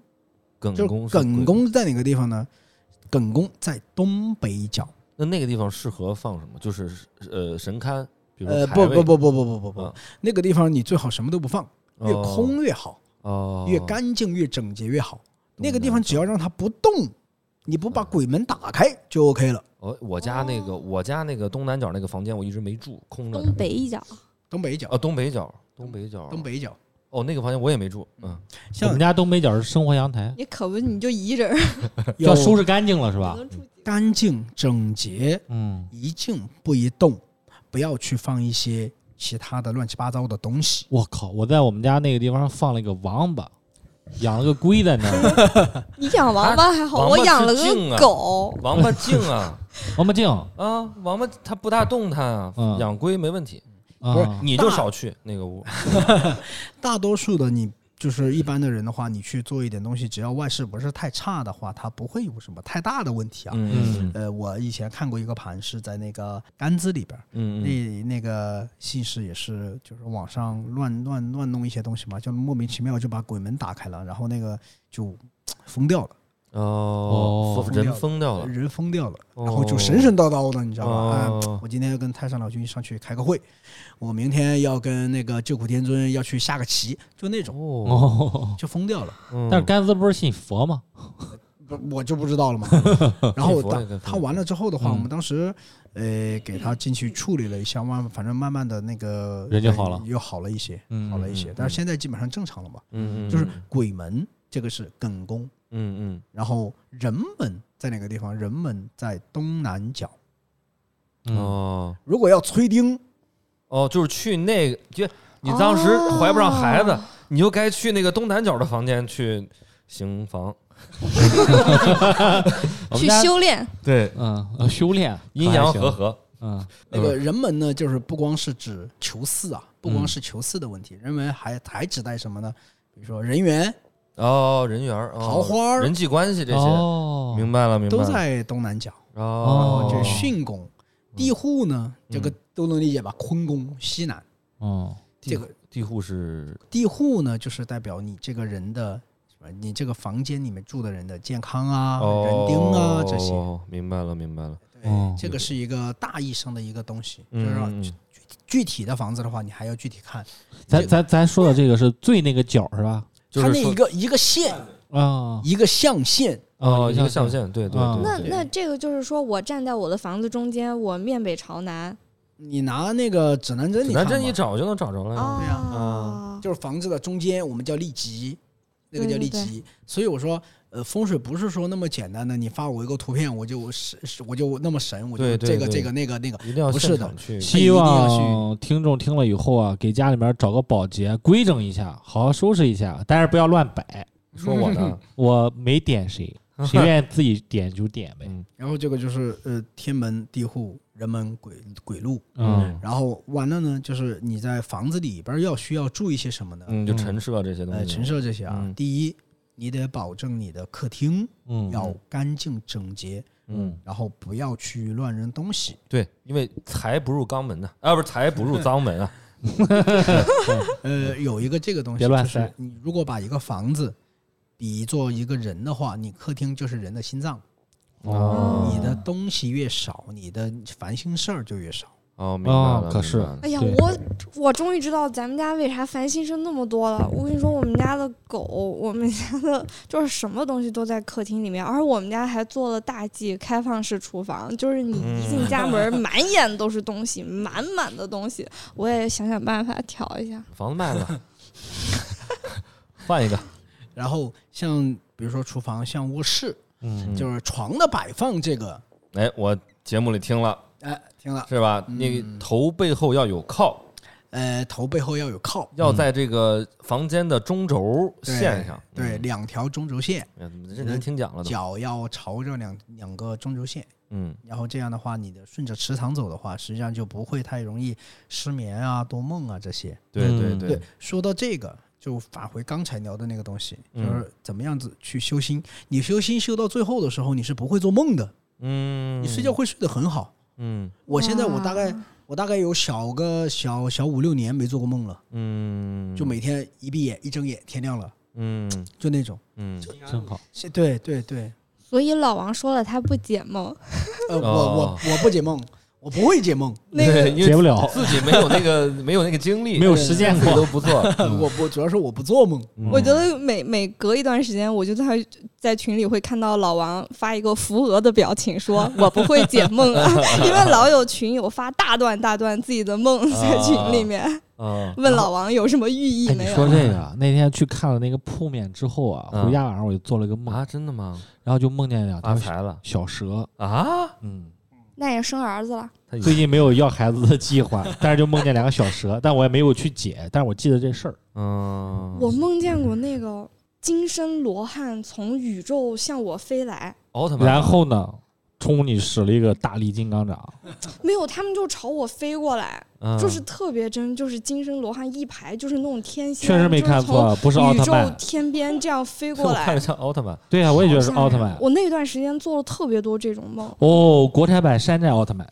Speaker 1: 耿
Speaker 6: 就是
Speaker 1: 宫，
Speaker 6: 艮。宫在哪个地方呢？艮宫在东北角。
Speaker 1: 那那个地方适合放什么？就是呃神龛，比如
Speaker 6: 呃，
Speaker 1: 牌
Speaker 6: 不
Speaker 1: 位
Speaker 6: 不不不不不不不
Speaker 1: 啊，
Speaker 6: 那个地方你最好什么都不放，越
Speaker 1: 哦
Speaker 6: 空越好，
Speaker 1: 哦，
Speaker 6: 越干净越整洁越好。
Speaker 1: 东
Speaker 6: 那个地
Speaker 1: 南
Speaker 6: 方只要让它不动，你不把鬼门打开就 OK 了。
Speaker 1: 我哦我家那
Speaker 6: 哦
Speaker 1: 个我家那个东南角那个房间我一直没住，空着呢。
Speaker 4: 东北一角，
Speaker 6: 东北角
Speaker 1: 啊，，东北角，东北角，
Speaker 6: 东北角，
Speaker 1: 哦，那个房间我也没住，嗯，
Speaker 2: 我
Speaker 6: 像
Speaker 2: 们家东北角是生活阳台，
Speaker 4: 你可不你就一人儿，
Speaker 2: 要
Speaker 6: 有
Speaker 2: 收拾干净了是
Speaker 4: 只
Speaker 2: 吧？
Speaker 4: 能住几个。
Speaker 6: 干净整洁，
Speaker 2: 嗯，
Speaker 6: 一静不宜动，不要去放一些其他的乱七八糟的东西。
Speaker 2: 我靠，我在我们家那个地方放了一个王八，养了个龟在那儿，
Speaker 4: 你养王八还好，
Speaker 1: 啊
Speaker 4: 我养了
Speaker 1: 王八是静
Speaker 4: 个
Speaker 1: 啊
Speaker 4: 狗，
Speaker 1: 王八静啊
Speaker 2: 王八精
Speaker 1: 啊，王八它不大动弹啊
Speaker 2: 嗯，
Speaker 1: 养龟没问题，
Speaker 6: 不是
Speaker 2: 啊，
Speaker 1: 你就少去那个屋，
Speaker 6: 大多数的你就是一般的人的话，你去做一点东西，只要外事不是太差的话，它不会有什么太大的问题啊。
Speaker 1: 嗯嗯
Speaker 6: 呃，我以前看过一个盘是在那个甘孜里边儿，
Speaker 1: 嗯嗯
Speaker 6: 那那个信使也是就是网上乱乱乱弄一些东西嘛，就莫名其妙就把鬼门打开了，然后那个就疯掉了。
Speaker 1: 嗯，哦，
Speaker 2: 疯
Speaker 6: 掉
Speaker 1: 人疯掉了，
Speaker 6: 人疯掉了，
Speaker 1: 哦
Speaker 6: 然后就神神叨叨的，你知道吧？
Speaker 1: 哦
Speaker 6: 哎我今天要跟太上老君上去开个会，我明天要跟那个救苦天尊要去下个棋，就哎那种
Speaker 1: 哦，
Speaker 2: 哦，
Speaker 6: 就疯掉了，
Speaker 1: 嗯
Speaker 2: 但是甘孜不是信佛吗？
Speaker 6: 不我就不知道了嘛。然后
Speaker 1: 信佛也跟
Speaker 6: 当他完了之后的话，
Speaker 2: 嗯
Speaker 6: 我们当时呃给他进去处理了一下，慢反正慢慢的那个
Speaker 2: 人就好了
Speaker 6: 又好了一些，
Speaker 2: 嗯，
Speaker 6: 好了一
Speaker 1: 嗯
Speaker 6: 些
Speaker 1: 嗯。
Speaker 6: 但是现在基本上正常了嘛，
Speaker 1: 嗯嗯，
Speaker 6: 就是鬼门这个是艮宫，
Speaker 1: 嗯嗯
Speaker 6: 然后人们在哪个地方？人们在东南角。
Speaker 1: 嗯
Speaker 2: 嗯
Speaker 1: 哦
Speaker 6: 如果要催丁，
Speaker 1: 哦，就是去那个就你当时怀不上孩子
Speaker 4: 哦，
Speaker 1: 你就该去那个东南角的房间去行房，
Speaker 2: 我们
Speaker 4: 去
Speaker 2: 家
Speaker 4: 修炼，
Speaker 1: 对，
Speaker 2: 嗯呃修炼
Speaker 1: 阴阳和，
Speaker 2: 可还行
Speaker 1: 合，
Speaker 2: 嗯
Speaker 6: 那个人们呢，就是不光是指求四啊，不
Speaker 1: 嗯
Speaker 6: 光是求四的问题，人们还还指代什么呢？比如说人缘、
Speaker 1: 哦，人缘儿，哦
Speaker 6: 桃花儿
Speaker 1: 人际关系这些，
Speaker 2: 哦，
Speaker 1: 明白了，明白
Speaker 6: 都
Speaker 1: 了。
Speaker 6: 在东南角，
Speaker 1: 哦，
Speaker 6: 这是巽宫、地户呢，这个
Speaker 1: 嗯这
Speaker 6: 都能理解吧？坤宫西南，
Speaker 2: 嗯
Speaker 1: 地
Speaker 6: 这
Speaker 1: 户
Speaker 6: 个
Speaker 1: 地户是
Speaker 6: 地户呢，就是代表你这个人的什么？你这个房间里面住的人的健康啊、人丁啊这些。
Speaker 1: 哦明白了，明白了。
Speaker 6: 对
Speaker 2: 哦
Speaker 6: 这个是一个大意义上的一个东西，就
Speaker 1: 嗯
Speaker 6: 是让
Speaker 1: 嗯
Speaker 6: 具具体的房子的话，你还要具体看。
Speaker 2: 咱咱咱说的这个是最那个角是吧？
Speaker 1: 就
Speaker 6: 它
Speaker 1: 是
Speaker 6: 那
Speaker 1: 说嗯
Speaker 6: 一个一个线，
Speaker 2: 啊
Speaker 6: 一个象限，
Speaker 1: 哦，一个象，限，对对
Speaker 2: 啊
Speaker 6: 嗯
Speaker 1: 对。
Speaker 4: 那
Speaker 1: 对
Speaker 4: 那这个就是说我站在我的房子中间，我面北朝南
Speaker 6: 你拿那个指南针，
Speaker 1: 指
Speaker 6: 你
Speaker 1: 南
Speaker 6: 看吧哦
Speaker 1: 针一找就能找着了呀。
Speaker 6: 嗯
Speaker 4: 哦
Speaker 6: 对呀
Speaker 4: 啊，
Speaker 6: 就是房子的中间，我们叫立极，那个
Speaker 4: 对
Speaker 6: 叫
Speaker 4: 对
Speaker 6: 立
Speaker 4: 对
Speaker 6: 极。所以我说，呃，风水不是说那么简单的，你发我一个图片，我就神，我就那么神，我就
Speaker 1: 对对
Speaker 6: 这个
Speaker 1: 对
Speaker 6: 这个那个那个。
Speaker 1: 一定要
Speaker 6: 不是
Speaker 1: 现
Speaker 6: 的
Speaker 1: 场 去。
Speaker 2: 希
Speaker 6: 一定
Speaker 2: 望听众听了以后啊，给家里面找个保洁，规整一下，好好收拾一下，但是不要乱摆。
Speaker 1: 说我
Speaker 6: 嗯
Speaker 1: 呢，
Speaker 2: 我没点 谁，谁愿意自己点就点呗。
Speaker 1: 嗯
Speaker 6: 然后这个就是呃，天门地户，人门鬼鬼路。
Speaker 2: 嗯，
Speaker 6: 然后完了呢，就是你在房子里边儿要需要注意些什么呢？
Speaker 1: 嗯，就陈设这些东
Speaker 6: 呃，
Speaker 1: 西。
Speaker 6: 陈设这些啊，
Speaker 1: 嗯
Speaker 6: 第一，你得保证你的客厅
Speaker 2: 嗯
Speaker 6: 要干净整洁，
Speaker 1: 嗯，
Speaker 6: 然后不要去乱扔东西。
Speaker 1: 对，因为财不入肛门呐，啊，不是财不入脏门啊。
Speaker 6: 呃，有一个这个东西，
Speaker 2: 嗯别乱
Speaker 6: 就
Speaker 2: 塞
Speaker 6: 是你如果把一个房子比作一个人的话，你客厅就是人的心脏，
Speaker 2: 嗯
Speaker 1: 哦
Speaker 6: 你的东西越少，你的烦心事儿就越少。
Speaker 1: 哦，明白了。
Speaker 2: 哦可是
Speaker 1: 明白了
Speaker 4: 哎呀，
Speaker 2: 对
Speaker 4: 我我终于知道咱们家为啥烦心事那么多了。我跟你说，我们家的狗，我们家的就是什么东西都在客厅里面，而我们家还做了大 G 开放式厨房，就是你一进家门，
Speaker 6: 嗯
Speaker 4: 满眼都是东西，满满的东西。我也想想办法调一下。
Speaker 1: 房子卖了，换一个。
Speaker 6: 然后像比如说厨房，像卧室，
Speaker 2: 嗯
Speaker 6: 就是床的摆放这个，
Speaker 1: 哎，我节目里听了
Speaker 6: 哎，听了，
Speaker 1: 是吧？那个
Speaker 6: 嗯
Speaker 1: 头背后要有靠，
Speaker 6: 呃，头背后要有靠，
Speaker 2: 嗯
Speaker 1: 要在这个房间的中轴线上。嗯
Speaker 6: 对，两条中轴线，
Speaker 1: 哎呀，怎么认真听讲了都。
Speaker 6: 脚要朝着两两个中轴线。
Speaker 1: 嗯，
Speaker 6: 然后这样的话，你的顺着池塘走的话，实际上就不会太容易失眠啊、多梦啊这些。
Speaker 1: 对对
Speaker 2: 嗯
Speaker 1: 对，
Speaker 6: 说到这个，就返回刚才聊的那个东西，就
Speaker 1: 嗯
Speaker 6: 是怎么样子去修心。你修心修到最后的时候，你是不会做梦的，
Speaker 1: 嗯，
Speaker 6: 你睡觉，会睡得很好。
Speaker 1: 嗯
Speaker 6: 我现在我大概
Speaker 4: 哇
Speaker 6: 我大概有小个小小五六年没做过梦了，
Speaker 1: 嗯，
Speaker 6: 就，每天一闭眼一睁眼天亮了，
Speaker 1: 嗯
Speaker 6: 就那种。
Speaker 1: 嗯，
Speaker 2: 真好。
Speaker 6: 是对对对，
Speaker 4: 所以老王说了，他不解梦，
Speaker 6: 呃，我
Speaker 1: 哦
Speaker 6: 我我不解梦，我不会解梦，
Speaker 4: 那个
Speaker 1: 对因为
Speaker 2: 解不了
Speaker 1: 自己没有那个没有那个精力，
Speaker 2: 没有实践
Speaker 1: 自己
Speaker 2: 过
Speaker 1: 都不做。
Speaker 6: 我我主要是我不做梦。
Speaker 1: 嗯
Speaker 4: 我觉得每每隔一段时间，我就在在群里会看到老王发一个扶额的表情，说我不会解梦 啊，因为老有群友发大段大段自己的梦在群里面，
Speaker 1: 啊，
Speaker 4: 问老王有什么寓意
Speaker 2: 啊哎，你
Speaker 4: 没
Speaker 2: 说
Speaker 4: 有？
Speaker 2: 这 个啊，那天去看了那个铺面之后啊，
Speaker 1: 嗯
Speaker 2: 回家晚上我就做了个梦，
Speaker 1: 啊，真的吗？
Speaker 2: 然后就梦见两
Speaker 1: 发
Speaker 2: 条
Speaker 1: 财了
Speaker 2: 小蛇。哎
Speaker 1: 啊？
Speaker 2: 嗯，
Speaker 4: 那也生儿子了，
Speaker 1: 他已
Speaker 2: 最近没有要孩子的计 划，但是就梦见两个小蛇，但我也没有去解，但是我记得这事儿。
Speaker 1: 嗯，
Speaker 4: 我梦见过那个金身罗汉从宇宙向我飞来，
Speaker 1: 奥特曼，
Speaker 2: 然后呢，冲你使了一个大力金刚掌，
Speaker 4: 没有，他们就朝我飞过来，
Speaker 1: 嗯
Speaker 4: 就是特别真，就是金身罗汉一排，就是那种天仙，
Speaker 2: 确实没看错，不是奥特
Speaker 4: 就是从宇宙
Speaker 2: 曼。
Speaker 4: 天边这样飞
Speaker 1: 我
Speaker 4: 过
Speaker 1: 看
Speaker 4: 来
Speaker 1: 着。像奥特曼，
Speaker 2: 对啊，我也觉得是奥特曼。
Speaker 4: 我那段时间做了特别多这种梦。
Speaker 2: 哦，国产版山寨奥特曼，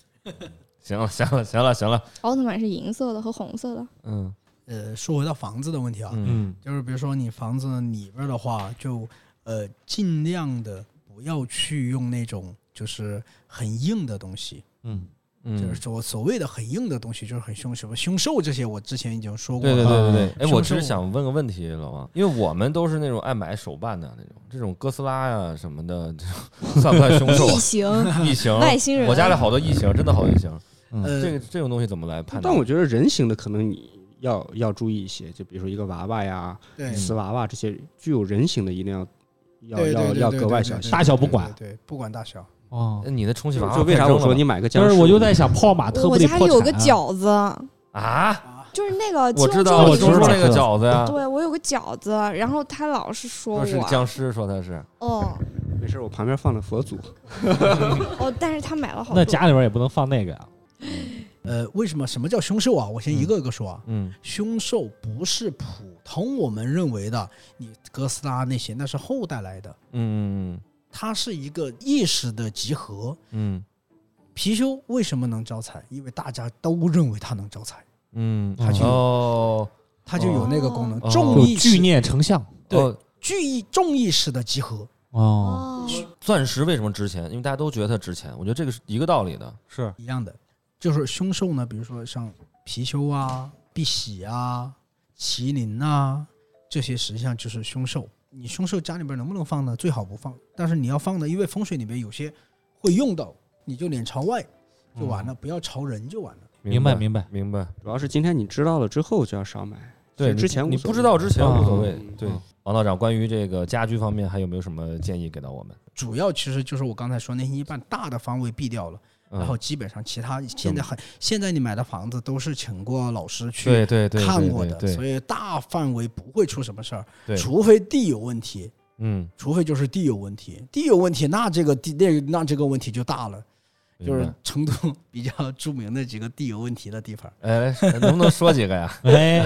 Speaker 1: 行了，行了，行了，行了，
Speaker 4: 奥特曼是银色的和红色的，
Speaker 1: 嗯
Speaker 6: 呃，说回到房子的问题啊，
Speaker 1: 嗯
Speaker 2: 嗯，
Speaker 6: 就是比如说你房子里边儿的话，就呃尽量的不要去用那种就是很硬的东西，
Speaker 2: 嗯，
Speaker 1: 嗯，
Speaker 6: 就是说所谓的很硬的东西，就是很凶什么凶兽这些，我之前已经说过
Speaker 1: 对
Speaker 6: 了。
Speaker 1: 对对对对，哎，
Speaker 6: 是
Speaker 1: 我
Speaker 6: 不是
Speaker 1: 只是
Speaker 6: 我
Speaker 1: 想问个问题，老王，因为我们都是那种爱买手办的那种，这种哥斯拉呀什么的，这种算不算凶 兽
Speaker 4: 异
Speaker 1: 啊？
Speaker 4: 形、
Speaker 1: 异形，
Speaker 4: 外星人。
Speaker 1: 我家里好多异形，真的好多异形。
Speaker 2: 对
Speaker 1: 这
Speaker 6: 呃
Speaker 1: 个这种东西怎么来判断
Speaker 3: 但？我觉得人形的可能你要要注意一些，就比如说一个娃娃呀、
Speaker 6: 对
Speaker 3: 瓷娃娃这些具有人形的，一定要嗯要
Speaker 6: 嗯对对
Speaker 3: 要
Speaker 6: 对
Speaker 3: 要
Speaker 6: 对
Speaker 3: 格
Speaker 6: 对
Speaker 3: 外
Speaker 6: 对
Speaker 3: 小
Speaker 6: 对
Speaker 3: 心。
Speaker 2: 大小不管
Speaker 6: 对对对不管大小。
Speaker 2: 哦，
Speaker 1: 你的充气娃娃
Speaker 3: 就为啥
Speaker 1: 太
Speaker 3: 我
Speaker 1: 扔
Speaker 3: 说
Speaker 1: 了
Speaker 3: 你买个僵
Speaker 2: 但
Speaker 3: 尸？
Speaker 2: 是我就在 想，泡马特
Speaker 4: 我
Speaker 2: 不得
Speaker 4: 家
Speaker 2: 破
Speaker 4: 里有个
Speaker 2: 产啊，
Speaker 4: 饺子，
Speaker 1: 啊？
Speaker 4: 就是那个
Speaker 1: 我
Speaker 4: 青
Speaker 1: 知
Speaker 4: 龙
Speaker 1: 道，
Speaker 4: 咒
Speaker 1: 我
Speaker 4: 里
Speaker 1: 听
Speaker 2: 听
Speaker 1: 说
Speaker 2: 说
Speaker 1: 那个
Speaker 2: 知道
Speaker 1: 饺子呀，
Speaker 4: 对我有个饺子，然后他老是说
Speaker 1: 说是
Speaker 4: 我，
Speaker 1: 僵尸，说他是
Speaker 4: 哦
Speaker 3: 没事，我旁边放了佛祖。
Speaker 4: 哦，但是他买了好
Speaker 2: 那
Speaker 4: 多。
Speaker 2: 家里边也不能放那个啊呀。
Speaker 6: 呃，为什么什么叫凶兽啊？我先一个一个说啊。
Speaker 1: 嗯
Speaker 6: 凶兽不是普通我们认为的，你哥斯拉那些那是后代来的，
Speaker 1: 嗯
Speaker 6: 它是一个意识的集合。
Speaker 1: 嗯
Speaker 6: 貔貅为什么能招财？因为大家都认为它能招财，
Speaker 1: 嗯
Speaker 2: 它
Speaker 1: 嗯，
Speaker 2: 就有
Speaker 1: 哦
Speaker 6: 它就有那个功能。
Speaker 1: 哦
Speaker 6: 重
Speaker 2: 有
Speaker 6: 意
Speaker 2: 巨
Speaker 6: 识、
Speaker 2: 念成像
Speaker 6: 对
Speaker 1: 哦，
Speaker 6: 巨意、重意识的集合。
Speaker 2: 哦，
Speaker 4: 哦，
Speaker 1: 钻石为什么值钱？因为大家都觉得它值钱，我觉得这个是一个道理的。
Speaker 2: 是
Speaker 6: 一样的，就是凶兽呢，比如说像貔貅啊、碧玺啊、麒麟啊，这些实际上就是凶兽。你凶兽家里边能不能放呢？最好不放，但是你要放呢，因为风水里面有些会用到，你就脸朝外就完了，
Speaker 1: 嗯
Speaker 6: 不要朝人就完了。
Speaker 2: 明白明白，
Speaker 1: 明白。
Speaker 3: 主要是今天你知道了之后就要少买。
Speaker 1: 对，
Speaker 3: 之前
Speaker 1: 你
Speaker 3: 无
Speaker 1: 你
Speaker 3: 所
Speaker 1: 不知
Speaker 3: 谓
Speaker 1: 道之前无所
Speaker 2: 嗯
Speaker 1: 谓。
Speaker 3: 嗯
Speaker 1: 对
Speaker 2: 嗯，
Speaker 1: 王道长，关于这个家居方面还有没有什么建议给到我们？
Speaker 6: 主要其实就是我刚才说那些一半大的方位避掉了。
Speaker 1: 嗯
Speaker 6: 然后基本上其他现在很现在你买的房子都是请过老师去
Speaker 1: 对对对，
Speaker 6: 看
Speaker 1: 对
Speaker 6: 过
Speaker 1: 对
Speaker 6: 的，
Speaker 1: 对
Speaker 6: 所以大范围不会出什么事儿，
Speaker 1: 对，
Speaker 6: 除非地有问题，
Speaker 1: 嗯，
Speaker 6: 除非就是地有问题，地有问题那这个地那那这个问题就大了，就
Speaker 1: 明
Speaker 6: 是
Speaker 1: 白
Speaker 6: 成都比较著名的几个地有问题的地方。
Speaker 1: 哎，能不能说几个呀？
Speaker 2: 哎，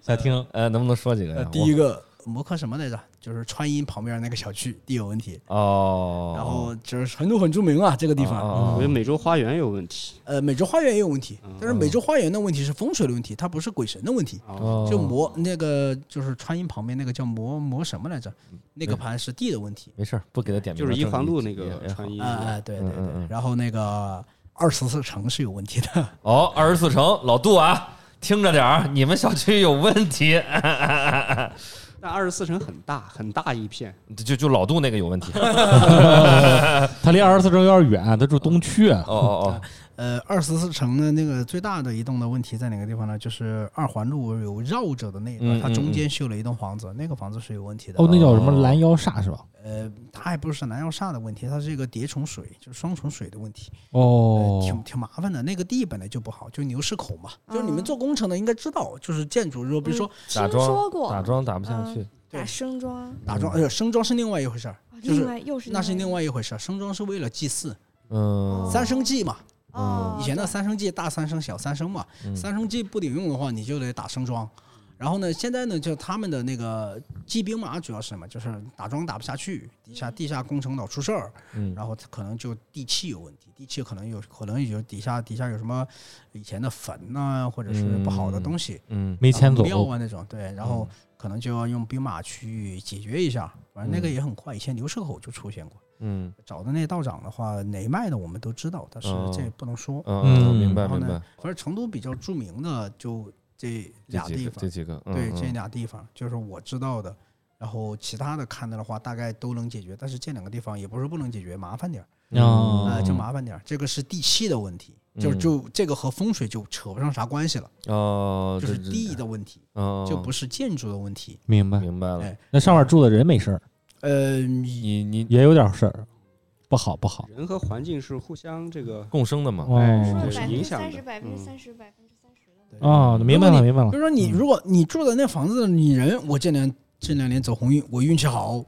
Speaker 2: 想听
Speaker 1: 呃，能不能说几个
Speaker 6: 呃
Speaker 1: 呀？，
Speaker 6: 第一个摩柯什么来着？就是川音旁边那个小区地有问题，
Speaker 1: 我哦，
Speaker 6: 然后就是成都很著名啊，这个地方。
Speaker 1: 哦
Speaker 3: 我觉得美洲花园有问题。
Speaker 6: 呃，美洲花园也有问题，
Speaker 1: 嗯
Speaker 6: 但是美洲花园的问题是风水的问题，它不是鬼神的问题。
Speaker 3: 哦，
Speaker 1: 哦
Speaker 6: 就磨那个就是川音旁边那个叫磨磨什么来着？
Speaker 1: 嗯
Speaker 6: 那个盘是地的问题。
Speaker 1: 没事儿，不给他点名
Speaker 3: 就
Speaker 1: 了，
Speaker 3: 是一
Speaker 1: 正
Speaker 3: 环
Speaker 1: 义
Speaker 3: 路
Speaker 1: 也
Speaker 3: 那个
Speaker 1: 也好
Speaker 3: 穿衣
Speaker 6: 哎哎，对对
Speaker 1: 嗯嗯
Speaker 6: 对
Speaker 1: 嗯。
Speaker 6: 然后那个二十四城是有问题的，
Speaker 1: 哦，二十四城老杜啊，听着点儿，你们小区有问题，
Speaker 3: 但二十四城很大，很大一片。
Speaker 1: 就就老杜那个有问题。
Speaker 2: 他离二十四城有点远，他住东区。啊
Speaker 1: 哦 哦
Speaker 6: 呃，二十四城的那个最大的一栋的问题在哪个地方呢？就是二环路有绕着的那一
Speaker 1: 嗯
Speaker 6: 段，它中
Speaker 1: 嗯
Speaker 6: 间修了一栋房子，那个房子是有问题的
Speaker 2: 哦，。那叫什么拦腰煞是吧？
Speaker 6: 呃，它还不是南药煞的问题，它是一个叠重水，就是双重水的问题，呃
Speaker 2: 哦，
Speaker 6: 挺挺麻烦的。那个地本来就不好，就牛市口嘛，就是你们
Speaker 4: 啊
Speaker 6: 做工程的应该知道，就是建筑，如果比如说
Speaker 1: 打
Speaker 4: 听
Speaker 1: 桩
Speaker 4: 说
Speaker 1: 哦，
Speaker 4: 过
Speaker 1: 打桩打不
Speaker 6: 嗯
Speaker 1: 下去，
Speaker 4: 打生桩，啊
Speaker 6: 打桩，哎呦，升桩是另外一回事儿，就是
Speaker 4: 另外又是
Speaker 6: 那是另
Speaker 4: 外
Speaker 6: 外一回事儿。升桩是为了祭祀，
Speaker 1: 嗯，
Speaker 6: 三生祭嘛，
Speaker 4: 哦，
Speaker 6: 以前的
Speaker 4: 对
Speaker 6: 三生祭大三生、小三生嘛。
Speaker 1: 嗯
Speaker 6: 三生祭不顶用的话，你就得打升桩。然后呢，现在呢，就他们的那个骑兵嘛，主要是什么？就是打桩打不下去，底
Speaker 4: 嗯
Speaker 6: 下地下工程老出事儿，
Speaker 1: 嗯
Speaker 6: 然后它可能就地气有问题，地气可能有可能有底下底下有什么以前的坟呐、或者是不好的东西，
Speaker 1: 嗯
Speaker 2: 没
Speaker 6: 啊
Speaker 2: 迁走，
Speaker 6: 庙啊那种，对，然后可能就要用兵马去解决一下，反正那个
Speaker 1: 嗯
Speaker 6: 也很快，以前牛舍口就出现过。
Speaker 1: 嗯
Speaker 6: 找的那道长的话，哪一脉的我们都知道，但是
Speaker 1: 哦
Speaker 6: 这也不能说。
Speaker 1: 嗯
Speaker 2: 嗯
Speaker 1: 嗯，明白
Speaker 6: 然后
Speaker 1: 明白
Speaker 6: 呢，，反正成都比较著名的就这
Speaker 1: 这
Speaker 6: 俩
Speaker 1: 几
Speaker 6: 地
Speaker 1: 个
Speaker 6: 方
Speaker 1: 这，几个，嗯
Speaker 6: 对，
Speaker 1: 嗯
Speaker 6: 这俩地方就是我知道的。然后其他的看到的话，大概都能解决，但是这两个地方也不是不能解决，麻烦点儿，
Speaker 2: 哦
Speaker 6: 呃，就
Speaker 2: 嗯
Speaker 6: 麻烦点儿。这个是地气的问题，就
Speaker 1: 嗯
Speaker 6: 就这个和风水就扯不上啥关系了，
Speaker 1: 哦，
Speaker 6: 就是
Speaker 1: 这这
Speaker 6: 地的问题，
Speaker 1: 哦，
Speaker 6: 就不是建筑的问题。
Speaker 2: 明白。
Speaker 1: 明白了
Speaker 6: 哎。
Speaker 2: 那上面住的人没事儿，
Speaker 6: 呃，
Speaker 1: 你你
Speaker 2: 也有点事儿，不好不好。
Speaker 3: 人和环境是互相这个
Speaker 1: 共生的嘛，
Speaker 3: 哎
Speaker 2: 哦
Speaker 3: 对
Speaker 2: 是
Speaker 3: 是影响的嗯
Speaker 4: 十、百分之三十的。
Speaker 2: 哦，明白了明白了
Speaker 6: 比。如说你
Speaker 2: 嗯
Speaker 6: 如果你住的那房子，你人我这两这两年走鸿运，我运气好，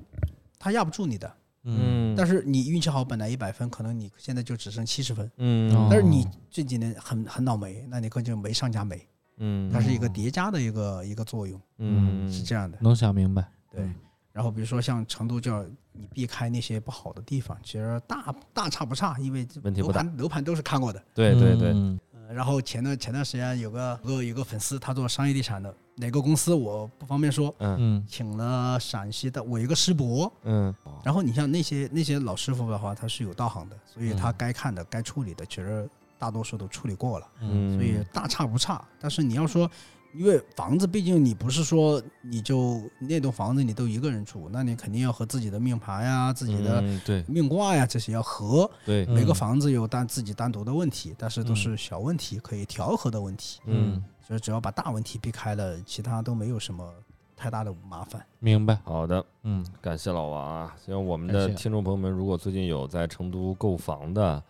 Speaker 6: 他压不住你的。
Speaker 1: 嗯，
Speaker 6: 但
Speaker 1: 是
Speaker 6: 是你运气好，本来一百分，可能你现在就只剩七十分。
Speaker 1: 嗯
Speaker 6: 但是
Speaker 2: 哦
Speaker 6: 你这几年很很倒霉，那你可能就没上加没，
Speaker 1: 嗯，
Speaker 6: 它是一个叠加的一个一个作用，
Speaker 1: 嗯
Speaker 6: 是这样的。
Speaker 2: 能想明白。
Speaker 6: 对
Speaker 2: 嗯，
Speaker 6: 然后比如说像成都，就要你避开那些不好的地方，其实大大差不差，因为这
Speaker 1: 问题
Speaker 6: 楼
Speaker 1: 不大
Speaker 6: 盘楼盘都是看过的。
Speaker 1: 对对对，
Speaker 2: 嗯
Speaker 6: 呃然后前段前段时间有个有个有个粉丝，他做商业地产的，哪个公司我不方便说，
Speaker 1: 嗯
Speaker 2: 嗯
Speaker 6: 请了陕西的我一个师伯，
Speaker 1: 嗯
Speaker 6: 然后你像那些那些老师傅的话，他是有道行的，所以他
Speaker 1: 嗯
Speaker 6: 该看的、该处理的，其实大多数都处理过了，
Speaker 1: 嗯，
Speaker 6: 所以大差不差。但是你要说，因为房子毕竟你不是说你就那栋房子你都一个人住，那你肯定要和自己的命盘呀、自己的
Speaker 1: 嗯对
Speaker 6: 命卦呀这些要合。
Speaker 1: 对，
Speaker 2: 嗯
Speaker 6: 每个房子有单自己单独的问题，但是都是小问题，可以调和的问题。
Speaker 1: 嗯，
Speaker 6: 所以只要把大问题避开了，其他都没有什么太大的麻烦。
Speaker 2: 明白。
Speaker 1: 好的，
Speaker 2: 嗯，
Speaker 1: 感谢老王啊！希望我们
Speaker 2: 感
Speaker 1: 的
Speaker 2: 谢
Speaker 1: 听众朋友们，如果最近有在成都购房的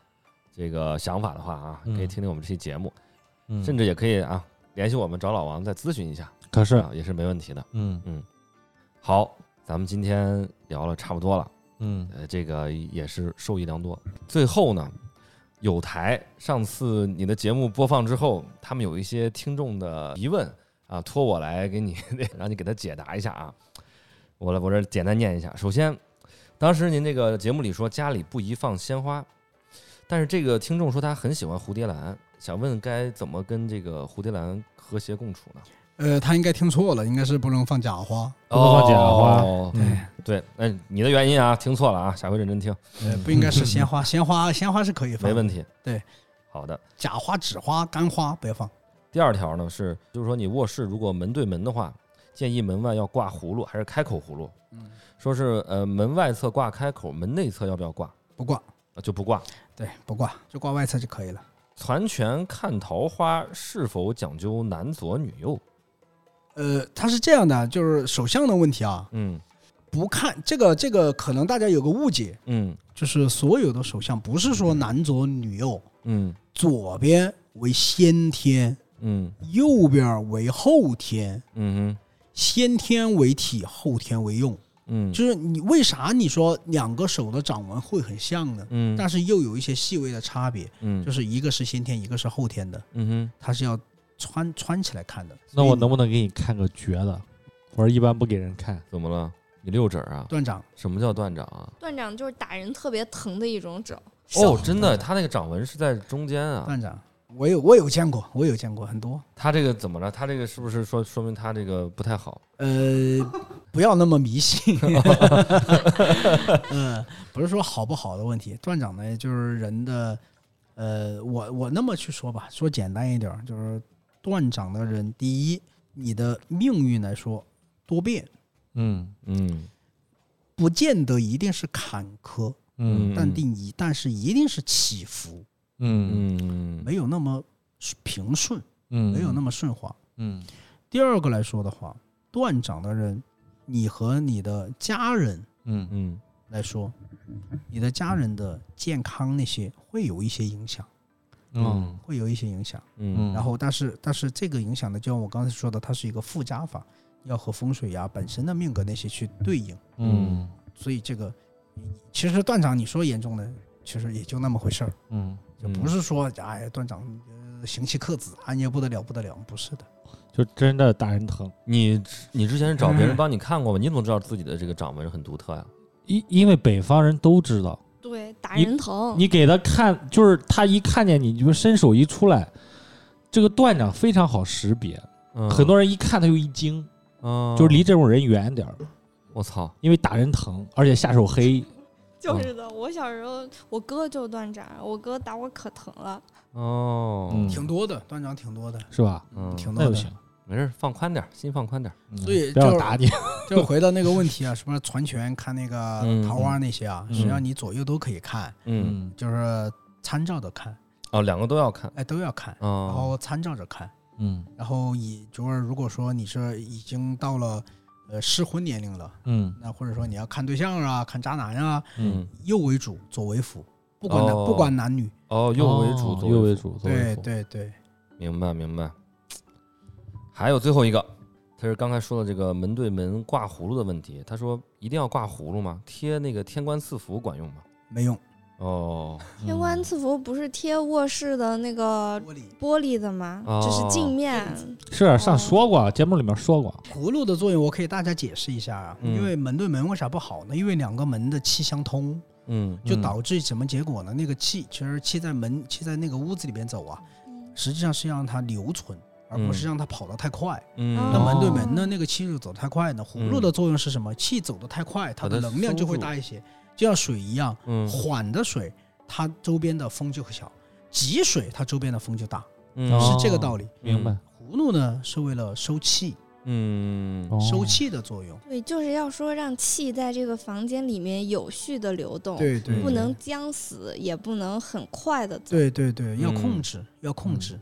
Speaker 1: 这个想法的话啊，可以
Speaker 2: 嗯
Speaker 1: 听听我们这期节目，
Speaker 2: 嗯
Speaker 1: 甚至也可以啊联系我们找老王再咨询一下，
Speaker 2: 可是
Speaker 1: 啊，也是没问题的。
Speaker 2: 嗯
Speaker 1: 好，咱们今天聊了差不多了。
Speaker 2: 嗯
Speaker 1: 呃，这个也是受益良多。最后呢，有台上次你的节目播放之后，他们有一些听众的疑问啊，托我来给你， 让你给他解答一下啊。我来，我这简单念一下。首先，当时您这个节目里说家里不宜放鲜花，但是这个听众说他很喜欢蝴蝶兰，想问该怎么跟这个蝴蝶兰和谐共处呢？
Speaker 6: 呃，他应该听错了，应该是不能放假花，
Speaker 2: 不能放假花
Speaker 1: 哦
Speaker 6: 对，
Speaker 2: 嗯
Speaker 1: 对，哎，你的原因啊，听错了啊，下回认真听，
Speaker 6: 呃，不应该是 鲜花，鲜花鲜花是可以放，
Speaker 1: 没问题。
Speaker 6: 对，
Speaker 1: 好的。
Speaker 6: 假花、纸花、干花不要放。
Speaker 1: 第二条呢是，就是说你卧室如果门对门的话，建议门外要挂葫芦还是开口葫芦？
Speaker 6: 嗯，
Speaker 1: 说是呃门外侧挂开口，门内侧要不要挂？
Speaker 6: 不挂，
Speaker 1: 啊就不挂。
Speaker 6: 对，不挂，就挂外侧就可以了。
Speaker 1: 攒泉看桃花是否讲究男左女右？
Speaker 6: 呃，它是这样的，就是手相的问题啊，
Speaker 1: 嗯
Speaker 6: 不看这个这个，可能大家有个误解，
Speaker 1: 嗯
Speaker 6: 就是所有的手相不是说男左女右，
Speaker 1: 嗯
Speaker 6: 左边为先天，
Speaker 1: 嗯
Speaker 6: 右边为后天，
Speaker 1: 嗯
Speaker 6: 先天为体，后天为用。
Speaker 1: 嗯
Speaker 6: 就是你为啥你说两个手的掌纹会很像呢？
Speaker 1: 嗯
Speaker 6: 但是又有一些细微的差别，
Speaker 1: 嗯
Speaker 6: 就是一个是先天，一个是后天的，
Speaker 1: 嗯哼
Speaker 6: 它是要穿穿起来看的。
Speaker 2: 那我能
Speaker 6: 所以
Speaker 2: 不能给你看个绝的？我是一般不给人看。
Speaker 1: 怎么了？你六指儿啊
Speaker 6: 你？断掌
Speaker 1: 什么叫断掌啊？
Speaker 4: 断掌就是打人特别疼的一种掌，
Speaker 1: 哦，真的，他那个掌纹是在中间啊。
Speaker 6: 断掌，我有我有见过，我有见过很多。
Speaker 1: 他这个怎么了？他这个是不是说说明他这个不太好？
Speaker 6: 呃，不要那么迷信。 嗯，不是说好不好的问题，断掌呢就是人的，呃，我我那么去说吧，说简单一点儿，就是断掌的人，第一，你的命运来说多变，
Speaker 2: 嗯
Speaker 1: 嗯
Speaker 6: 不见得一定是坎坷，
Speaker 2: 嗯
Speaker 6: 但定一但是一定是起伏，
Speaker 2: 嗯
Speaker 1: 嗯
Speaker 6: 没有那么平顺，
Speaker 2: 嗯，
Speaker 6: 没有那
Speaker 2: 么
Speaker 6: 么顺滑。
Speaker 2: 嗯
Speaker 6: 第二个来说的话，断掌的人，你和你的家人
Speaker 2: 嗯
Speaker 1: 嗯
Speaker 6: 来说，你的家人的健康那些会有一些影响，
Speaker 2: 嗯
Speaker 6: 会有一些影响。
Speaker 1: 嗯
Speaker 6: 然后，但是但是这个影响呢，就像我刚才说的，它是一个附加法，要和风水呀、本身的命格那些去对应。
Speaker 2: 嗯
Speaker 6: 所以这个其实断掌你说严重的，其实也就那么回事儿，
Speaker 2: 嗯
Speaker 6: 就不是说哎断掌呃行气克子，暗夜不得了不得了，不是的。
Speaker 2: 就真的打人疼。
Speaker 1: 你你之前
Speaker 2: 嗯
Speaker 1: 找别人帮你看过吗？你怎么知道自己的这个掌纹很独特呀、
Speaker 2: 因因为北方人都知道，
Speaker 4: 对，打
Speaker 2: 你
Speaker 4: 人疼。
Speaker 6: 嗯
Speaker 2: 你给他看，就是他一看见你，你就伸手一出来，这个断掌非常好识别。
Speaker 1: 嗯，
Speaker 2: 很多人一看他就一惊，
Speaker 1: 嗯，
Speaker 2: 就是离这种人远点儿，
Speaker 1: 我操，
Speaker 2: 因为打人疼，而且下手黑。
Speaker 4: 就是的，我小时候我哥就断掌，我哥打我可疼了。
Speaker 1: 哦，
Speaker 2: 嗯，
Speaker 6: 挺多的，断掌挺多的，
Speaker 2: 是吧？
Speaker 1: 嗯，
Speaker 6: 挺
Speaker 2: 那
Speaker 6: 多
Speaker 2: 就
Speaker 6: 的。
Speaker 2: 行，
Speaker 1: 没事，放宽点儿，心放宽点儿。
Speaker 2: 嗯
Speaker 6: 所以
Speaker 2: 不要
Speaker 6: 就
Speaker 2: 打你。
Speaker 6: 就回到那个问题啊，什么传拳看那个
Speaker 1: 嗯
Speaker 6: 桃花那些啊，
Speaker 2: 嗯
Speaker 6: 实际上你左右都可以看，
Speaker 1: 嗯，
Speaker 2: 嗯
Speaker 6: 就是参照着看，
Speaker 1: 哦，两个都要看。
Speaker 6: 哎，都要看，然
Speaker 1: 哦，
Speaker 6: 后参照着看，
Speaker 2: 嗯
Speaker 6: 然后以就是如果说你是已经到了呃适婚年龄了，
Speaker 2: 嗯
Speaker 6: 那或者说你要看对象啊、看渣男啊，
Speaker 2: 嗯，
Speaker 6: 右为主，左为辅，不管男、
Speaker 1: 哦
Speaker 6: 不管男女，
Speaker 1: 哦，右为主，左
Speaker 2: 右
Speaker 1: 为
Speaker 2: 为
Speaker 1: 辅，
Speaker 2: 主，左
Speaker 6: 对
Speaker 2: 为辅，
Speaker 6: 对对，
Speaker 1: 明白明白。还有最后一个，他是刚才说的这个门对门挂葫芦的问题。他说一定要挂葫芦吗？贴那个天官赐福管用吗？
Speaker 6: 没用，
Speaker 1: 哦，
Speaker 6: 嗯
Speaker 2: 嗯
Speaker 4: 天官赐福不是贴卧室的那个
Speaker 6: 玻璃。
Speaker 4: 玻璃的吗？
Speaker 1: 哦
Speaker 4: 就是镜面。
Speaker 2: 是啊上说过，节目里面说过，
Speaker 6: 葫芦的作用，我可以大家解释一下啊，
Speaker 1: 嗯
Speaker 6: 因为门对门为啥不好呢？因为两个门的气相通，
Speaker 1: 嗯
Speaker 6: 就
Speaker 2: 嗯
Speaker 6: 导致什么结果呢？那个气其实气在门气在那个屋子里边走啊，
Speaker 4: 嗯
Speaker 6: 实际上是让它留存，而不
Speaker 1: 嗯
Speaker 6: 是让它跑得太快。
Speaker 1: 嗯，
Speaker 4: 哦
Speaker 6: 那
Speaker 4: 么
Speaker 6: 门对门呢，那个气就走得太快呢。葫芦
Speaker 1: 嗯
Speaker 6: 的作用是什么？气走得太快，它
Speaker 1: 把它
Speaker 6: 的能量就会
Speaker 1: 收住
Speaker 6: 大一些，就像水一样，
Speaker 1: 嗯
Speaker 6: 缓的水它周边的风就会小，急水它周边的风就大，
Speaker 1: 嗯
Speaker 2: 哦
Speaker 6: 是这个道理。
Speaker 2: 明白？
Speaker 6: 葫芦呢是为了收气，
Speaker 1: 嗯
Speaker 2: 哦
Speaker 6: 收气的作用。
Speaker 4: 对，就是要说让气在这个房间里面有序的流动，
Speaker 6: 对
Speaker 1: 对
Speaker 4: 不能僵死，也不能很快的走。
Speaker 6: 对对对，要
Speaker 1: 嗯
Speaker 6: 控制，要控制。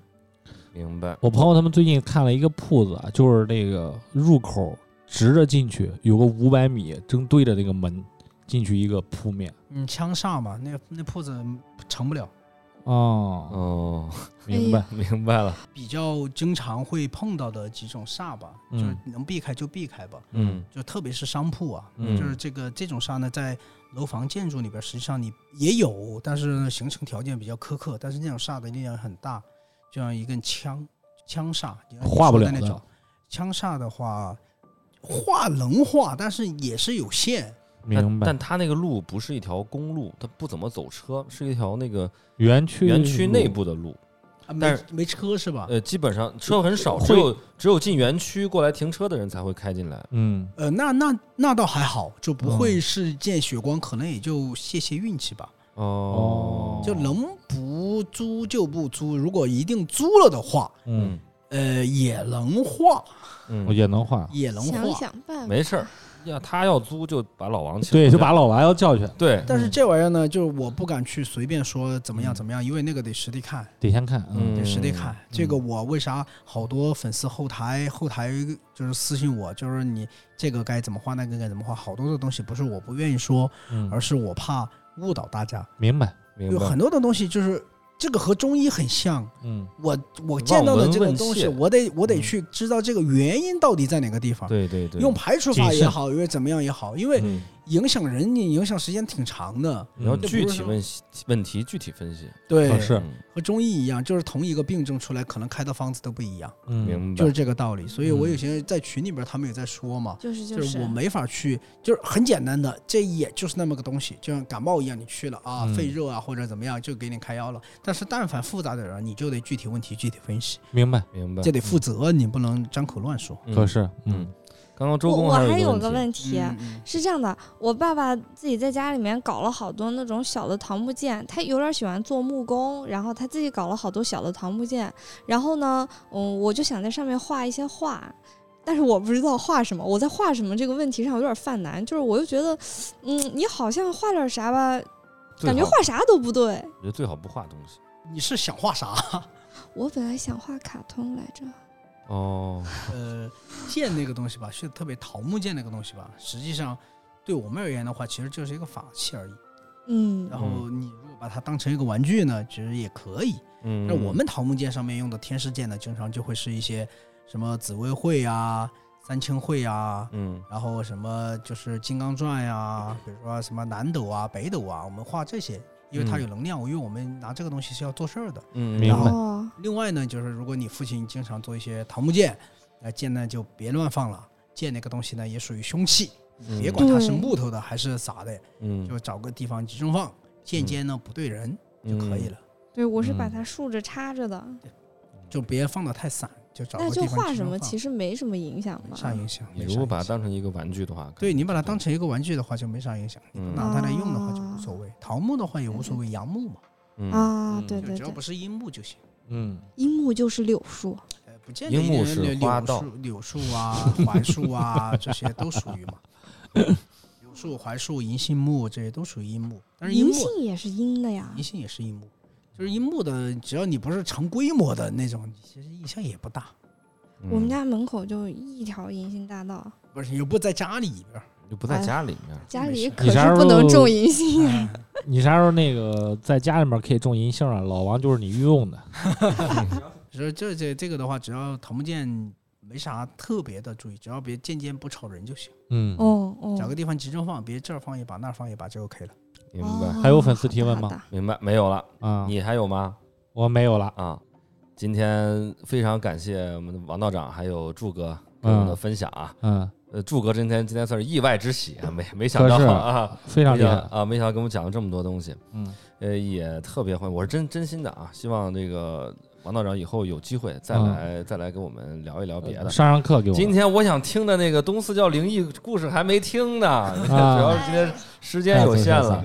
Speaker 1: 明白。
Speaker 2: 我朋友他们最近看了一个铺子啊，就是那个入口直着进去，有个五百米，正对着那个门进去一个铺面。
Speaker 6: 嗯，枪煞嘛，那那铺子成不了。
Speaker 2: 哦，
Speaker 1: 哦，
Speaker 2: 明白。
Speaker 1: 明白了。
Speaker 6: 比较经常会碰到的几种煞吧，
Speaker 2: 嗯
Speaker 6: 就是能避开就避开吧。
Speaker 1: 嗯
Speaker 6: 就特别是商铺啊，
Speaker 1: 嗯
Speaker 6: 就是这个这种煞呢，在楼房建筑里边，实际上你也有，但是呢形成条件比较苛刻。但是那种煞的力量很大，就像一根枪枪煞，就像
Speaker 1: 嗯
Speaker 6: 你
Speaker 2: 化不
Speaker 6: 说
Speaker 2: 了
Speaker 6: 的那
Speaker 2: 的
Speaker 6: 种。枪煞的话，化能化，但是也是有限。
Speaker 2: 明
Speaker 1: 但
Speaker 2: 白
Speaker 1: 但。它那个路不是一条公路，它不怎么走车，是一条那个
Speaker 2: 园区
Speaker 1: 园区内部的路。
Speaker 6: 啊、没
Speaker 1: 但是
Speaker 6: 没车是吧？
Speaker 1: 呃，基本上车很少，
Speaker 2: 会
Speaker 1: 只有只有进园区过来停车的人才会开进来。
Speaker 2: 嗯，
Speaker 6: 呃，那那那倒还好，就不
Speaker 1: 嗯
Speaker 6: 会是见血光，可能也就泄泄运气吧。
Speaker 1: 哦，
Speaker 6: 就
Speaker 2: 哦
Speaker 6: 能不租就不租，如果一定租了的话，
Speaker 2: 嗯
Speaker 6: 呃，也能化，
Speaker 2: 我
Speaker 1: 嗯，
Speaker 2: 也能画。
Speaker 6: 也能
Speaker 4: 想
Speaker 6: 化。
Speaker 4: 想办法。
Speaker 1: 没事儿，要他要租就把老王请回
Speaker 2: 对，
Speaker 1: 家，
Speaker 2: 就把老娃要叫去，
Speaker 1: 对，
Speaker 6: 但是这玩意儿呢，就是我不敢去随便说怎么样怎么样，因为那个得实地看，
Speaker 2: 得先看。
Speaker 1: 嗯
Speaker 2: 嗯，
Speaker 6: 得实地看。这个我为啥好多粉丝后台后台就是私信我，就是你这个该怎么画，那个该怎么画，好多的东西不是我不愿意说，而
Speaker 2: 嗯，
Speaker 6: 是我怕误导大家。
Speaker 2: 明白。
Speaker 1: 明
Speaker 6: 有
Speaker 1: 白
Speaker 6: 很。多的东西就是这个和中医很像，
Speaker 2: 嗯，
Speaker 6: 我我见到的这个东
Speaker 1: 望闻问
Speaker 6: 西，
Speaker 1: 切
Speaker 6: 我得我得
Speaker 1: 嗯
Speaker 6: 去知道这个原因到底在哪个地方，
Speaker 1: 对对对，
Speaker 6: 用排除法
Speaker 2: 谨
Speaker 6: 也
Speaker 2: 慎
Speaker 6: 好，因为怎么样也好，因为
Speaker 1: 嗯
Speaker 6: 影响人，你影响时间挺长的。
Speaker 1: 你要
Speaker 2: 嗯
Speaker 1: 具
Speaker 6: 不是
Speaker 1: 体
Speaker 6: 说
Speaker 1: 问析问题具体分析。
Speaker 6: 对
Speaker 2: 啊是
Speaker 1: 嗯，
Speaker 6: 和中医一样，就是同一个病症出来，可能开的方子都不一样，
Speaker 2: 嗯，
Speaker 1: 明白
Speaker 6: 就是。这个道理。所以我
Speaker 2: 嗯
Speaker 6: 有些在群里边，他们也在说嘛，
Speaker 4: 就是就
Speaker 6: 就是
Speaker 4: 是
Speaker 6: 我没法去，就是很简单的，这也就是那么个东西，就像感冒一样，你去了啊，
Speaker 2: 嗯
Speaker 6: 肺热啊或者怎么样，就给你开药了。但是但凡复杂的人，你就得具体问题具体分析，
Speaker 2: 明白。
Speaker 1: 明白
Speaker 6: 这。得负责，你不能张口乱说。
Speaker 1: 嗯
Speaker 2: 可是，
Speaker 1: 嗯
Speaker 2: 嗯，
Speaker 1: 刚刚周
Speaker 4: 我
Speaker 1: 公
Speaker 4: 我还有
Speaker 1: 有
Speaker 4: 个
Speaker 1: 题，
Speaker 4: 问题，啊
Speaker 6: 嗯
Speaker 4: 是这样的，我爸爸自己在家里面搞了好多那种小的桃木剑，他有点喜欢做木工，然后他自己搞了好多小的桃木剑，然后呢，嗯，我就想在上面画一些画，但是我不知道画什么，我在画什么这个问题上有点犯难，就是我又觉得，嗯，你好像画点啥吧，
Speaker 1: 最
Speaker 4: 感觉
Speaker 1: 好
Speaker 4: 画啥都不对。
Speaker 1: 我觉得最好不画东西。
Speaker 6: 嗯你是想画啥？
Speaker 4: 我本来想画卡通来着，
Speaker 1: 哦，
Speaker 6: 呃，剑那个东西吧，是特别桃木剑那个东西吧，实际上对我们而言的话，其实就是一个法器而已。
Speaker 4: 嗯
Speaker 6: 然后你如果把它当成一个玩具呢，其实也可以。
Speaker 1: 嗯，
Speaker 6: 那我们桃木剑上面用的天师剑呢，经常就会是一些什么紫薇会啊、三清会啊。
Speaker 1: 嗯
Speaker 6: 然后什么就是《金刚钻》呀，比如说什么南斗啊、北斗啊，我们画这些因为它
Speaker 1: 嗯
Speaker 6: 有能量，因为我们拿这个东西是要做事儿的。
Speaker 1: 嗯，
Speaker 2: 明白
Speaker 4: 哦，
Speaker 6: 另外呢，就是如果你父亲经常做一些桃木剑，那剑呢就别乱放了，剑那个东西呢也属于凶器，
Speaker 1: 嗯
Speaker 6: 别管它是
Speaker 4: 对
Speaker 6: 木头的还是啥的，
Speaker 1: 嗯
Speaker 6: 就找个地方集中放，剑尖呢不对人就可以。了，
Speaker 4: 对，我是把
Speaker 1: 嗯
Speaker 4: 它竖着插着的，
Speaker 6: 就别放的太散，就找
Speaker 4: 那
Speaker 6: 个
Speaker 4: 就
Speaker 6: 地
Speaker 4: 画
Speaker 6: 方集
Speaker 4: 什
Speaker 6: 中
Speaker 4: 么
Speaker 6: 放。
Speaker 4: 其实没什么影响吧。
Speaker 6: 啥影响？
Speaker 1: 嗯你
Speaker 6: 没
Speaker 1: 如
Speaker 6: 啥
Speaker 1: 果
Speaker 6: 影
Speaker 1: 把它
Speaker 6: 响
Speaker 1: 当成一个玩具的话，
Speaker 6: 对你把它当成一个玩具的话就没啥影响，你
Speaker 1: 嗯
Speaker 6: 不拿它来用的话就无所谓，桃木的话也无所谓，杨木嘛，
Speaker 1: 嗯
Speaker 4: 啊，哦对
Speaker 6: 就
Speaker 4: 对
Speaker 6: 只要
Speaker 4: 对
Speaker 6: 不，是樱木就行。
Speaker 1: 嗯
Speaker 4: 樱木就是柳树，
Speaker 6: 呃，不见得
Speaker 1: 樱
Speaker 6: 一定
Speaker 1: 木是
Speaker 6: 柳
Speaker 1: 花
Speaker 6: 柳
Speaker 1: 道
Speaker 6: 树、柳树啊、槐树啊，这些都属于嘛。 柳树、槐树、银杏木，这些都属于樱木。但是樱
Speaker 4: 银
Speaker 6: 木，
Speaker 4: 杏也是樱的呀
Speaker 6: 银。杏也是樱木，就是樱木的，只要你不是成规模的那种，其实影响也不大。
Speaker 1: 嗯
Speaker 4: 我们家门口就一条银杏大道，
Speaker 6: 不是，又不在家里边儿。
Speaker 1: 就不在家里面，
Speaker 4: 家里
Speaker 6: 没事
Speaker 4: 可
Speaker 2: 你啥时
Speaker 4: 是
Speaker 2: 候
Speaker 4: 不能种银杏啊。
Speaker 6: 哎
Speaker 2: 你啥时候那个在家里面可以种银杏啊？老王就是你御用的。
Speaker 6: 只要这这这个的话，只要桃木剑没啥特别的注意，只要别剑尖不吵人就行。
Speaker 2: 嗯，
Speaker 4: 哦
Speaker 6: 找个
Speaker 4: 哦，
Speaker 6: 地方集中放，别这儿放一把，那儿放一把就 OK 了。
Speaker 1: 明白
Speaker 4: 哦
Speaker 2: 还有粉丝提问吗？
Speaker 4: 好的好的
Speaker 1: 明白没有了？
Speaker 2: 啊，
Speaker 1: 你还有吗？
Speaker 2: 我没有了。
Speaker 1: 啊，今天非常感谢我们的王道长还有祝哥给我们的
Speaker 2: 嗯
Speaker 1: 分享啊。
Speaker 2: 嗯，
Speaker 1: 呃，祝哥今天今天算是意外之喜啊，没没想
Speaker 2: 可
Speaker 1: 到
Speaker 2: 是
Speaker 1: 啊，
Speaker 2: 非常
Speaker 1: 没
Speaker 2: 厉
Speaker 1: 想
Speaker 2: 害。
Speaker 1: 啊，没想到给我们讲了这么多东西，
Speaker 2: 嗯，
Speaker 1: 呃，也特别欢迎，我是真真心的啊，希望这个王道长以后有机会再
Speaker 2: 嗯
Speaker 1: 来再来跟我们聊一聊别的。
Speaker 2: 呃上上课给我。
Speaker 1: 今天我想听的那个东四教灵异故事还没听 呢，主要
Speaker 2: 啊
Speaker 1: 是今天时间
Speaker 2: 哎
Speaker 1: 有限了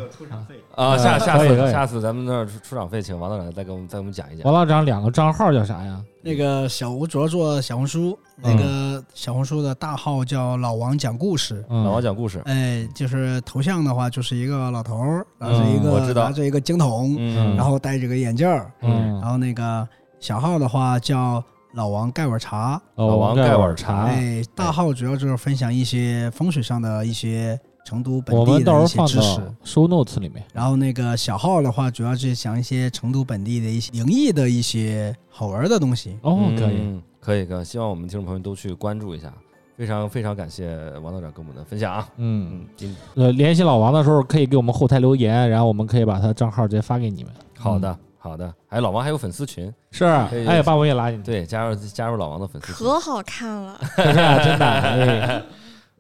Speaker 1: 啊，下下
Speaker 2: 可以可
Speaker 1: 次
Speaker 2: 以
Speaker 1: 下次咱们那儿出出场费请王道长再给我们再给我们讲一讲
Speaker 2: 王。道长两个账号叫啥呀？
Speaker 6: 那个小吴主要做小红书，那个小红书的大号叫老王讲故事，
Speaker 2: 嗯，
Speaker 1: 老王讲故事，
Speaker 6: 哎，就是头像的话就是一个老头儿，然后是一
Speaker 1: 嗯我知
Speaker 6: 个
Speaker 1: 道
Speaker 6: 拿着一个经筒，
Speaker 1: 嗯
Speaker 6: 然后戴着个眼镜儿，
Speaker 2: 嗯
Speaker 6: 然，后那个小号的话叫老王盖碗茶，
Speaker 2: 老
Speaker 1: 王盖
Speaker 2: 盖
Speaker 1: 碗茶
Speaker 2: 茶。
Speaker 6: 哎，大号主要就是分享一些风水上的一些成都本
Speaker 2: 我
Speaker 6: 地
Speaker 2: 们
Speaker 6: 的
Speaker 2: 到
Speaker 6: 一
Speaker 2: 时
Speaker 6: 些
Speaker 2: 候
Speaker 6: 知
Speaker 2: 放
Speaker 6: 识
Speaker 2: 到。show notes 里面。
Speaker 6: 然后那个小号的话，主要是讲一些成都本地的一些灵异的一些好玩的东西。
Speaker 2: 哦，可以。
Speaker 1: 嗯，可以，可以，希望我们听众朋友都去关注一下。非常非常感谢王道长跟我们的分享啊！
Speaker 2: 嗯，
Speaker 1: 嗯，今
Speaker 2: 呃，联系老王的时候可以给我们后台留言，然后我们可以把他账号直接发给你们。
Speaker 1: 好
Speaker 2: 嗯
Speaker 1: 的好的，还有老王还有粉丝群，
Speaker 2: 是，
Speaker 1: 可以
Speaker 2: 哎，把我也拉进去，
Speaker 1: 对，加入加入老王的粉丝群，
Speaker 4: 可好看了，
Speaker 2: 是啊 真 的。哎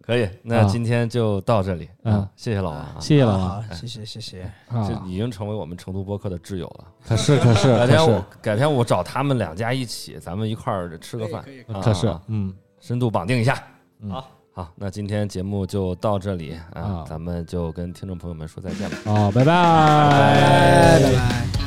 Speaker 1: 可以。那
Speaker 2: 啊
Speaker 1: 今天就到这里，
Speaker 2: 嗯
Speaker 1: 啊，谢谢老王啊，
Speaker 2: 谢谢老王哎
Speaker 6: 好，谢谢谢谢。
Speaker 1: 这
Speaker 2: 啊！
Speaker 1: 已经成为我们成都播客的挚友了。
Speaker 2: 可是可是
Speaker 1: 改
Speaker 2: 可
Speaker 1: 天
Speaker 2: 呃是
Speaker 1: 我改天我找他们两家一起，咱们一块儿吃个饭，啊
Speaker 2: 可是
Speaker 1: 啊，
Speaker 2: 嗯，
Speaker 1: 深度绑定一下。
Speaker 2: 嗯
Speaker 1: 好好，那今天节目就到这里啊
Speaker 2: 啊，
Speaker 1: 咱们就跟听众朋友们说再见吧。
Speaker 2: 哦，拜拜，
Speaker 6: 拜拜拜。